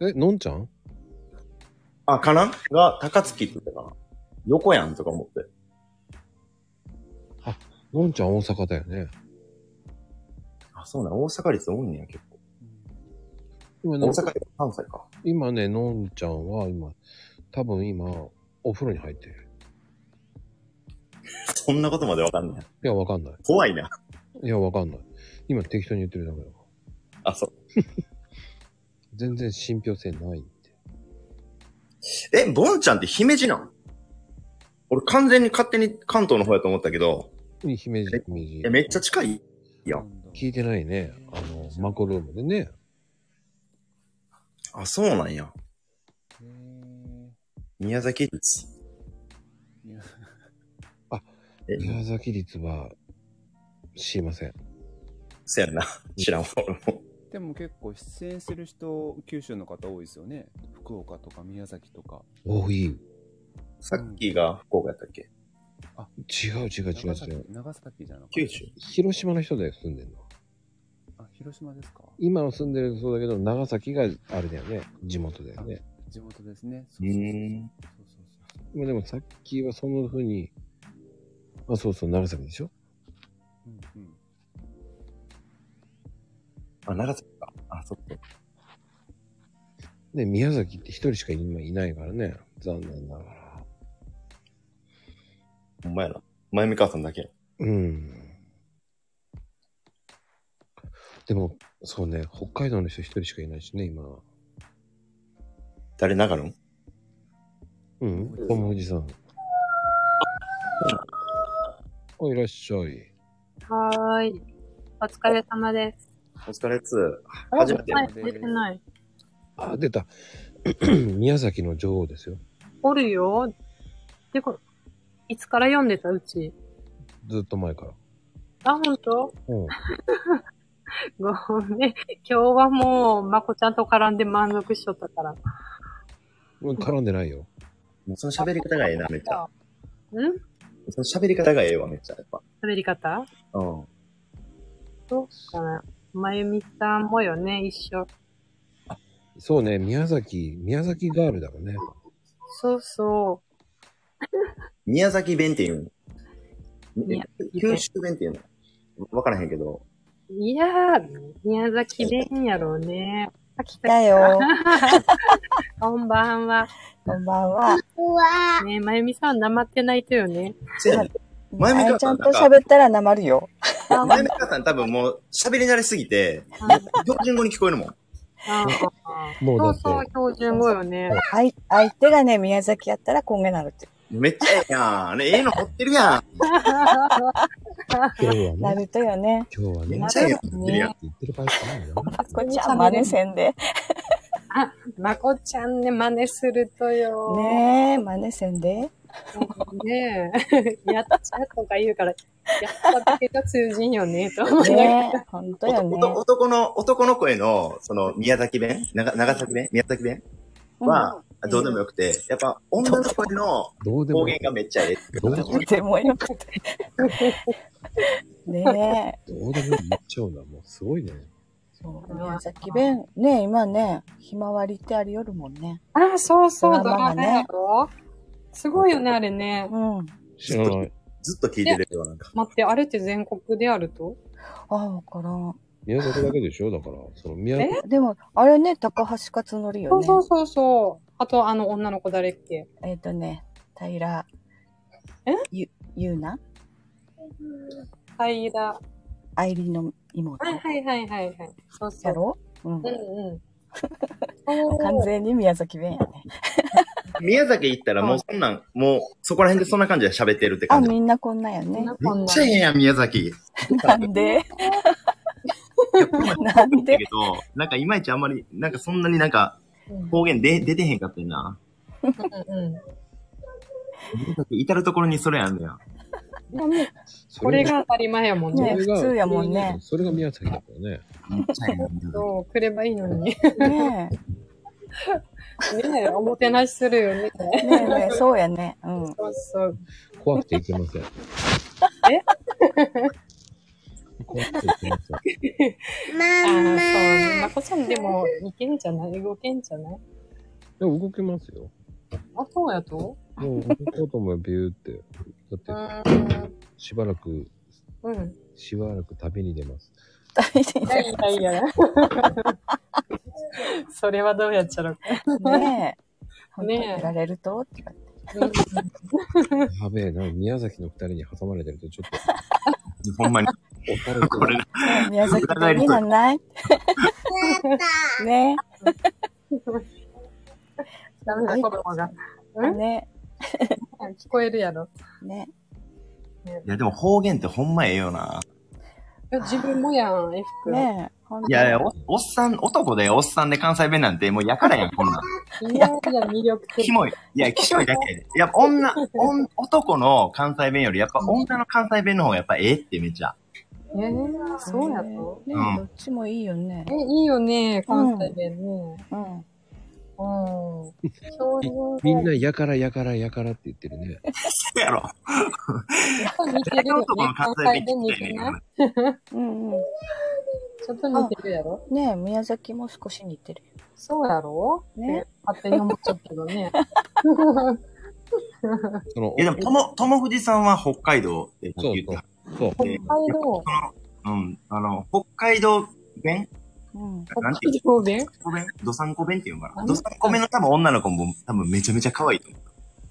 Speaker 1: え、のんちゃん
Speaker 6: あ、かなが、高槻って言ってたかな横やんとか思って。
Speaker 1: のんちゃん大阪だよね。
Speaker 6: あ、そうなん、大阪率多いねや、結構。
Speaker 1: 今
Speaker 6: 大阪より関西か。
Speaker 1: 今ね、のんちゃんは今、多分今、お風呂に入ってる。
Speaker 6: そんなことまでわかんない。
Speaker 1: いや、わかんない。
Speaker 6: 怖いな。
Speaker 1: いや、わかんない。今適当に言ってるだけだから。
Speaker 6: あ、そう。
Speaker 1: 全然信憑性ないんで。
Speaker 6: え、ボンちゃんって姫路なん俺完全に勝手に関東の方やと思ったけど、
Speaker 1: 姫路、姫路。
Speaker 6: え、めっちゃ近いいや。
Speaker 1: 聞いてないね。あの、マコルームでね。
Speaker 6: あ、そうなんや。
Speaker 2: い。
Speaker 6: 宮崎率。
Speaker 1: 宮崎率は、知りません。
Speaker 6: せやんな。知らんわ、俺も。
Speaker 2: でも結構出演する人、九州の方多いですよね。福岡とか宮崎とか。
Speaker 1: 多い。
Speaker 6: さっきが福岡やったっけ
Speaker 1: 違う違う違う違う。
Speaker 2: 長崎じゃなくて。
Speaker 6: 九州
Speaker 1: 広島の人で住んでるの。
Speaker 2: あ、広島ですか
Speaker 1: 今は住んでるそうだけど、長崎があれだよね。地元だよね。
Speaker 2: 地元ですね。
Speaker 1: うーん。まあでもさっきはそのふうに、あ、そうそう、長崎でしょ
Speaker 6: あ、長崎か。あ、そっか。
Speaker 1: で、宮崎って一人しか今いないからね。残念ながら。
Speaker 6: ほんまやな。前見母さんだけや。
Speaker 1: うん。でも、そうね、北海道の人一人しかいないしね、今。
Speaker 6: 誰、長野
Speaker 1: うん、このおじさん。お、いらっしゃい。
Speaker 19: はーい。お疲れ様です。
Speaker 6: お疲れっす。
Speaker 19: あ
Speaker 6: 初めて。
Speaker 19: 出てない。
Speaker 1: あ、出た。 宮崎の女王ですよ。
Speaker 19: おるよ。てか、いつから読んでたうち。
Speaker 1: ずっと前から。
Speaker 19: あ、ほんと
Speaker 1: うん。
Speaker 19: ごめん。今日はもう、まこちゃんと絡んで満足しとったから。
Speaker 1: 俺絡んでないよ。
Speaker 6: もうその喋り方がええな、めっちゃ。
Speaker 19: ん
Speaker 6: その喋り方がええわ、めっちゃ、やっぱ。
Speaker 19: 喋り方
Speaker 6: うん。
Speaker 19: そうかな。まゆみさんもよね、一緒。
Speaker 1: そうね、宮崎、宮崎ガールだもんね。
Speaker 19: そうそ
Speaker 6: 宮崎弁って言う
Speaker 19: う。いや、
Speaker 6: の九州弁って言うのわからへんけど。
Speaker 19: いやー、宮崎弁やろうね。秋田
Speaker 15: だよ。
Speaker 19: こんばんは。こんばんは。ねえ、まゆみさん、なまってないとよね。
Speaker 6: 前見
Speaker 15: あ
Speaker 6: 母
Speaker 15: やち
Speaker 6: さ
Speaker 15: ゃ
Speaker 6: ん
Speaker 15: ん
Speaker 6: な
Speaker 15: と
Speaker 6: んか、
Speaker 15: 喋ったらなまるよ。
Speaker 6: 前見母さん多分もう喋り慣れすぎて、標準語に聞こえるもん。
Speaker 1: も
Speaker 15: う
Speaker 19: そう、標準語よね。
Speaker 15: 相相手がね、宮崎やったらこんげなるって。
Speaker 6: めっちゃええやん。あれ、ええの持ってるやん。
Speaker 15: なるとよね。
Speaker 1: 今日は
Speaker 6: め
Speaker 15: ね
Speaker 6: っちゃええやん。持ってるやん。
Speaker 1: 言ってる場合じゃないよ。
Speaker 15: まこちゃん真似せんで。
Speaker 19: あ、まこちゃんね、真似するとよ。
Speaker 15: ねえ、真似せんで。
Speaker 19: ね え。やっちゃとか言うから、やっただけが通じんよね、と思いながら。
Speaker 15: ねえ、ほんとよね。
Speaker 6: 男男の、男の声の、その、宮崎弁長長崎弁宮崎弁は、どうでもよくて、やっぱ、女の声の方言がめっちゃええ。
Speaker 15: どうでもよくて。ねえ。
Speaker 1: どうでも言っちゃうな、もうすごいね。
Speaker 15: 宮崎弁、ねえ、今ね、ひまわりってありよるもんね。
Speaker 19: あ、そうそう、
Speaker 15: ド
Speaker 19: ド
Speaker 15: ラ
Speaker 19: ラ
Speaker 15: マがね
Speaker 19: マやろすごいよね、あれね。
Speaker 15: うん。
Speaker 6: ずっとずっと聞いてるよ、なんか。
Speaker 19: 待って、あれって全国であると
Speaker 15: あ、わからん。
Speaker 1: 宮崎だけでしょだから、その宮崎。
Speaker 15: でも、あれね、高橋克典よ
Speaker 19: そう
Speaker 15: ね。
Speaker 19: そうそうそう。あと、あの女の子誰っけ
Speaker 15: えっ、とね、平、ゆ、ゆうな
Speaker 19: はいだ。
Speaker 15: アイリーンの妹。
Speaker 19: はいはいはいはいはい。そうそう。
Speaker 15: やろうん。
Speaker 19: うんうん。
Speaker 15: 完全に宮崎弁やね。
Speaker 6: 宮崎行ったらもうそんなん、もう、そこら辺でそんな感じで喋ってるって
Speaker 15: あ、
Speaker 6: 感じ。め
Speaker 15: みんなこんなんやね。
Speaker 6: っちゃええやん、宮崎。
Speaker 15: なんでなん
Speaker 6: だけど、なんかいまいちあんまり、なんかそんなになんか、方言で出てへんかったよな。
Speaker 19: うん
Speaker 6: 宮崎至るところにそれあんのや。
Speaker 19: うん。これが当たり前やもんね。
Speaker 1: それが。それが宮崎だからね。
Speaker 19: そう、来ればいいのに。
Speaker 15: ね
Speaker 19: え。ねえ、おもてなしするよね。
Speaker 15: ねえねえそうやね。うん。
Speaker 19: そうそう。
Speaker 1: 怖くていけません。
Speaker 19: え
Speaker 1: 怖くていけません。
Speaker 19: あーそう、まこちゃんでも、いけんじゃない動けんじゃない
Speaker 1: でも動けますよ。
Speaker 19: あ、そうやと
Speaker 1: もう動こうと思えばビューって。
Speaker 19: う
Speaker 1: だって、
Speaker 19: ーん。
Speaker 1: しばらく、
Speaker 19: うん。
Speaker 1: しばらく旅に出ます。
Speaker 19: いやいやいや。 それはどうやっちゃろうか。
Speaker 15: ねえ。
Speaker 19: ね
Speaker 15: ねえ。られるとって感
Speaker 1: やべえな、宮崎の二人に挟まれてるとちょっ
Speaker 6: と。 ほんまに。
Speaker 1: こ
Speaker 6: れ
Speaker 15: じ。宮崎弁になんないね
Speaker 19: ダメだ、子供が。うん
Speaker 15: ね。
Speaker 19: 聞こえるやろ。
Speaker 15: ね。
Speaker 6: いや、でも方言ってほんまええよな。
Speaker 15: え。
Speaker 19: え自分もやん、え服。ね
Speaker 6: いやいや、おおっさん、男でおっさんで関西弁なんてもうや からやん、こんなん。
Speaker 19: いやいや、魅力的。
Speaker 6: キモい。いや、キショいだけやで。やっぱ女、おん男の関西弁より、やっぱ女の関西弁の方がやっぱええってめっちゃ。
Speaker 19: えー、そうやと。
Speaker 6: ねうんど
Speaker 19: っちもいいよね。え、いいよね、関西弁ね。うん。うん。標準
Speaker 18: みんなやからやからやからって言ってるね。
Speaker 6: そうやろ。
Speaker 19: 似てるよね。
Speaker 18: 男の関
Speaker 19: 関
Speaker 18: 西
Speaker 19: 西弁
Speaker 18: 弁
Speaker 19: 似
Speaker 18: 似
Speaker 19: て
Speaker 18: て
Speaker 19: な
Speaker 18: ない
Speaker 19: うんうん。ちょっと似てるやろ
Speaker 15: ねえ、宮崎も少し似てるよ。
Speaker 19: そうやろ
Speaker 15: ね
Speaker 19: ね。勝手に思っちゃうけどね。
Speaker 6: いや、でも、とも、ともふじさんは北海道ってさっき言ってはる
Speaker 18: そう
Speaker 19: 北海道。
Speaker 6: うん。あの、北海道弁
Speaker 19: うん。
Speaker 6: なんて
Speaker 19: 北海道弁
Speaker 6: どさんこ弁っていうのか
Speaker 19: あ
Speaker 6: な。どさんこ弁の多分女の子も多分めちゃめちゃ可愛いと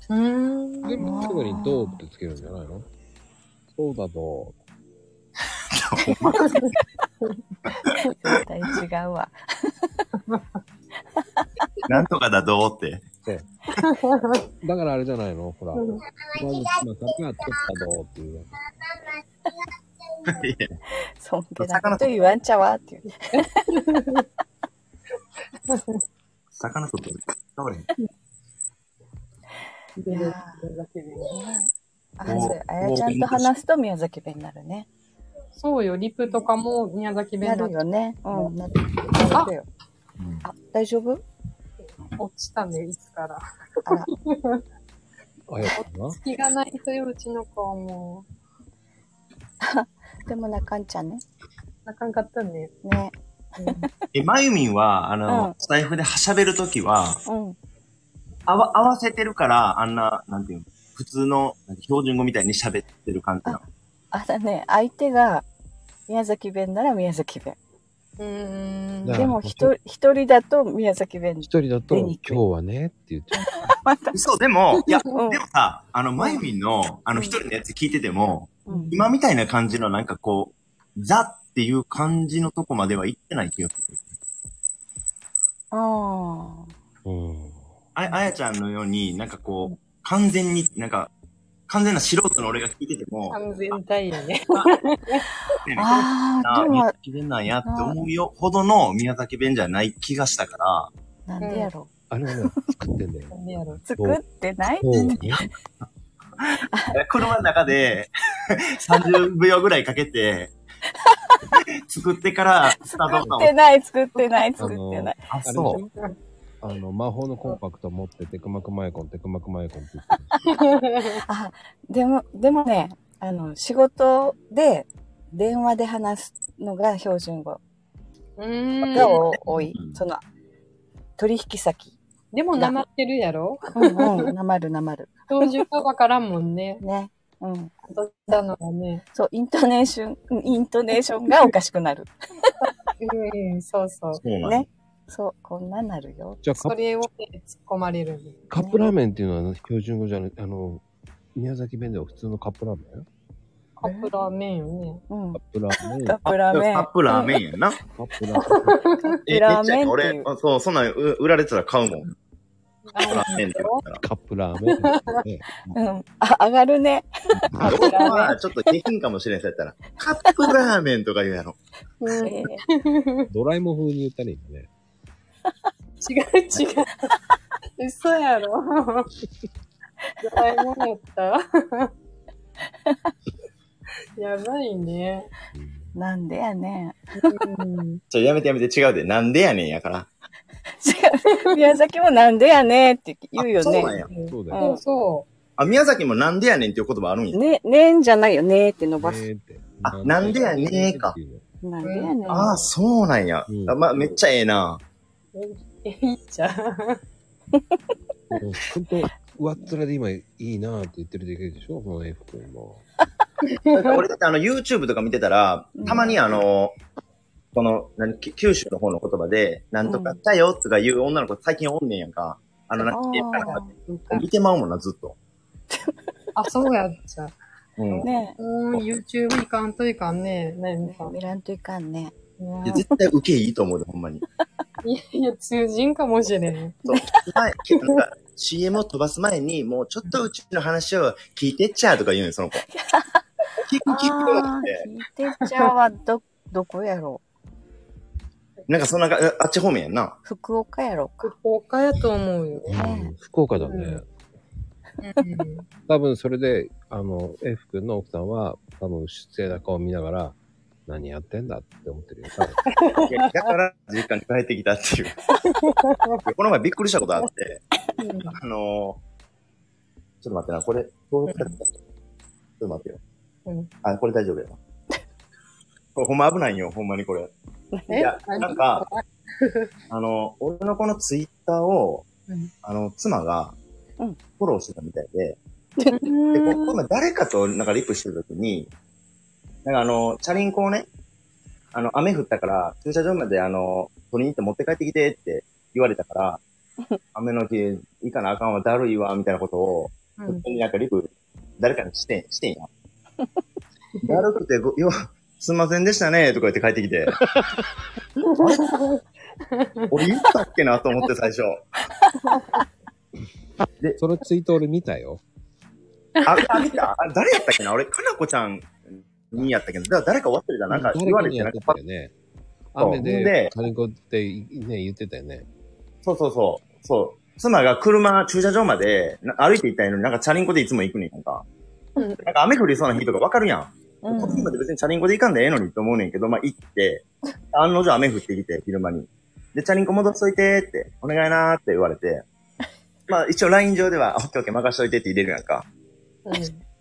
Speaker 6: 思う。
Speaker 19: うーん。
Speaker 18: でも、すぐにどうってつけるんじゃないのそうだと。
Speaker 15: 絶対違う わ。
Speaker 6: なんとかだどうって。
Speaker 18: だからあれじゃないのほら。
Speaker 6: うん
Speaker 18: まず、まさか、取ったぞっていう。
Speaker 15: そんでなこと言わんちゃわっていう。
Speaker 6: 魚とってる。倒れへん。
Speaker 19: いやー
Speaker 15: あそうあやちゃんと話すと宮崎弁になるね。
Speaker 19: そうよ、リプとかも宮崎弁
Speaker 15: なるよね。うん、なるなるよ。あ、大丈夫
Speaker 19: 落ちたね、いつから。
Speaker 18: あやかな
Speaker 19: 隙がないといううちの子はも
Speaker 15: でもなかんちゃんね。
Speaker 19: う、なかんかったね。
Speaker 15: ね。
Speaker 6: え、まゆみんは、あの、
Speaker 15: うん
Speaker 6: スタイフではしゃべるときは、
Speaker 15: うん。
Speaker 6: あわ、合わせてるから、あんな、なんていうの、普通の、なんて標準語みたいに喋ってる感じなの。
Speaker 15: あだね、相手が宮崎弁なら宮崎弁。
Speaker 19: うん
Speaker 15: でも、ひと一人だと宮崎弁。
Speaker 18: 一人だと、今日はねって言っちゃう。
Speaker 6: そう、でも、いや、で
Speaker 15: うん
Speaker 6: もさ、あの、まゆみんの、あの、一人のやつ聞いてても、今みたいな感じの、なんかこう、ザっていう感じのとこまでは行ってない気がする。
Speaker 15: あ
Speaker 6: ああやちゃんのように、なんかこう、完全に、なんか、完全な素人の俺が聞いてても、
Speaker 19: 完全体よね。
Speaker 6: な
Speaker 15: ああ、でも
Speaker 6: 宮、崎弁なんやって思うよほどの宮崎弁じゃない気がしたから、
Speaker 15: なんでやろ
Speaker 18: あれはね、作ってんだよ。
Speaker 19: なんでやろ
Speaker 15: 作ってない
Speaker 18: そうね。
Speaker 6: 車の中で30秒ぐらいかけて、作ってからスタート
Speaker 15: 作ってない、作ってない、
Speaker 18: あ
Speaker 15: 作っ
Speaker 18: の
Speaker 15: てない。
Speaker 18: あれでしょあの、魔法のコンパクト持って、テクマクマイコン、テクマクマイコンって言ってる。
Speaker 15: あ、でも、でもね、あの、仕事で、電話で話すのが標準語
Speaker 19: うん。
Speaker 15: が多多い。その、取引先。
Speaker 19: でも、なまってるやろ
Speaker 15: うん うん、なまるなまる。
Speaker 19: 標準語わからんもんね。
Speaker 15: ね。うん。
Speaker 19: どうしたのがね。
Speaker 15: そう、イントネーション、イントネーションがおかしくなる。
Speaker 19: うん、そうそう。
Speaker 18: そうなんだ
Speaker 15: ね。そう、こんなんなるよ。
Speaker 18: じゃあカップ
Speaker 19: それをね突っ込まれるね。
Speaker 18: カップラーメンっていうのは標準語じゃない、あの、宮崎弁では普通のカップラーメン
Speaker 19: カップラーメンよね。
Speaker 15: うん。
Speaker 18: カップラーメン。
Speaker 15: カップラーメン
Speaker 6: カップラーメンやんな。
Speaker 18: カップラーメン。
Speaker 6: え、めっ
Speaker 15: ラー
Speaker 6: ちゃ
Speaker 15: メンってい
Speaker 6: 俺、
Speaker 15: う
Speaker 6: あそう、そんなんう売られてたら買うもん。カップラーメンって言ったら。
Speaker 18: カップラーメン。
Speaker 15: うん。あ、上がるね。カップラーメ
Speaker 6: はちょっと下品かもしれん、そうやったら。カップラーメンとか言うやろ。
Speaker 15: ン。えー
Speaker 18: ドラえもん風に言ったね、今ね。
Speaker 19: 違う違う。嘘やろ。ドラえもんやった。 やばいね。
Speaker 15: なん でやね
Speaker 6: ん。ちょ、やめてやめて、違うで。なんでやねんやから。
Speaker 15: 宮崎もなんでやねって言うよ
Speaker 6: そう
Speaker 15: ね。
Speaker 6: なんや。
Speaker 18: そう
Speaker 15: だようん
Speaker 19: そ
Speaker 6: あ、宮崎もなんでやねんっていう言葉あるんや。
Speaker 15: ね、ねんじゃないよ。ねーって伸ばす。
Speaker 6: あ、なんでやねーか。
Speaker 15: なんでやねん。
Speaker 6: ああ、そうなんや。あまあ、めっちゃええ な。
Speaker 19: え、いいじゃん。
Speaker 18: 本当上っ面で今いいなーって言ってるだけでしょこの F 君も。
Speaker 6: 俺だってあの YouTube とか見てたら、たまにあの、この、何、き九州の方の言葉で、なんとかだよとか言う女の子最近おんねんやんか。あの、なんて言うかな見てまうもんな、ずっと。
Speaker 19: あ、そうやっちゃ。
Speaker 6: うん。
Speaker 15: ね
Speaker 19: うん、YouTube いかんといかんね。ねみかん。
Speaker 15: 見らんといかんね。
Speaker 6: いや絶対受けいいと思うで、ほんまに。
Speaker 19: いやいや、通じんかもしれん。
Speaker 6: はい、なんか CM を飛ばす前に、もうちょっとうちの話を聞いてっちゃうとか言うんよ、その子。聞く聞くよって。
Speaker 15: テッチャーはど、どこやろ
Speaker 6: なんかそんなか、あっち方面やんな。
Speaker 15: 福岡やろ
Speaker 19: 福岡やと思うよ。
Speaker 1: 福岡だね。多分それで、あの、F 君の奥さんは、多分出演高を見ながら、何やってんだって思ってるよ。多分
Speaker 6: いやだから、実家に帰ってきた っていう。この前びっくりしたことあって、あのー、ちょっと待ってな、これ、どうやったらちょっと待ってよ。
Speaker 19: うん
Speaker 6: あ、これ大丈夫やわ。これほんま危ないよ、ほんまにこれ。
Speaker 19: え
Speaker 6: いやなんか、あの、俺のこのツイッターを、
Speaker 19: うん
Speaker 6: あの、妻が、
Speaker 15: フ
Speaker 6: ォローしてたみたいで、で、ここの誰かとなんかリプしてるときに、なんかあの、チャリンコをね、あの、雨降ったから、駐車場まであの、取りに行って持って帰ってきてって言われたから、雨の日、いいかなあかんわ、だるいわ、みたいなことを、
Speaker 19: う
Speaker 6: 本
Speaker 19: ん
Speaker 6: 当になんかリプ、誰かにしてん、してんや。 だるくてご、よ、すんませんでしたね、とか言って帰ってきて、俺言ったっけなと思って最初。で、
Speaker 1: そのツイート俺見たよ。
Speaker 6: あ、あ見たあ誰やったっけな俺、かなこちゃんにやったけど、だ誰か忘れた。なんか
Speaker 1: 誰
Speaker 6: 言わ
Speaker 1: か
Speaker 6: れ
Speaker 1: に
Speaker 6: て
Speaker 1: や
Speaker 6: な
Speaker 1: っ
Speaker 6: ん
Speaker 1: て
Speaker 6: か
Speaker 1: たよね。
Speaker 6: そう
Speaker 1: 雨で
Speaker 6: で、
Speaker 1: カリコっていね、言ってたよね。
Speaker 6: そうそうそう。そう。妻が車、駐車場までな歩いて行ったんやのに、なんかチャリンコでいつも行くねんなんか。
Speaker 19: うん
Speaker 6: なんか雨降りそうな日とかわかるやん。
Speaker 19: うん
Speaker 6: こっちまで別にチャリンコで行かんでええのにと思うねんけど、まあ行って、案の定雨降ってきて、昼間に。で、チャリンコ戻しといてって、お願いなーって言われて、まあ一応 LINE 上では、オッケーオッケー任しといてって入れるやんか。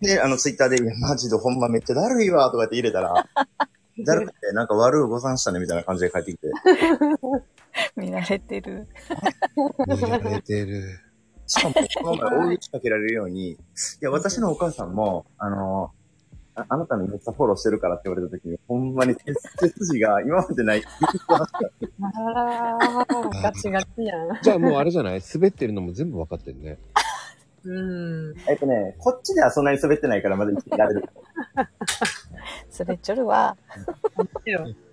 Speaker 6: で、あの、ツイッターで、いやマジでほんまめっちゃだるいわ、とかって入れた ら、だるくて、なんか悪いござんしたね、みたいな感じで帰ってきて。
Speaker 15: 見られてる。
Speaker 6: 寝てる。しかも、この前追い打ちかけられるように、いや、私のお母さんも、あの、ああなたのめっちゃフォローしてるからって言われた時に、ほんまに手手筋が今までない。
Speaker 19: あら、ガチガチやん。
Speaker 1: じゃあもうあれじゃない滑ってるのも全部分かってるね。
Speaker 19: うん。
Speaker 6: えっとね、こっちではそんなに滑ってないからまだ生きてられる。
Speaker 15: 滑っちょるわ。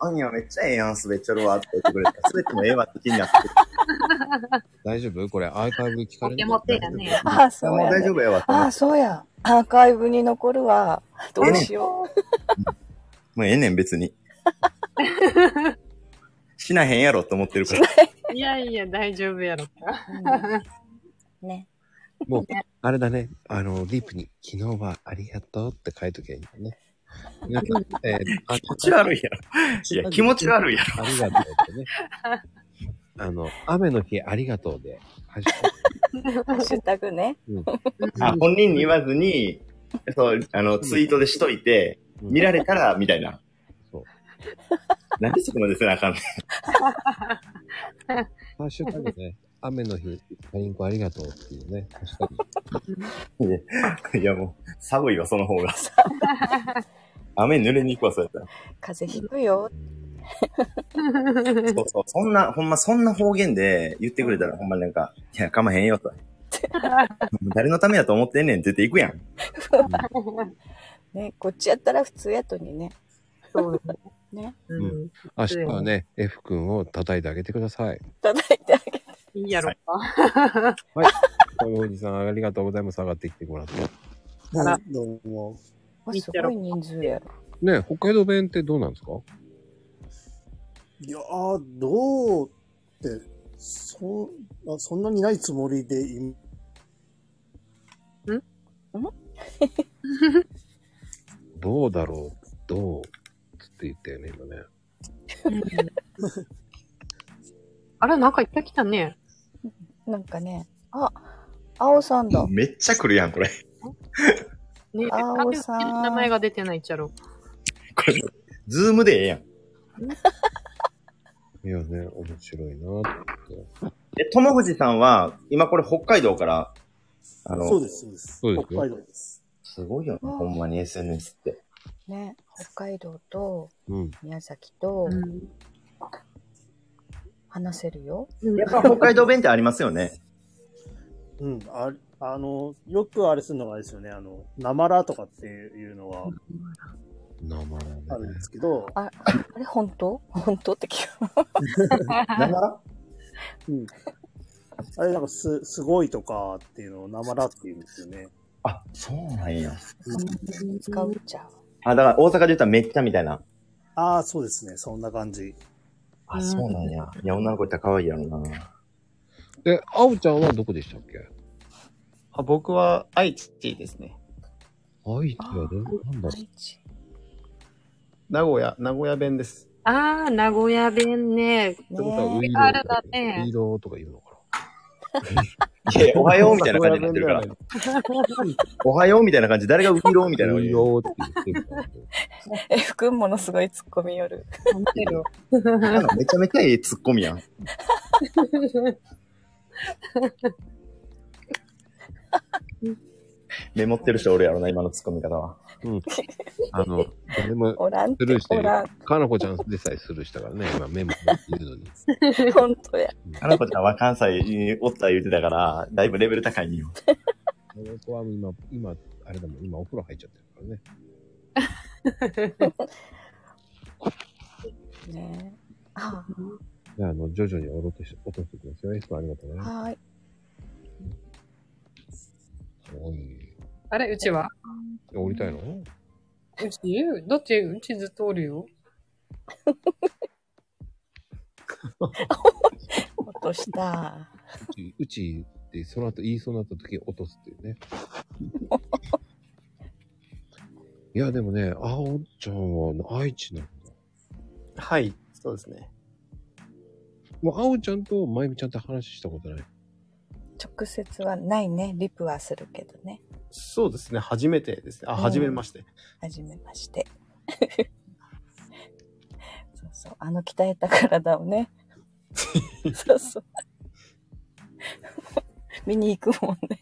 Speaker 6: アンニはめっちゃええやん、滑っちゃるわって言ってくれた。滑ってもええわって気になって。
Speaker 1: 大丈夫これアーカイブ聞かれる
Speaker 15: 持ってやね
Speaker 1: あ
Speaker 15: あ
Speaker 1: あ
Speaker 15: あ、
Speaker 1: そ
Speaker 15: そうう
Speaker 1: や
Speaker 15: や、
Speaker 1: ね
Speaker 15: ね。
Speaker 1: 大丈夫やわ
Speaker 15: ああ、そうや。アーカイブに残るわ。どうしよう。
Speaker 6: もうええねん、別に。しなへんやろと思って るから。
Speaker 19: いやいや、大丈夫やろか。
Speaker 15: ね。
Speaker 1: もう、あれだね。あの、リープに、昨日はありがとうって書いときゃいいんだね。皆さんえーあ気持
Speaker 6: ち悪いやろいや気持ち悪いや
Speaker 1: ろ。ありがとうってね。あの、雨の日ありがとうで。はじ
Speaker 15: ハッシュタグね。
Speaker 6: あ、本人に言わずに、そう、あの、ツイートでしといて、見られたら、みたいな。そう。何そこまでせなあかんねん。
Speaker 1: ハッシュタグね。雨の日、パリンコありがとうっていうね。ハッシュタグ
Speaker 6: いやもう、寒いわ、その方 が。雨濡れに行くわ、そうやっ
Speaker 15: 風邪ひくよ。
Speaker 6: たら。そうそう、そんな、ほんまそんな方言で言ってくれたら、ほんまなんか、いや、かまへんよと。誰のためやと思ってんねんって言って行くやん。
Speaker 15: ね、こっちやったら普通やとにね。
Speaker 19: そう
Speaker 15: ね。
Speaker 1: うん。明日はね、F 君を叩いてあげてください。
Speaker 15: 叩いてあげて。
Speaker 19: いいやろか。
Speaker 1: はい。どうもおじさん、ありがとうございます。上がってきてもらって。
Speaker 19: あ
Speaker 9: どうも。
Speaker 15: わすごい人数やろ。
Speaker 1: ね北海道弁ってどうなんですか
Speaker 9: いやー、どうって、そんあそんなにないつもりでい、
Speaker 1: どうだろうどうつって言ったよね、今ね。
Speaker 19: あら、なんかいっぱい来たね。
Speaker 15: なんかね、あ、青さんだ。
Speaker 6: めっちゃ来るやん、こ れ。
Speaker 19: ねえ、
Speaker 15: あおさん
Speaker 19: なんで名前が出てないっちゃろ。
Speaker 6: これ、ズームでええやん。
Speaker 1: いやね、面白いなって。
Speaker 6: え、友藤さんは、今これ北海道から、あの、
Speaker 9: そうです、そうです。
Speaker 6: そうです
Speaker 9: 北
Speaker 6: よ
Speaker 9: 海道です。
Speaker 6: すごいよね、
Speaker 15: うん
Speaker 6: ほんまに SNS って。
Speaker 15: ね、北海道と
Speaker 1: うん。
Speaker 15: 宮崎と、話せるよ。
Speaker 6: やっぱ北海道弁ってありますよね。
Speaker 9: うん、ああの、よくあれするのがあれですよね、あの、なまらとかっていうのは
Speaker 1: なまらね。
Speaker 9: あるんですけど、
Speaker 15: あ、あれ本当本当って聞く。
Speaker 9: うん。あれなんかす、すごいとかっていうのをなまらって言うんですよね。
Speaker 6: あ、そうなんや。
Speaker 15: 使うじゃん。
Speaker 6: あ、だから大阪で言ったらめっちゃみたいな。
Speaker 20: ああ、そうですね。そんな感じ。
Speaker 6: あ、そうなんや。いや、女の子いったら可愛いやろな。
Speaker 1: え、あおちゃんはどこでしたっけ
Speaker 16: あ僕は愛知ですね。
Speaker 1: 愛知はどなんだろ
Speaker 16: 名古屋、名古屋弁です。
Speaker 19: あー、名古屋弁ね。
Speaker 16: てことはウイローとか
Speaker 19: あるだね。
Speaker 1: リードとか言うのか
Speaker 6: いや、おはようみたいな感じになってるから。おはようみたいな感じ。誰がウィローみたいな感じ。ウィ
Speaker 1: ローって
Speaker 15: え、福ものすごい突っ込み寄る。
Speaker 6: なんかめちゃめちゃええツッコミやん。メモってる人おるやろな、今のツッコミ方は。
Speaker 1: うん。あの、誰も
Speaker 15: おらん
Speaker 1: スルーして
Speaker 15: お
Speaker 1: る
Speaker 15: らん。
Speaker 1: かなこちゃんでさえスルーしたからね、今メモってるのに。
Speaker 15: 本当や。
Speaker 6: あの子ちゃんは関西におった言うてたから、だいぶレベル高いんよ。
Speaker 1: この子は今、今、あれだもん、今お風呂入っちゃってるからね。
Speaker 15: ねあ
Speaker 1: じゃあ、あの、徐々に落ろとし落としていきますよ。エスパーありがとうね。
Speaker 15: はーい。
Speaker 1: おい。
Speaker 19: あれ、うちは
Speaker 1: 降りたいの
Speaker 19: うちだって、うちずっとおるよ。
Speaker 15: 落とした。
Speaker 1: うち、うちってその後言いそうになった時に落とすっていうね。 いや、でもね、あおちゃんは愛知なんだ。
Speaker 16: はい、そうですね。
Speaker 1: もう、あおちゃんとまゆみちゃんと話したこと ない。
Speaker 15: 直接はないね。リプはするけどね。
Speaker 16: そうですね、初めてですね。あ、
Speaker 15: うん
Speaker 16: 初めまして。
Speaker 15: はじめまして。 そうそう。あの鍛えた体をね。そうそう。見に行くもんね。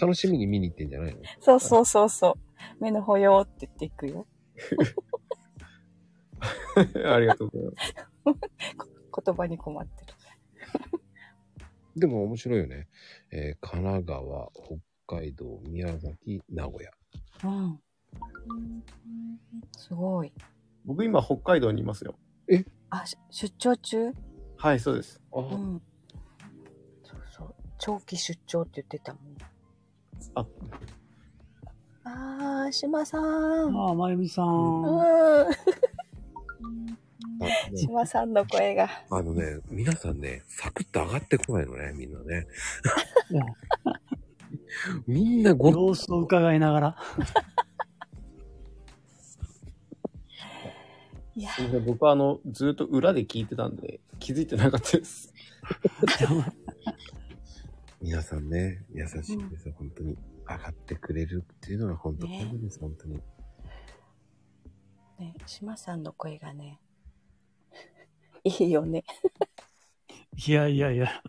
Speaker 1: 楽しみに見に行ってんじゃないの
Speaker 15: そうそうそうそう。目の保養って言っていくよ。
Speaker 16: ありがとうございます。
Speaker 15: 言葉に困ってる。
Speaker 1: でも面白いよね。えー神奈川、北海道、宮崎、名古屋。
Speaker 15: うん。すごい。
Speaker 16: 僕今、北海道にいますよ。
Speaker 15: あ、し出張中
Speaker 16: はい、そうです。
Speaker 15: うん。そうそう。長期出張って言ってたもん。
Speaker 16: あ、
Speaker 15: あー、島さん。
Speaker 7: ああ、まゆみさ。
Speaker 15: うんーん。
Speaker 1: あ
Speaker 15: 島さんの声が。
Speaker 1: あのね、皆さんね、サクッと上がってこないのね、みんなね。みんなご
Speaker 7: 様子を伺いな がら。
Speaker 16: すいません僕はあの、ずっと裏で聞いてたんで、気づいてなかったです。
Speaker 1: 皆さんね、優しいですよ、本当に。上がってくれるっていうのが本当、
Speaker 15: ね
Speaker 1: 本当です、本当に。
Speaker 15: ね、島さんの声がね、 いいよね。
Speaker 7: いやいやいや。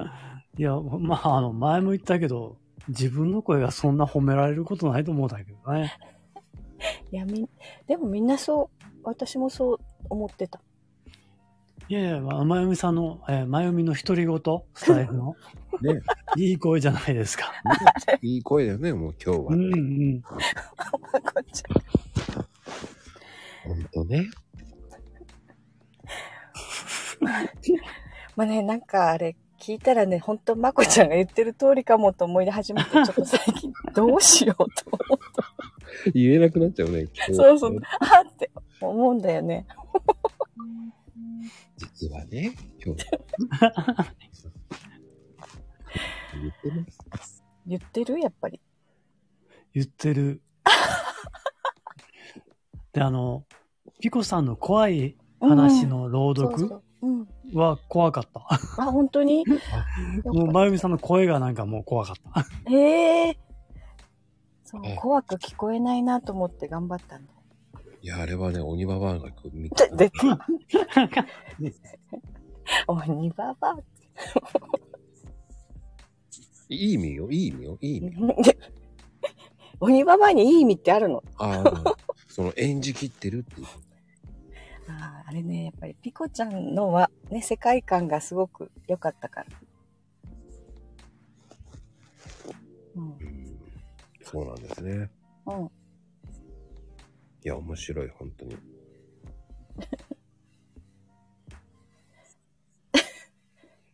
Speaker 7: いや、まあ、あの、前も言ったけど、自分の声がそんな褒められることないと思うんだけどね。
Speaker 15: いや、みん、でもみんなそう、私もそう思ってた。
Speaker 7: いやいや、まゆみさんの、えーまゆみの独り言、スタイルの。
Speaker 1: ね。
Speaker 7: いい声じゃないですか。
Speaker 1: いい声だよね、もう今日は。
Speaker 7: うんうん。
Speaker 1: 本当ね。
Speaker 15: まあね、なんかあれ、聞いたらね、ほんと、まこちゃんが言ってる通りかもと思い始 めて、ちょっと最近、どうしようと思って。
Speaker 1: 言えなくなっちゃうね、今日
Speaker 15: そうそう、あーって思うんだよね。
Speaker 1: 実はね、今 日。言ってます。
Speaker 15: 言ってるやっぱり。
Speaker 7: 言ってる。で、あの、ピコさんの怖い話の朗
Speaker 15: そう
Speaker 7: 読
Speaker 15: そううん。
Speaker 7: は怖かった。
Speaker 15: あ、本当に
Speaker 7: もう、まゆみさんの声がなんかもう怖かった。
Speaker 15: ええそう
Speaker 1: ええ、
Speaker 15: 怖く聞こえないなと思って頑張ったんだ。
Speaker 1: いや、あれはね、鬼ババアがこう見
Speaker 15: ちょ出た。 鬼ババアって
Speaker 1: いい意味よ、いい意味よ、いい意味。
Speaker 15: 鬼ババアにいい意味ってあるの
Speaker 1: ああ、その演じきってるっていう。
Speaker 15: あーあれね、やっぱりピコちゃんのは、ね、世界観がすごく良かったから。
Speaker 1: そうなんですね。
Speaker 15: うん。
Speaker 1: いや、面白い、本当に。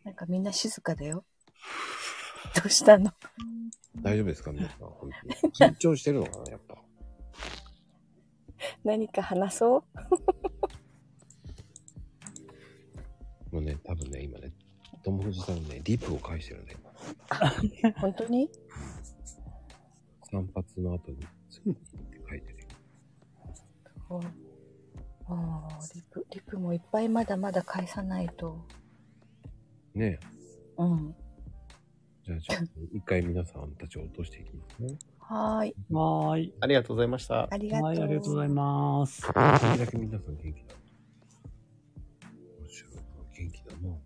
Speaker 15: なんかみんな静かだよ。どうしたの
Speaker 1: 大丈夫ですか皆さん、本当に。緊張してるのかな、やっぱ。
Speaker 15: 何か話そう
Speaker 1: もうね、多分ね、今ね、友藤さんね、リプを返してるね。
Speaker 15: 本当に
Speaker 1: 散髪の後に、ついって書いてる。
Speaker 15: おあーリプ、リプもいっぱいまだまだ返さないと。
Speaker 1: ねえ。
Speaker 15: うん。
Speaker 1: じゃあ、ちょっと一回皆さんたちを落としていきますね。
Speaker 15: はーい。
Speaker 7: はーい。
Speaker 16: ありがとうございました。
Speaker 15: ありがとう
Speaker 7: はい、ありがとうございます。
Speaker 1: 一人だけ皆さん元気だ。面白いな、元気だな。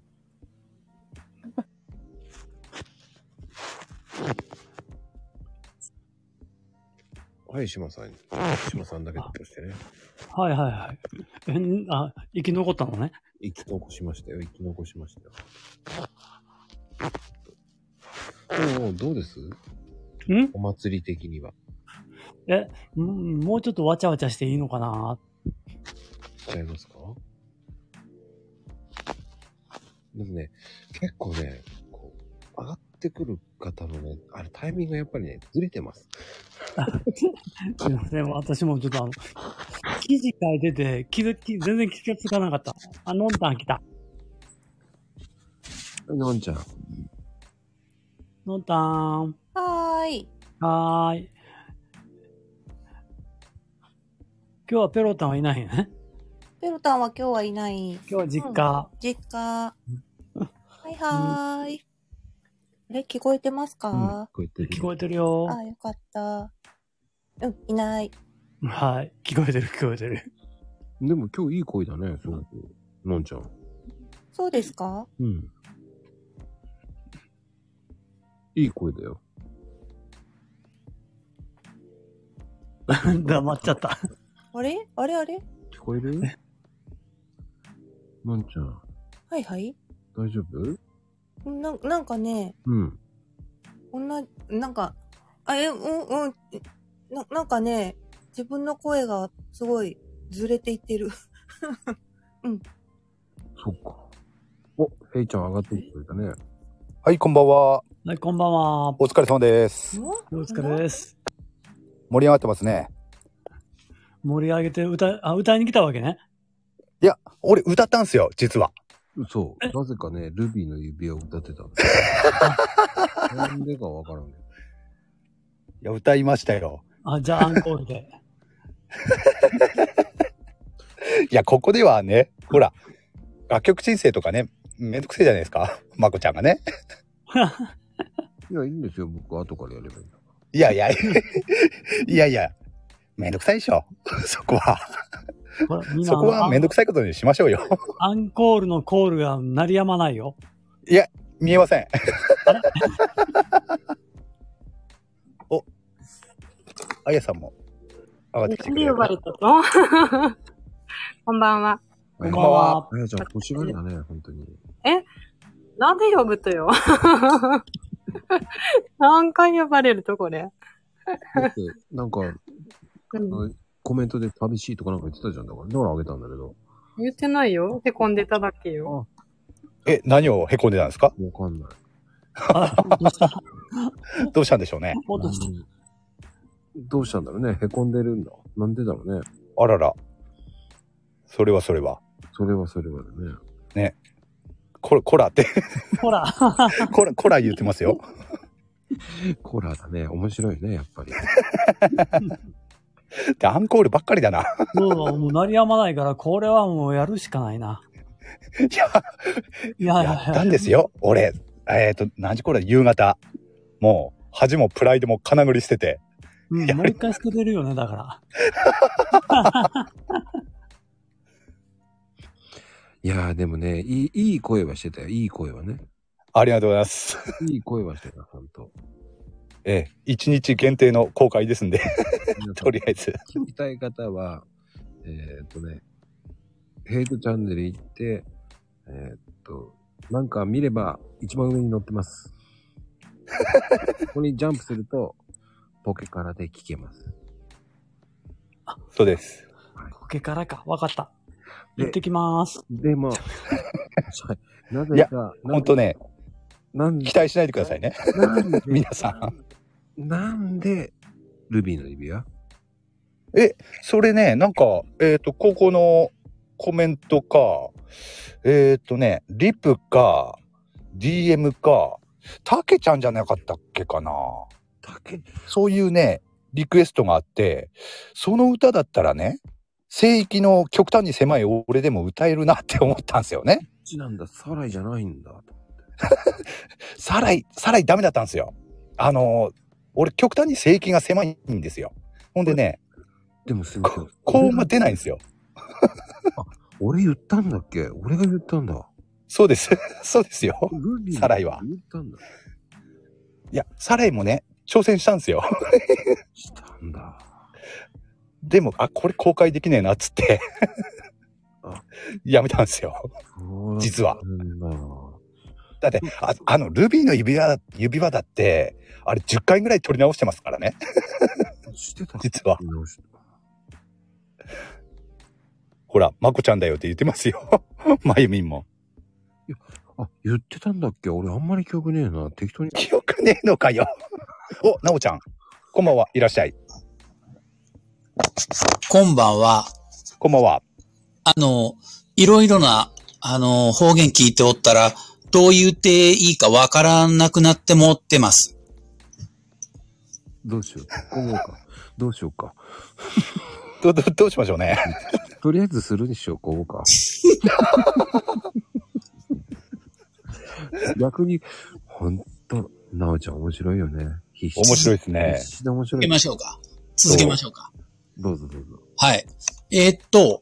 Speaker 1: はい、島さん。島さんだけとしてね。
Speaker 7: はいはいはい。えんあ、生き残ったのね。
Speaker 1: 生き残しましたよ、生き残しましたよ。おうおうどうですん
Speaker 7: お
Speaker 1: 祭り的には。
Speaker 7: え、うんもうちょっとわちゃわちゃしていいのかな
Speaker 1: しちゃいますかでもね、結構ね、こう、上がってくる方のね、あれタイミングがやっぱりね、ずれてます。
Speaker 7: すいません、 私もちょっとあの、記事書いてて、気づき、全然気がつかなかった。あ、のんたん来た。
Speaker 1: のんちゃん。
Speaker 7: のんたーん。
Speaker 4: はーい。
Speaker 7: はーい。今日はペロタンはいないね。
Speaker 4: ペロタンは今日はいない。
Speaker 7: 今日は実家
Speaker 4: うん実家。はいはーい。あれ、聞こえてますか、
Speaker 1: 聞こえてる。
Speaker 7: 聞こえてるよ。
Speaker 4: あ、よかった。うん、いない。
Speaker 7: はい。聞こえてる、聞こえてる。
Speaker 1: でも今日いい声だね、すごく。のんちゃん。
Speaker 4: そうですか
Speaker 1: うん。いい声だよ。
Speaker 7: 黙っちゃった。
Speaker 4: あれあれあれ
Speaker 1: 聞こえ るのんちゃん、
Speaker 4: はいはい。
Speaker 1: 大丈夫
Speaker 4: ななんかね、
Speaker 1: うん。
Speaker 4: こんな、なんか、あ、え、うん、うん。ななんかね、自分の声がすごいずれていってる。
Speaker 1: そっか。お、ヘイちゃん上がってきてくれたね。
Speaker 10: はい、こんばんは。
Speaker 7: はい、こんばんは。お
Speaker 10: 疲れ様です。
Speaker 7: お疲れです。
Speaker 10: 盛り上がってますね。
Speaker 7: 盛り上げて歌、あ、歌いに来たわけね。
Speaker 10: いや、俺歌ったんすよ、実は。
Speaker 1: そう。なぜかね、ルビーの指輪を歌ってたんだ よなんでかわからんけど。
Speaker 10: いや、歌いましたよ。
Speaker 7: あ、じゃあアンコールで。
Speaker 10: いや、ここではね、ほら、楽曲申請とかね、めんどくせえじゃないですか。 まこちゃんがね。
Speaker 1: いや、いいんですよ。僕、後からやればいいんだ。
Speaker 10: いやい や、いやいや、めんどくさいでしょ。そこは。
Speaker 7: ほら、みんな
Speaker 10: そこはめんど
Speaker 7: く
Speaker 10: くさいことにしましょうよ。
Speaker 7: アンコールのコールが鳴りやまないよ。
Speaker 10: いや、見えません。 お、あやさんも上がってきてくれ
Speaker 19: 呼ばれたの こんばんは。
Speaker 1: こ
Speaker 10: んばんは。
Speaker 1: あやちゃん、腰がいいだね、本当に。
Speaker 19: えなんで呼ぶとよ 何回呼ばれるとこれ。
Speaker 1: だって、なんか、コメントで寂しいとかなんか言ってたじゃん。だから、だからあげたんだけど。
Speaker 19: 言ってないよ。へこんでただけよ。
Speaker 10: え、何をへこんでたんですか
Speaker 1: わかんない。
Speaker 10: どうしたんでしょうね。
Speaker 1: どうしたんだろうね。へこんでるんだ。なんでだろうね。
Speaker 10: あらら。それはそれは。
Speaker 1: それはそれはだね。
Speaker 10: ね。こら、こらって、
Speaker 7: ほら。
Speaker 10: こら、こら言ってますよ。
Speaker 1: コラだね。面白いね、やっぱり。
Speaker 10: で、アンコールばっかりだな。
Speaker 7: もう、もう鳴りやまないから、これはもうやるしかないな。いや、いやいや
Speaker 10: なんですよ。俺、えっ、と、何時頃だ夕方。もう、恥もプライドも金繰り捨てて。
Speaker 7: うん、もう一回捨てれるよね、だから。
Speaker 1: いやー、でもね、いい、いい声はしてたよ。いい声はね。
Speaker 10: ありがとうございます。
Speaker 1: いい声はしてた、ほんと。
Speaker 10: ええ、一日限定の公開ですんで。 とりあえず。
Speaker 1: 聞きたい方は、えーっとね、ヘイトチャンネル行って、えーっと、なんか見れば一番上に載ってます。 ここにジャンプすると、ポケカラで聞けます。
Speaker 10: そうです。
Speaker 7: ポケからか。わかった。行ってきまーす。
Speaker 1: で、 まあ、なぜ
Speaker 10: いや
Speaker 1: か、、
Speaker 10: ほんとね、
Speaker 1: なん
Speaker 10: 期待しないでくださいね
Speaker 1: なんで。
Speaker 10: 皆さん。
Speaker 1: なんで、ルビーの指輪
Speaker 10: え、それね、なんか、えっ、と、ここのコメントか、えっ、とね、リプか、DM か、たけちゃんじゃなかったっけかな。そういうね、リクエストがあって、その歌だったらね、聖域の極端に狭い俺でも歌えるなって思ったんですよね。
Speaker 1: ちなんだ、サライじゃないんだ。
Speaker 10: サライ、サライダメだったんですよ。あのー俺極端に聖域が狭いんですよ。ほんでね、
Speaker 1: でもすごい。
Speaker 10: 高音が出ないんですよ。
Speaker 1: 俺言ったんだっけ俺が言ったんだ。
Speaker 10: そうです。 そうですよ。サライは。
Speaker 1: 言ったんだ。
Speaker 10: いや、サライもね、挑戦したんです よ。したんだ。でも、あ、これ公開できねえな、っつって。やめたんですよ。実は。だって、ああの、ルビーの指輪、指輪だって、あれ10回ぐらい取り直してますからね。実は。ほら、まこちゃんだよって言ってますよ。 まゆみんも。
Speaker 1: あ、言ってたんだっけ俺あんまり記憶ねえな。適当に。
Speaker 10: 記憶ねえのかよ。お、なおちゃん。こんばんは。いらっしゃい。
Speaker 3: こんばんは。
Speaker 10: こんばんは。
Speaker 3: あの、いろいろな、あの、方言聞いておったら、どう言っていいかわからなくなってもってます。
Speaker 1: どうしよう。今後か。どうしようか。
Speaker 10: ど、ど、どうしましょうね。
Speaker 1: とりあえずするにしよう、今 後か。逆に、ほんと、なおちゃん面白いよね。面
Speaker 3: 面白いっすね
Speaker 1: 必死で面白
Speaker 3: 続
Speaker 1: い。
Speaker 3: けましょうか。続けましょうか。
Speaker 1: どうぞどうぞ。
Speaker 3: はい。えーっと、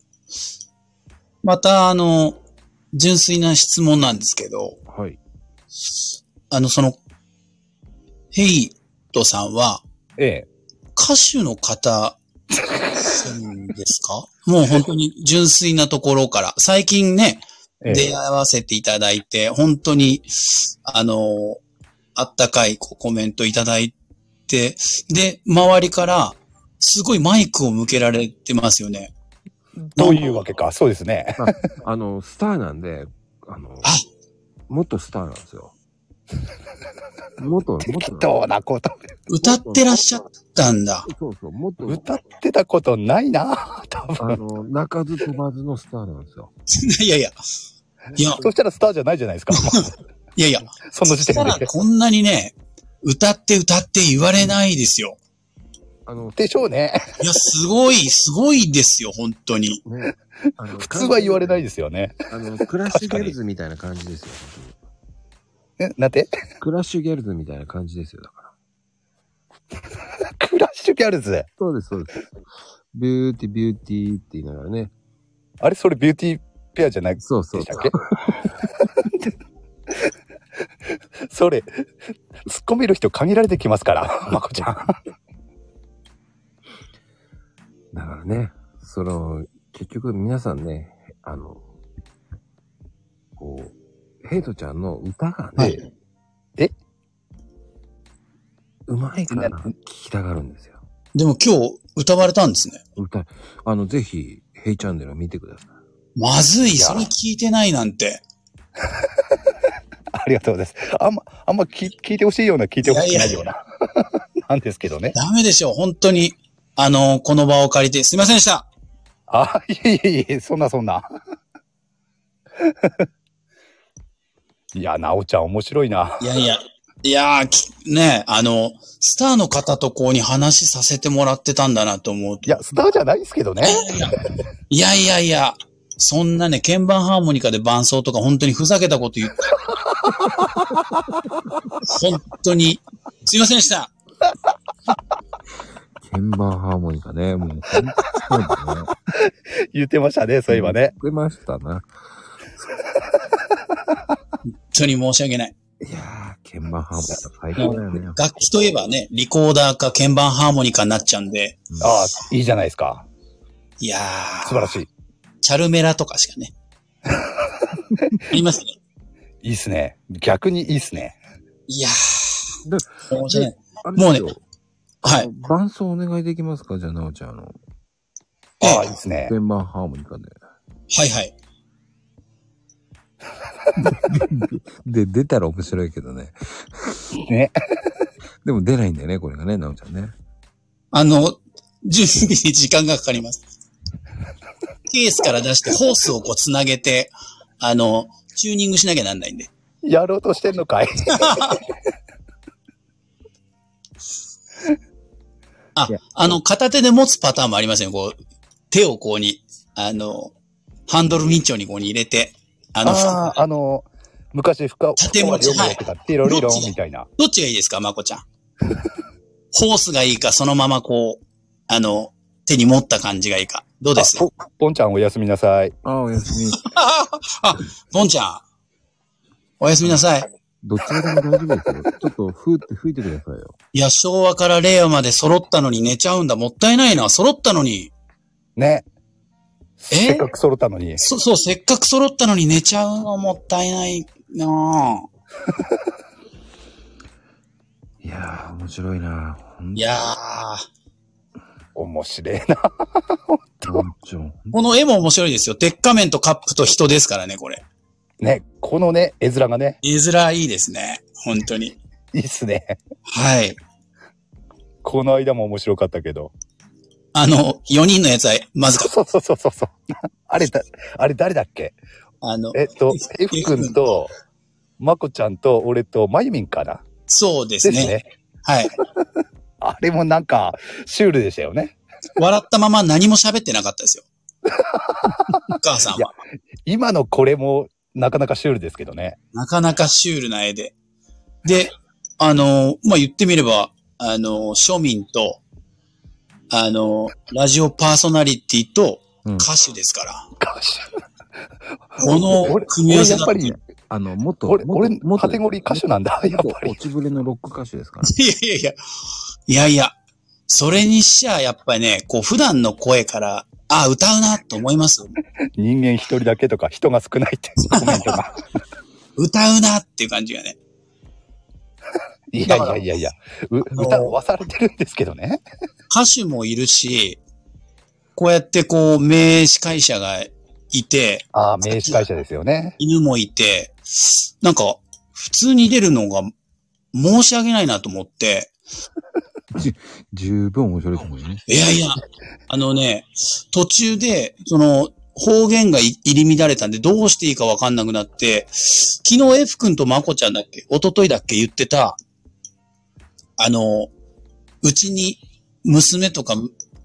Speaker 3: また、あの、純粋な質問なんですけど、
Speaker 1: はい。
Speaker 3: あの、その、ヘイトさんは、
Speaker 10: ええ。
Speaker 3: 歌手の方、ですかもう本当に純粋なところから、最近ね、
Speaker 10: ええ
Speaker 3: 出会わせていただいて、本当に、あの、あったかいこうコメントいただいて、で、周りから、すごいマイクを向けられてますよね。
Speaker 10: どういうわけか、そうですね。
Speaker 1: あの、スターなんで、あの、元スターなんで すよ。元、元。適
Speaker 10: 当なこと。
Speaker 3: 歌ってらっしゃったんだ。
Speaker 1: そうそう、元。
Speaker 10: 歌ってたことないな、 多分。
Speaker 1: あの、鳴かず飛ばずのスターなんですよ。
Speaker 3: いやいや。いや。
Speaker 10: そしたらスターじゃないじゃないですか。
Speaker 3: いやいや。
Speaker 10: その時点で
Speaker 3: したらこんなにね、歌って歌って言われないですよ。
Speaker 1: あの、
Speaker 10: でしょうね。
Speaker 3: いや、すごい、すごいですよ、本当に。
Speaker 10: 普通は言われないですよね。
Speaker 1: あの、クラッシュゲルズみたいな感じですよ。
Speaker 10: え、なんて
Speaker 1: クラッシュゲルズみたいな感じですよ、だから。
Speaker 10: クラッシュギャルズ
Speaker 1: そうです、そうです。ビューティー、ビューティーって言いながらね。
Speaker 10: あれ、それビューティーペアじゃない
Speaker 1: そうそう。
Speaker 10: でしたっけ それ、突っ込める人限られてきますから、まこちゃん。
Speaker 1: だからね、その、結局皆さんね、あの、こう、ヘイトちゃんの歌がね、
Speaker 10: え
Speaker 1: うまいから聞きたがるんですよ。
Speaker 3: でも今日歌われたんですね。
Speaker 1: 歌、あの、ぜひ、ヘイチャンネルを見てください。
Speaker 3: まずい、
Speaker 1: いや
Speaker 3: それ聞いてないなんて。
Speaker 10: ありがとうございます。あんま、あんま聞聞いてほしいような、聞いてほしくないような。 なんですけどね。
Speaker 3: ダメでしょう、本当に。あの、この場を借りて、すいませんでした。
Speaker 10: あ、いえいえいえ、そんなそん な。いや、なおちゃん面白いな。
Speaker 3: いやいや、いやーき、ねえあの、スターの方とこうに話させてもらってたんだなと思うと。い
Speaker 10: や、スターじゃないですけどね。
Speaker 3: いやいやいや、そんなね、鍵盤ハーモニカで伴奏とか本当にふざけたこと言って。 本当に、すいませんでした。
Speaker 1: 鍵盤ハーモニカね、もう、本当にね。
Speaker 10: 言ってましたね、そういえばね。
Speaker 1: 言ってましたな。
Speaker 3: 本当に申し訳ない。
Speaker 1: 鍵盤ハーモニカ最高だよね。
Speaker 3: 楽器といえばね、リコーダーか鍵盤ハーモニカになっちゃうんで。
Speaker 10: ああ、いいじゃないですか。
Speaker 3: いやー。
Speaker 10: 素晴らしい。
Speaker 3: チャルメラとかしかね。ありますね。
Speaker 10: いいっすね。 逆にいいっすね。
Speaker 3: いや
Speaker 1: で
Speaker 3: 申し訳ない
Speaker 1: あれですよ
Speaker 3: もうね、はい。
Speaker 1: 伴奏お願いできますかじゃあ、なおちゃんあの。
Speaker 10: ああ、いいですね。
Speaker 1: 鍵盤ハーモニカで。
Speaker 3: はいはい。
Speaker 1: で、出たら面白いけどね。
Speaker 10: ね。
Speaker 1: でも出ないんだよね、これがね、なおちゃんね。
Speaker 3: あの、準備に時間がかかります。ケースから出してホースをこう繋げて、あの、チューニングしなきゃなんないんで。
Speaker 10: やろうとしてんのかい
Speaker 3: あ、あの、片手で持つパターンもありますよ。こう、手をこうに、あの、ハンドルミンチョにこうに入れて、あの、
Speaker 10: あーあの、昔深尾
Speaker 3: 縦持ち
Speaker 10: 深尾
Speaker 3: はい
Speaker 10: 読むやつだティロリロ
Speaker 3: どっち
Speaker 10: ンみたいな。
Speaker 3: どっちがいいですか、まこちゃん。 ホースがいいか、そのままこう、あの、手に持った感じがいいか。どうです
Speaker 10: あぽぽんちゃんおやすみなさい。
Speaker 18: あ、おやす み。
Speaker 3: あ、ボンちゃん。おやすみなさい。
Speaker 18: どっちらでも大丈夫ですよ。ちょっと、ふーって吹いてくださいよ。
Speaker 3: いや、昭和から令和まで揃ったのに寝ちゃうんだ。もったいないな。揃ったのに。
Speaker 10: ね。
Speaker 3: え
Speaker 10: せっかく 揃ったのに。
Speaker 3: そ、そう、せっかく揃ったのに寝ちゃうのもったいないなぁ。
Speaker 18: いやー、面白いなぁ。
Speaker 3: いや
Speaker 10: 面白いな
Speaker 18: 本当
Speaker 3: この絵も面白いですよ。鉄仮面とカップと人ですからね、これ。
Speaker 10: ね、このね、絵面がね。
Speaker 3: 絵面いいですね。本当に。
Speaker 10: いいっすね。
Speaker 3: はい。
Speaker 10: この間も面白かったけど。
Speaker 3: あの、4人のやつは、まずか
Speaker 10: そうそうそうそうそう。あれだ、あれ誰だっけ
Speaker 3: あの、
Speaker 10: えっと、F 君と、まこちゃんと、俺と、まゆみんかな。
Speaker 3: そうですね。はい。
Speaker 10: あれもなんか、シュールでしたよね。
Speaker 3: 笑ったまま何も喋ってなかったですよ。お母さんは。
Speaker 10: 今のこれも、なかなかシュールですけどね。
Speaker 3: なかなかシュールな絵で。で、あの、まあ、言ってみれば、あの、庶民と、あの、ラジオパーソナリティと歌手ですから。この組み合わせだって
Speaker 18: 俺やっぱり、あの、もっと、
Speaker 3: 俺
Speaker 18: もっと
Speaker 3: 俺
Speaker 18: もっと
Speaker 3: カテゴリー歌手なんだやっぱり
Speaker 18: もと落ちぶれのロック歌手ですから。
Speaker 3: いやいやいや、いやいや、それにしちゃ、やっぱりね、こう、普段の声から、あ、歌うなと思います。
Speaker 10: 人間一人だけとか、人が少ない っていうコメントが。
Speaker 3: 歌うなっていう感じがね。
Speaker 10: いやいやいやいや、う歌わされてるんですけどね。
Speaker 3: 歌手もいるし、こうやってこう、名司会者がいて、
Speaker 10: ああ、名司会者ですよね。
Speaker 3: 犬もいて、なんか、普通に出るのが申し訳ないなと思って、
Speaker 18: 十分面白いと思うよね。
Speaker 3: いやいや、あのね、途中で、その、方言がい入り乱れたんで、どうしていいかわかんなくなって、昨日 F 君とまこちゃんだっけ、一昨日だっけ言ってた、あの、うちに娘とか、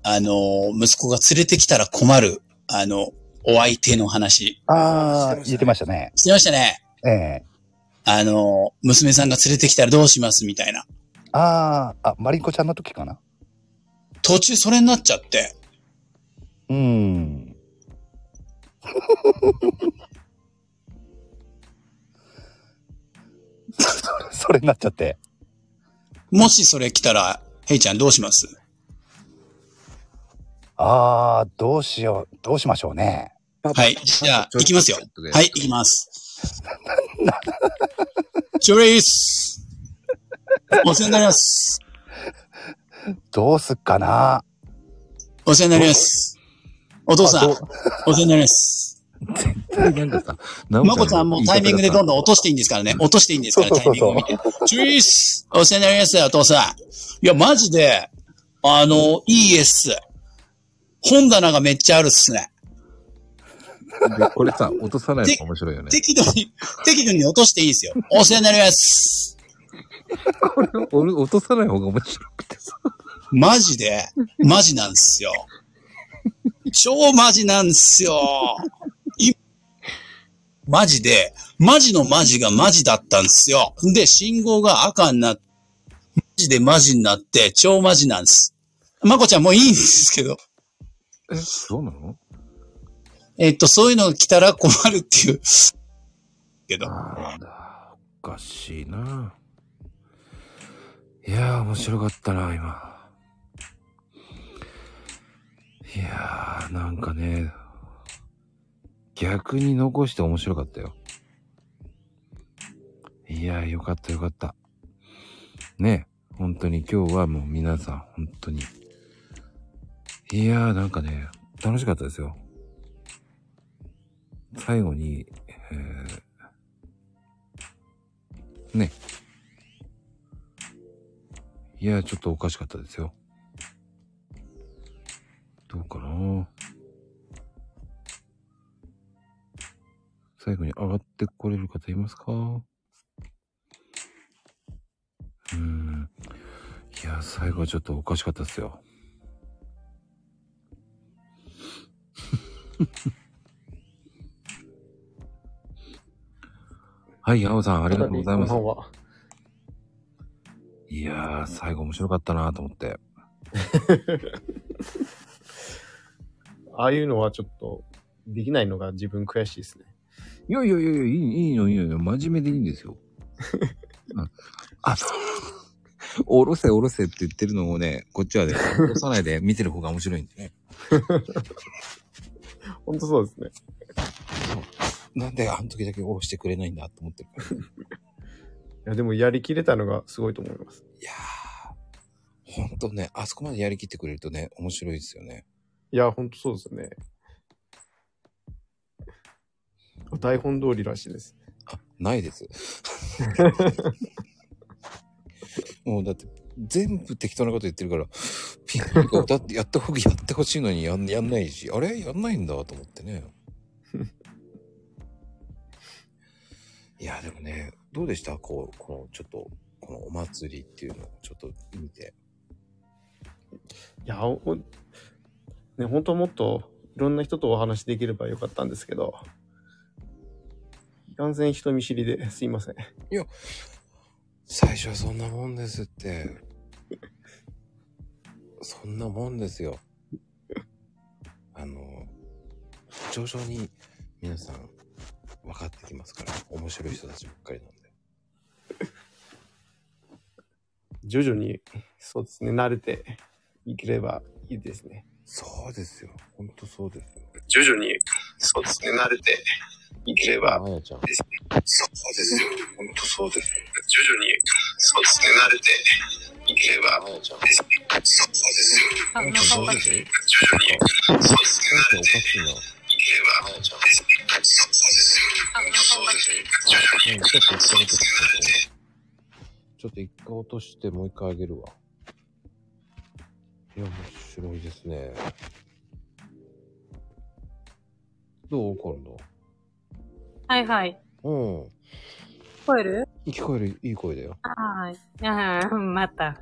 Speaker 3: あの、息子が連れてきたら困る、あの、お相手の話。
Speaker 10: ああ、言ってましたね。
Speaker 3: してましたね。
Speaker 10: ええ
Speaker 3: あの、娘さんが連れてきたらどうしますみたいな。
Speaker 10: ああ、あ、マリンコちゃんの時かな。
Speaker 3: 途中それになっちゃって。
Speaker 10: うーん。それ それになっちゃって。
Speaker 3: もしそれ来たら、ヘイちゃんどうします
Speaker 10: ああ、どうしよう、どうしましょうね。
Speaker 3: はい。じゃあ、行きますよ。はい、行きます。チョレイスお世話になります。
Speaker 10: どうすっかな。
Speaker 3: お世話になります。お父さん、お世話になります。
Speaker 18: なんかさ、な
Speaker 3: まこちゃんもうタイミングでどんどん落としていいんですからね。落としていいんですから、
Speaker 18: そう
Speaker 3: タイ
Speaker 18: そう
Speaker 3: ミング
Speaker 18: そう
Speaker 3: を見て。チョレイスお世話になりますよ、お父さん。いや、マジで、あの、いい絵っす。本棚がめっちゃあるっすね。
Speaker 18: でこれさ、落とさないのが面白いよね。
Speaker 3: 適度に、適度に落としていいですよ。お世話になります。
Speaker 18: これを俺落とさない方が面白くてさ。
Speaker 3: マジで、マジなんですよ。超マジなんですよ。いマジで、マジのマジがマジだったんですよ。で、信号が赤になって、マジでマジになって、超マジなんです。まこちゃんもういいんですけど。
Speaker 18: え、そうなの
Speaker 3: えっと、そういうのが来たら困るっていう。けど。
Speaker 18: おかしいな。いやー、面白かったな、今。いやー、なんかね、逆に残して面白かったよ。いやー、よかったよかった。ね、本当に今日はもう皆さん、本当に。いやー、なんかね、楽しかったですよ。最後に、えーね。いや、ちょっとおかしかったですよ。
Speaker 1: かな。最後に上がってこれる方いますかうーん。いや、最後はちょっとおかしかったっすよ。はい、青さん、ありがとうございます。
Speaker 16: こんばんはい
Speaker 1: やー、最後面白かったなと思って。
Speaker 16: ああいうのはちょっと、できないのが自分悔しいですね。
Speaker 1: いやいやいやいや、いいいいのいいのいいの、真面目でいいんですよ。うんあ、そう。 おろせおろせって言ってるのをね、こっちはね、おろさないで見てる方が面白いんでね。
Speaker 16: ほんとそうですね。
Speaker 1: なんであの時だけおろしてくれないんだと思ってる。
Speaker 16: いや、でもやりきれたのがすごいと思います。
Speaker 1: ほんとね、あそこまでやりきってくれるとね、面白いですよね。
Speaker 16: いや、ほんとそうですね。台本通りらしいです。
Speaker 1: ない です。もうだって、全部適当なこと言ってるから、ピンクだってやった方がやってほしいのにやんやんないし、あれやんないんだと思ってね。いや、でもね、どうでしたこう、このちょっと、このお祭りっていうのをちょっと見て。
Speaker 16: いや、ほんね、本当はもっといろんな人とお話しできればよかったんですけど、完全人見知りですいません。
Speaker 1: いや、最初はそんなもんですって。そんなもんですよ。あの、徐々に皆さん分かってきますから、面白い人たちばっかりなんで。
Speaker 16: 徐々に、そうですね、慣れていければいいですね。
Speaker 1: そうですよ。ほんとそうですよ。
Speaker 16: 徐々に、そうですね、慣れていければ。
Speaker 1: あやちゃん。
Speaker 16: そうですよ。ほんとそうです。徐々に、そうですね、慣れていければ。あやちゃん。そうですよ。ほんとそうです。徐々に、そうですね、慣れていければ。あやちゃん。そうですよ。ほんとそうです。徐々に、そうですね、慣れて
Speaker 1: ちょっと一回落としてもう一回あげるわ。いや、面白いですね。どう今度。
Speaker 19: はいはい。
Speaker 1: うん。
Speaker 19: 聞こえる
Speaker 1: 聞こえる、いい声だよ。
Speaker 19: はい。ああ、また。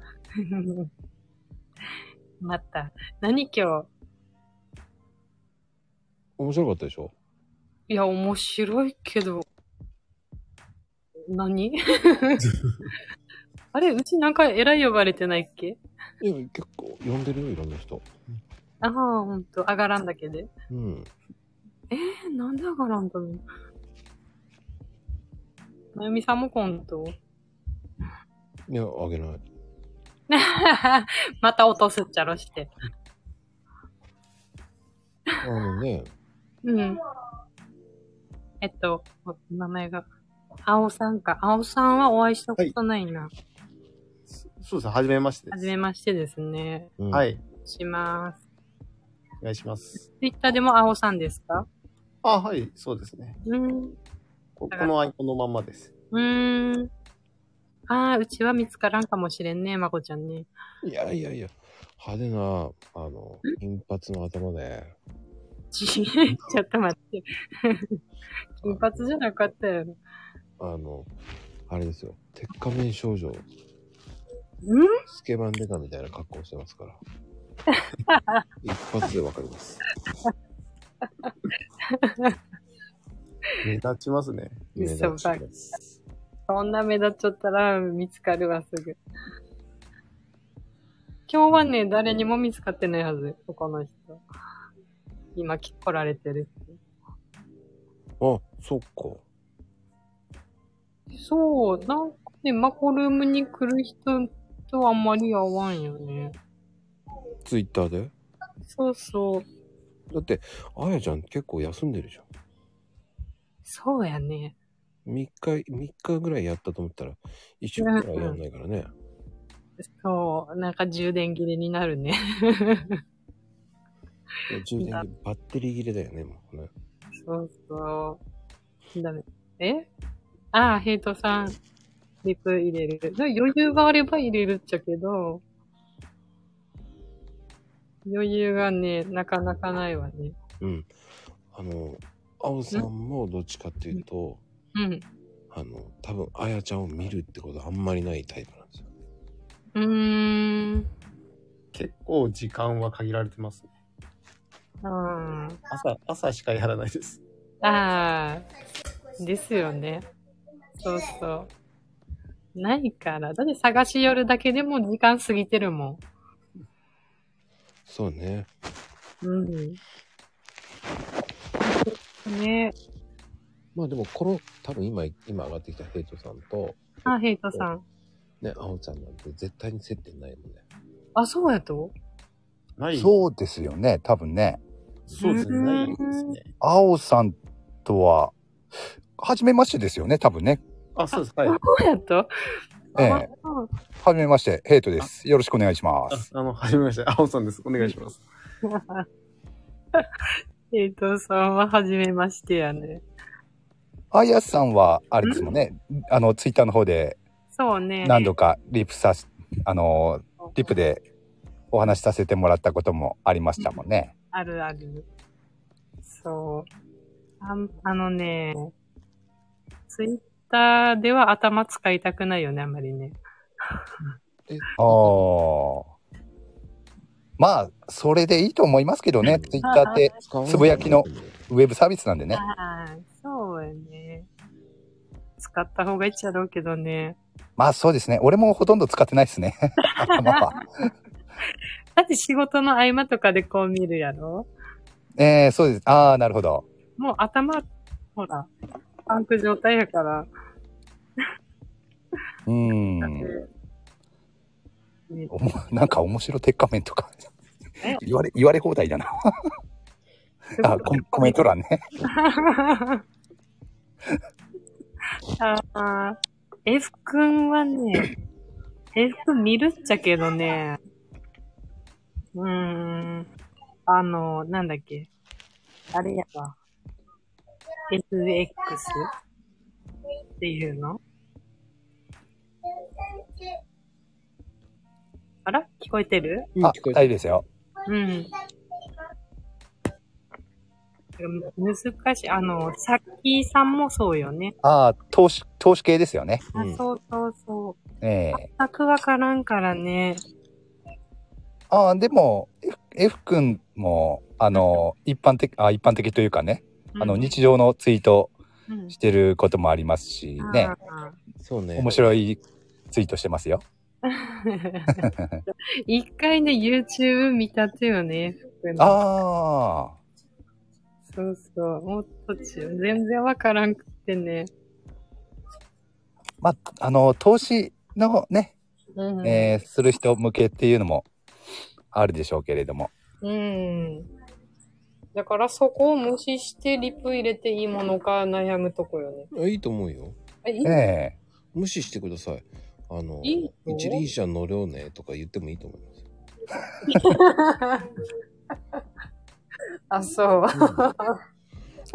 Speaker 19: また。何今日
Speaker 1: 面白かったでしょ
Speaker 19: いや、面白いけど。何 あれうちなんか偉い呼ばれてないっけ
Speaker 1: いや、結構。呼んでるよ、いろんな人。
Speaker 19: ああ、ほんと。上がらんだけで。
Speaker 1: うん。
Speaker 19: えー、なんで上がらんだろう。まゆみさんもコント
Speaker 1: いや、あげない。
Speaker 19: また落とすっちゃろして。
Speaker 1: あのね、
Speaker 19: うん。えっと、お名前が、青さんか。青さんはお会いしたことないな。
Speaker 16: そうですね、はじめまして。
Speaker 19: はじめましてですね。
Speaker 16: はい。
Speaker 19: します。
Speaker 16: お願いします。
Speaker 19: ツイッターでも青さんですか
Speaker 16: あ、はい、そうですね。
Speaker 19: うん。
Speaker 16: ここのアイコンのまんまです。
Speaker 19: うーん。ああ、うちは見つからんかもしれんね、まこちゃんね。
Speaker 1: いやいやいや、派手な、あの、金髪の頭で、
Speaker 19: ちちょっと待って。 金髪じゃなかったよね。
Speaker 1: あの、あれですよ、鉄仮面少女、
Speaker 19: うん
Speaker 1: スケバンデカみたいな格好をしてますから、一発でわかります。
Speaker 16: 目立ちま すね。
Speaker 19: 嘘ばっか。そんな目立っちゃったら見つかるわ、すぐ。今日はね、誰にも見つかってないはず、ここの人。今来来られてる。
Speaker 1: あ、そっか。
Speaker 19: そう、なんかね、マコルームに来る人とはあんまり合わんよね。
Speaker 1: ツイッターで
Speaker 19: そうそう。
Speaker 1: だって、あやちゃん結構休んでるじゃん。
Speaker 19: そうやね。
Speaker 1: 3日、3日ぐらいやったと思ったら、1週間ぐらいやんないからね。
Speaker 19: そう、なんか充電切れになるね。
Speaker 1: いや充電器バッテリー切れだよね、もうね。
Speaker 19: そうそう。ダメ。えああ、ヘイトさん、リプ入れる。でも余裕があれば入れるっちゃけど、余裕がね、なかなかないわね。
Speaker 1: うん。あの、青さんもどっちかっていうと、
Speaker 19: うん。
Speaker 1: あの、多分、あやちゃんを見るってことはあんまりないタイプなんですよ。
Speaker 19: うーん。
Speaker 12: 結構時間は限られてますね。
Speaker 19: あ
Speaker 12: 朝、朝しかやらないです。
Speaker 19: あ。ああ。ですよね。そうそう。ないから。だって探し寄るだけでも時間過ぎてるも
Speaker 1: そうね。
Speaker 19: ん。うん。ね
Speaker 1: まあでも、この、多分今、今上がってきたヘイトさんと、
Speaker 19: あ、ヘイトさん。
Speaker 1: ね、青ちゃんなんて絶対に接点ないもんね。
Speaker 19: あ、そうやと
Speaker 10: そうですよね、多分ね。
Speaker 19: そうですねないですね。
Speaker 10: 青さんとは、初めましてですよね、多分ね。
Speaker 12: あ、そうです。はい。
Speaker 19: そうやと
Speaker 10: ええ。初めまして、ヘイトです。よろしくお願いします。
Speaker 12: あの、はじめまして。青さんです。お願いします。
Speaker 19: ヘイトさんは初めましてやね。
Speaker 10: あやさんは、あれですもんね、あの、ツイッターの方で
Speaker 19: そうね。
Speaker 10: 何度かリプさし、あの、リプでお話しさせてもらったこともありましたもんね。
Speaker 19: あるある。そう。あんあのね、ツイッターでは頭使いたくないよね、あんまりね。
Speaker 10: ああ。まあ、それでいいと思いますけどね、ツイッターってつぶやきのウェブサービスなんでね。
Speaker 19: はい、そうやね。使った方がいいっちゃろうけどね。
Speaker 10: まあそうですね。俺もほとんど使ってないですね。 頭は。
Speaker 19: だって仕事の合間とかでこう見るやろ
Speaker 10: ええそうです。ああ、なるほど。
Speaker 19: もう頭、ほら、パンク状態やから。
Speaker 10: うーん。おもなんか面白鉄仮面とか言われ、言われ放題だ な。あコ、コメント欄ね。
Speaker 19: あ あ、F 君はね、F 君見るっちゃけどね、うーん、あの、なんだっけ、あれやわ、SX っていうのあら聞こえてる
Speaker 10: あ、大丈夫ですよ。
Speaker 19: うん。難しい。あの、さっきーさんもそうよね。
Speaker 10: ああ、投資、投資系ですよね。
Speaker 19: あそうそうそう。
Speaker 10: ええ
Speaker 19: 全くわからんからね。
Speaker 10: ああ、でも、F, F 君も、あの、一般的、あ一般的というかね、あの、日常のツイートしてることもありますしね、
Speaker 1: そうね。
Speaker 10: 面白いツイートしてますよ。
Speaker 19: 一回ね、YouTube 見たってよね。
Speaker 10: ああ、
Speaker 19: そうそう。もっと違う。全然わからんくってね。
Speaker 10: まあ、あの、投資のね、
Speaker 19: うん。
Speaker 10: えーする人向けっていうのもあるでしょうけれども。
Speaker 19: うん。だからそこを無視してリプ入れていいものか悩むとこよね。
Speaker 1: いいと思うよ。
Speaker 19: えいい
Speaker 10: え
Speaker 1: 無視してください。あの、
Speaker 19: いいの
Speaker 1: 一輪車乗ろうねとか言ってもいいと思います。
Speaker 19: あ、そう。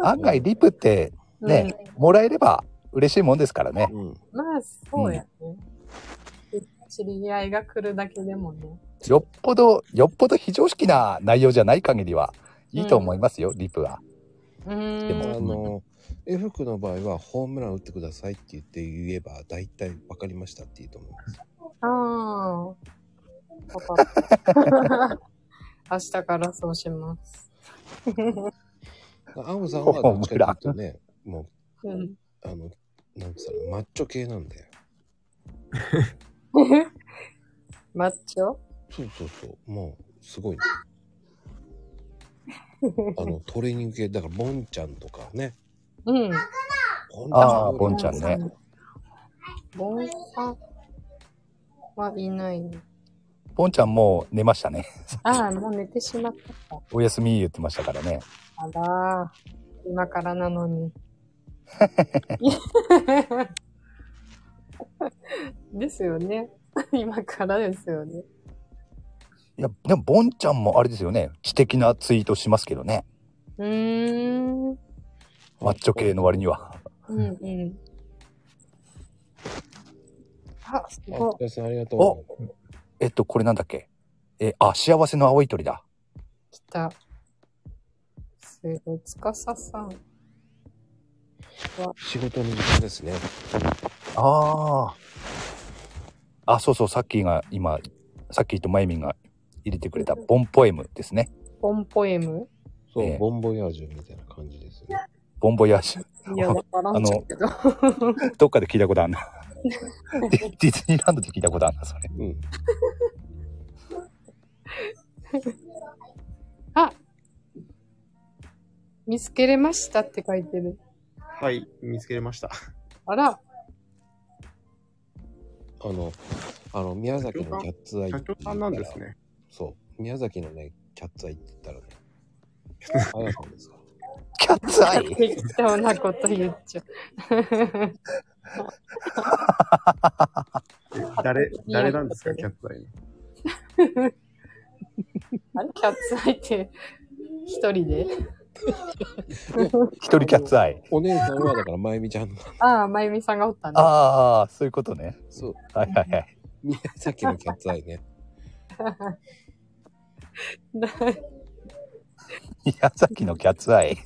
Speaker 10: 案外、リプってね、もらえれば嬉しいもんですからね。
Speaker 19: まあ、そうやね。知り合いが来るだけでもね。
Speaker 10: よっぽど、よっぽど非常識な内容じゃない限りは、いいと思いますよ、リプは。
Speaker 1: でも、あの、F 君の場合はホームラン打ってくださいって言って言えば、大体分かりましたっていいと思います。
Speaker 19: ああ。わかった。明日からそうします。
Speaker 1: 青さんはどっちかっていうとね、も
Speaker 19: うん。
Speaker 1: う、あの、なんつうの、マッチョ系なんで。
Speaker 19: マッチョ
Speaker 1: そうそうそう、もう、すごい、ね。あの、トレーニング系、だから、ボンちゃんとかね。
Speaker 19: うん。
Speaker 10: ああ、ボンちゃんね。
Speaker 19: ボンさんはいないね。
Speaker 10: ボンちゃんもう寝ましたね。
Speaker 19: ああ、もう寝てしまったか。
Speaker 10: おやすみ言ってましたからね。
Speaker 19: あらー、今からなのに。 ですよね。 今からですよね。
Speaker 10: いや、でも、ボンちゃんもあれですよね。知的なツイートしますけどね。
Speaker 19: うーん。
Speaker 10: マッチョ系の割には。
Speaker 19: うんうん。あ、すご
Speaker 1: あ
Speaker 19: い。
Speaker 1: りが
Speaker 10: とう。えっと、これなんだっけえ、あ、幸せの青い鳥だ。
Speaker 19: 来た。すごい、つかささんは、
Speaker 1: 仕事の時間ですね。
Speaker 10: ああ。あ、そうそう、さっきが今、さっきとまゆみんが入れてくれたボンポエムですね。
Speaker 19: ポンポエ ム
Speaker 1: そう、ボンボヤージュみたいな感じですね。
Speaker 10: ボンボヤージュ。
Speaker 19: いや、わからんけど。
Speaker 10: どっかで聞いたことあるな。ディディズニーランドで聞いたことあるな、それ。
Speaker 19: あ見つけれましたって書いてる。
Speaker 12: はい、見つけれました。
Speaker 19: あら、
Speaker 1: あの、あの、宮崎のキャッツアイ。
Speaker 12: 社長さんなんですね。
Speaker 1: そう。宮崎のね、キャッツアイって言ったらね、 あやさんですか。
Speaker 10: キャッツアイ
Speaker 19: 適当なこと言っちゃう。
Speaker 12: 誰、誰なんですか、キャッツアイの。
Speaker 19: あれキャッツアイって、一 人で
Speaker 10: 一人キャッツアイ。
Speaker 1: お姉さんはだから、まゆみちゃんの。
Speaker 19: ああ、まゆみさんがおったね。
Speaker 10: ああ、そういうことね。
Speaker 1: そう。
Speaker 10: はいはいはい。
Speaker 1: 宮崎のキャッツアイね。
Speaker 10: 宮崎のキャッツア イ。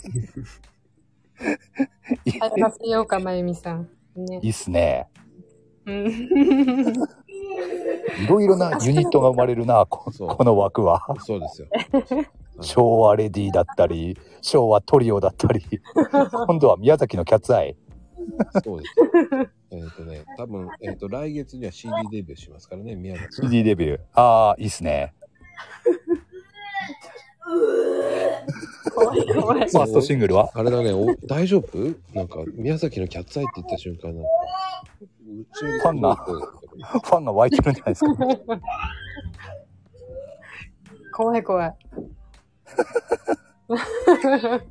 Speaker 19: 話せようか、まゆみさん。ね
Speaker 10: いいっすね。
Speaker 19: うん。
Speaker 10: いろいろなユニットが生まれるな、ここの枠は。
Speaker 1: そうですよ。
Speaker 10: 昭和レディーだったり、昭和トリオだった り、今度は宮崎のキャッツアイ。
Speaker 1: そうです。えっ、とね、多分、えっ、と、来月には CD デビューしますからね、宮崎。
Speaker 10: CD デビュー。ああ、いいっすね。
Speaker 19: 怖い 怖い。
Speaker 10: ファーストシングルは
Speaker 1: あれだね、お大丈夫なんか、宮崎のキャッツアイって言った瞬間、なんか、
Speaker 10: ファンが、 ファンが湧いてるんじゃないですか。
Speaker 19: 怖い怖 い。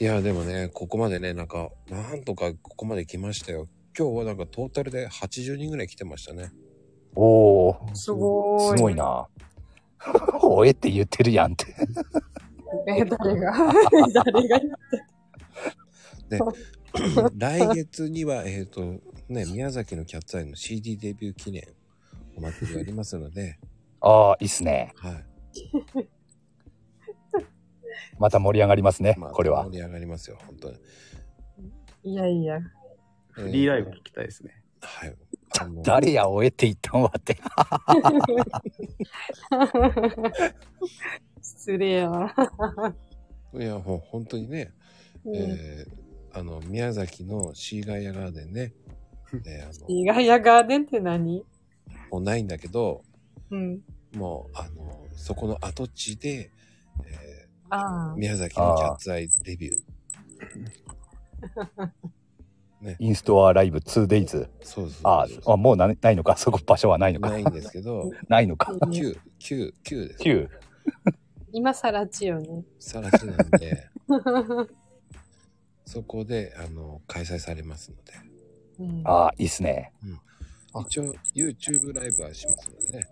Speaker 1: いや、でもね、ここまでね、なんか、なんとかここまで来ましたよ。今日はなんかトータルで80人ぐらい来てましたね。
Speaker 10: おお。
Speaker 19: すごーい
Speaker 10: すごいな。 おえって言ってるやんって。
Speaker 19: え、誰が 誰が言って
Speaker 1: で、来月には、えっ、と、ね、宮崎のキャッツアイの CD デビュー記念お祭りがありますので、
Speaker 10: ああ、いいっすね。
Speaker 1: はい。
Speaker 10: また盛り上がりますね、これは
Speaker 1: 盛。り上がりますよ、本当に。
Speaker 19: いやいや。
Speaker 12: フリーライブ聞きたいですね。
Speaker 1: はい。
Speaker 10: 誰や、おえって言ったんわって。
Speaker 19: 失礼やわ。
Speaker 1: いや、ほ本当にね、
Speaker 19: うん
Speaker 1: えーあの、宮崎のシーガイアガーデンね、えーあ
Speaker 19: 意外やガーデンって何
Speaker 1: のもうないんだけど、
Speaker 19: うん。
Speaker 1: もう、あの、そこの跡地で、
Speaker 19: ああ。
Speaker 1: 宮崎のキャッツアイデビュー。
Speaker 10: インストアライブ 2days。
Speaker 1: そうそう
Speaker 10: あーあ、もうなないのか、そこ場所はないのか。
Speaker 1: ないんですけど
Speaker 10: ないのか。
Speaker 1: 9、9、9です。
Speaker 10: 9。
Speaker 19: 今さらちよね。
Speaker 1: さら地なんで、そこで、あの、開催されますので。
Speaker 19: うん
Speaker 10: ああ、いいっすね。
Speaker 1: 一応、YouTube ライブはしますのでね。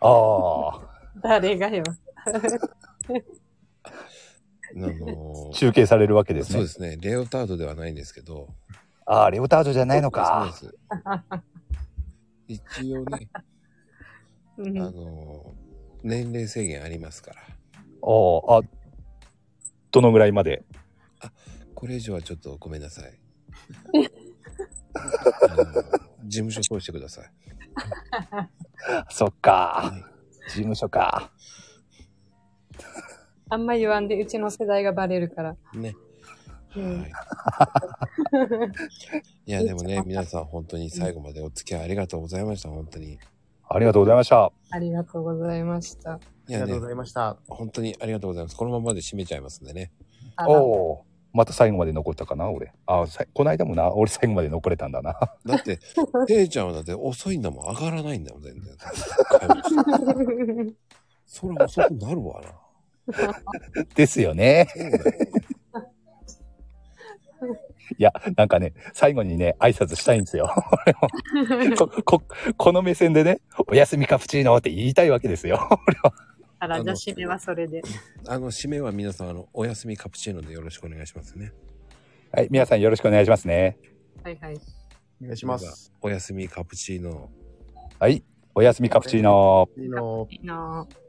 Speaker 10: あ
Speaker 19: 誰がよ。
Speaker 1: あの
Speaker 10: あ、 中継されるわけですね。
Speaker 1: そうですね。レオタードではないんですけど。
Speaker 10: ああ、レオタードじゃないのか。
Speaker 1: そうです。一応ね、
Speaker 19: う
Speaker 1: あ
Speaker 19: ん。
Speaker 1: の、年齢制限ありますから。
Speaker 10: おーあ、どのぐらいまで
Speaker 1: これ以上はちょっとごめんなさい。あの事務所通してください。
Speaker 10: そっか。事務所か。
Speaker 19: あんま言わんで、うちの世代がバレるから。
Speaker 1: ね。
Speaker 19: うん。
Speaker 1: いや、でもね、皆さん本当に最後までお付き合いありがとうございました。本当に。
Speaker 10: ありがとうございました。
Speaker 19: ありがとうございました。
Speaker 1: いや、ね、
Speaker 12: ざいました。
Speaker 1: 本当にありがとうございます。このままで締めちゃいますんでね。
Speaker 19: あら
Speaker 10: お おー、また最後まで残ったかな、俺。ああ、さいこないだもな、俺最後まで残れたんだな。
Speaker 1: だ って、ていちゃんはだって遅いんだもん。上がらないんだもん、全然。それ遅くなるわな。
Speaker 10: ですよね。いや、なんかね、最後にね、挨拶したいんです よ。俺もこここの目線でね、おやすみカプチーノって言いたいわけですよ。俺は
Speaker 19: あら、じゃあ締めはそれで。
Speaker 1: あの、締めは皆さん、あの、おやすみカプチーノでよろしくお願いしますね。
Speaker 10: はい、皆さんよろしくお願いしますね。
Speaker 19: はいはい。
Speaker 12: お願いし
Speaker 1: ま。す。おやすみカプチーノ。
Speaker 10: はい、おやすみカプチーノ。
Speaker 12: いいの
Speaker 19: いいなぁ。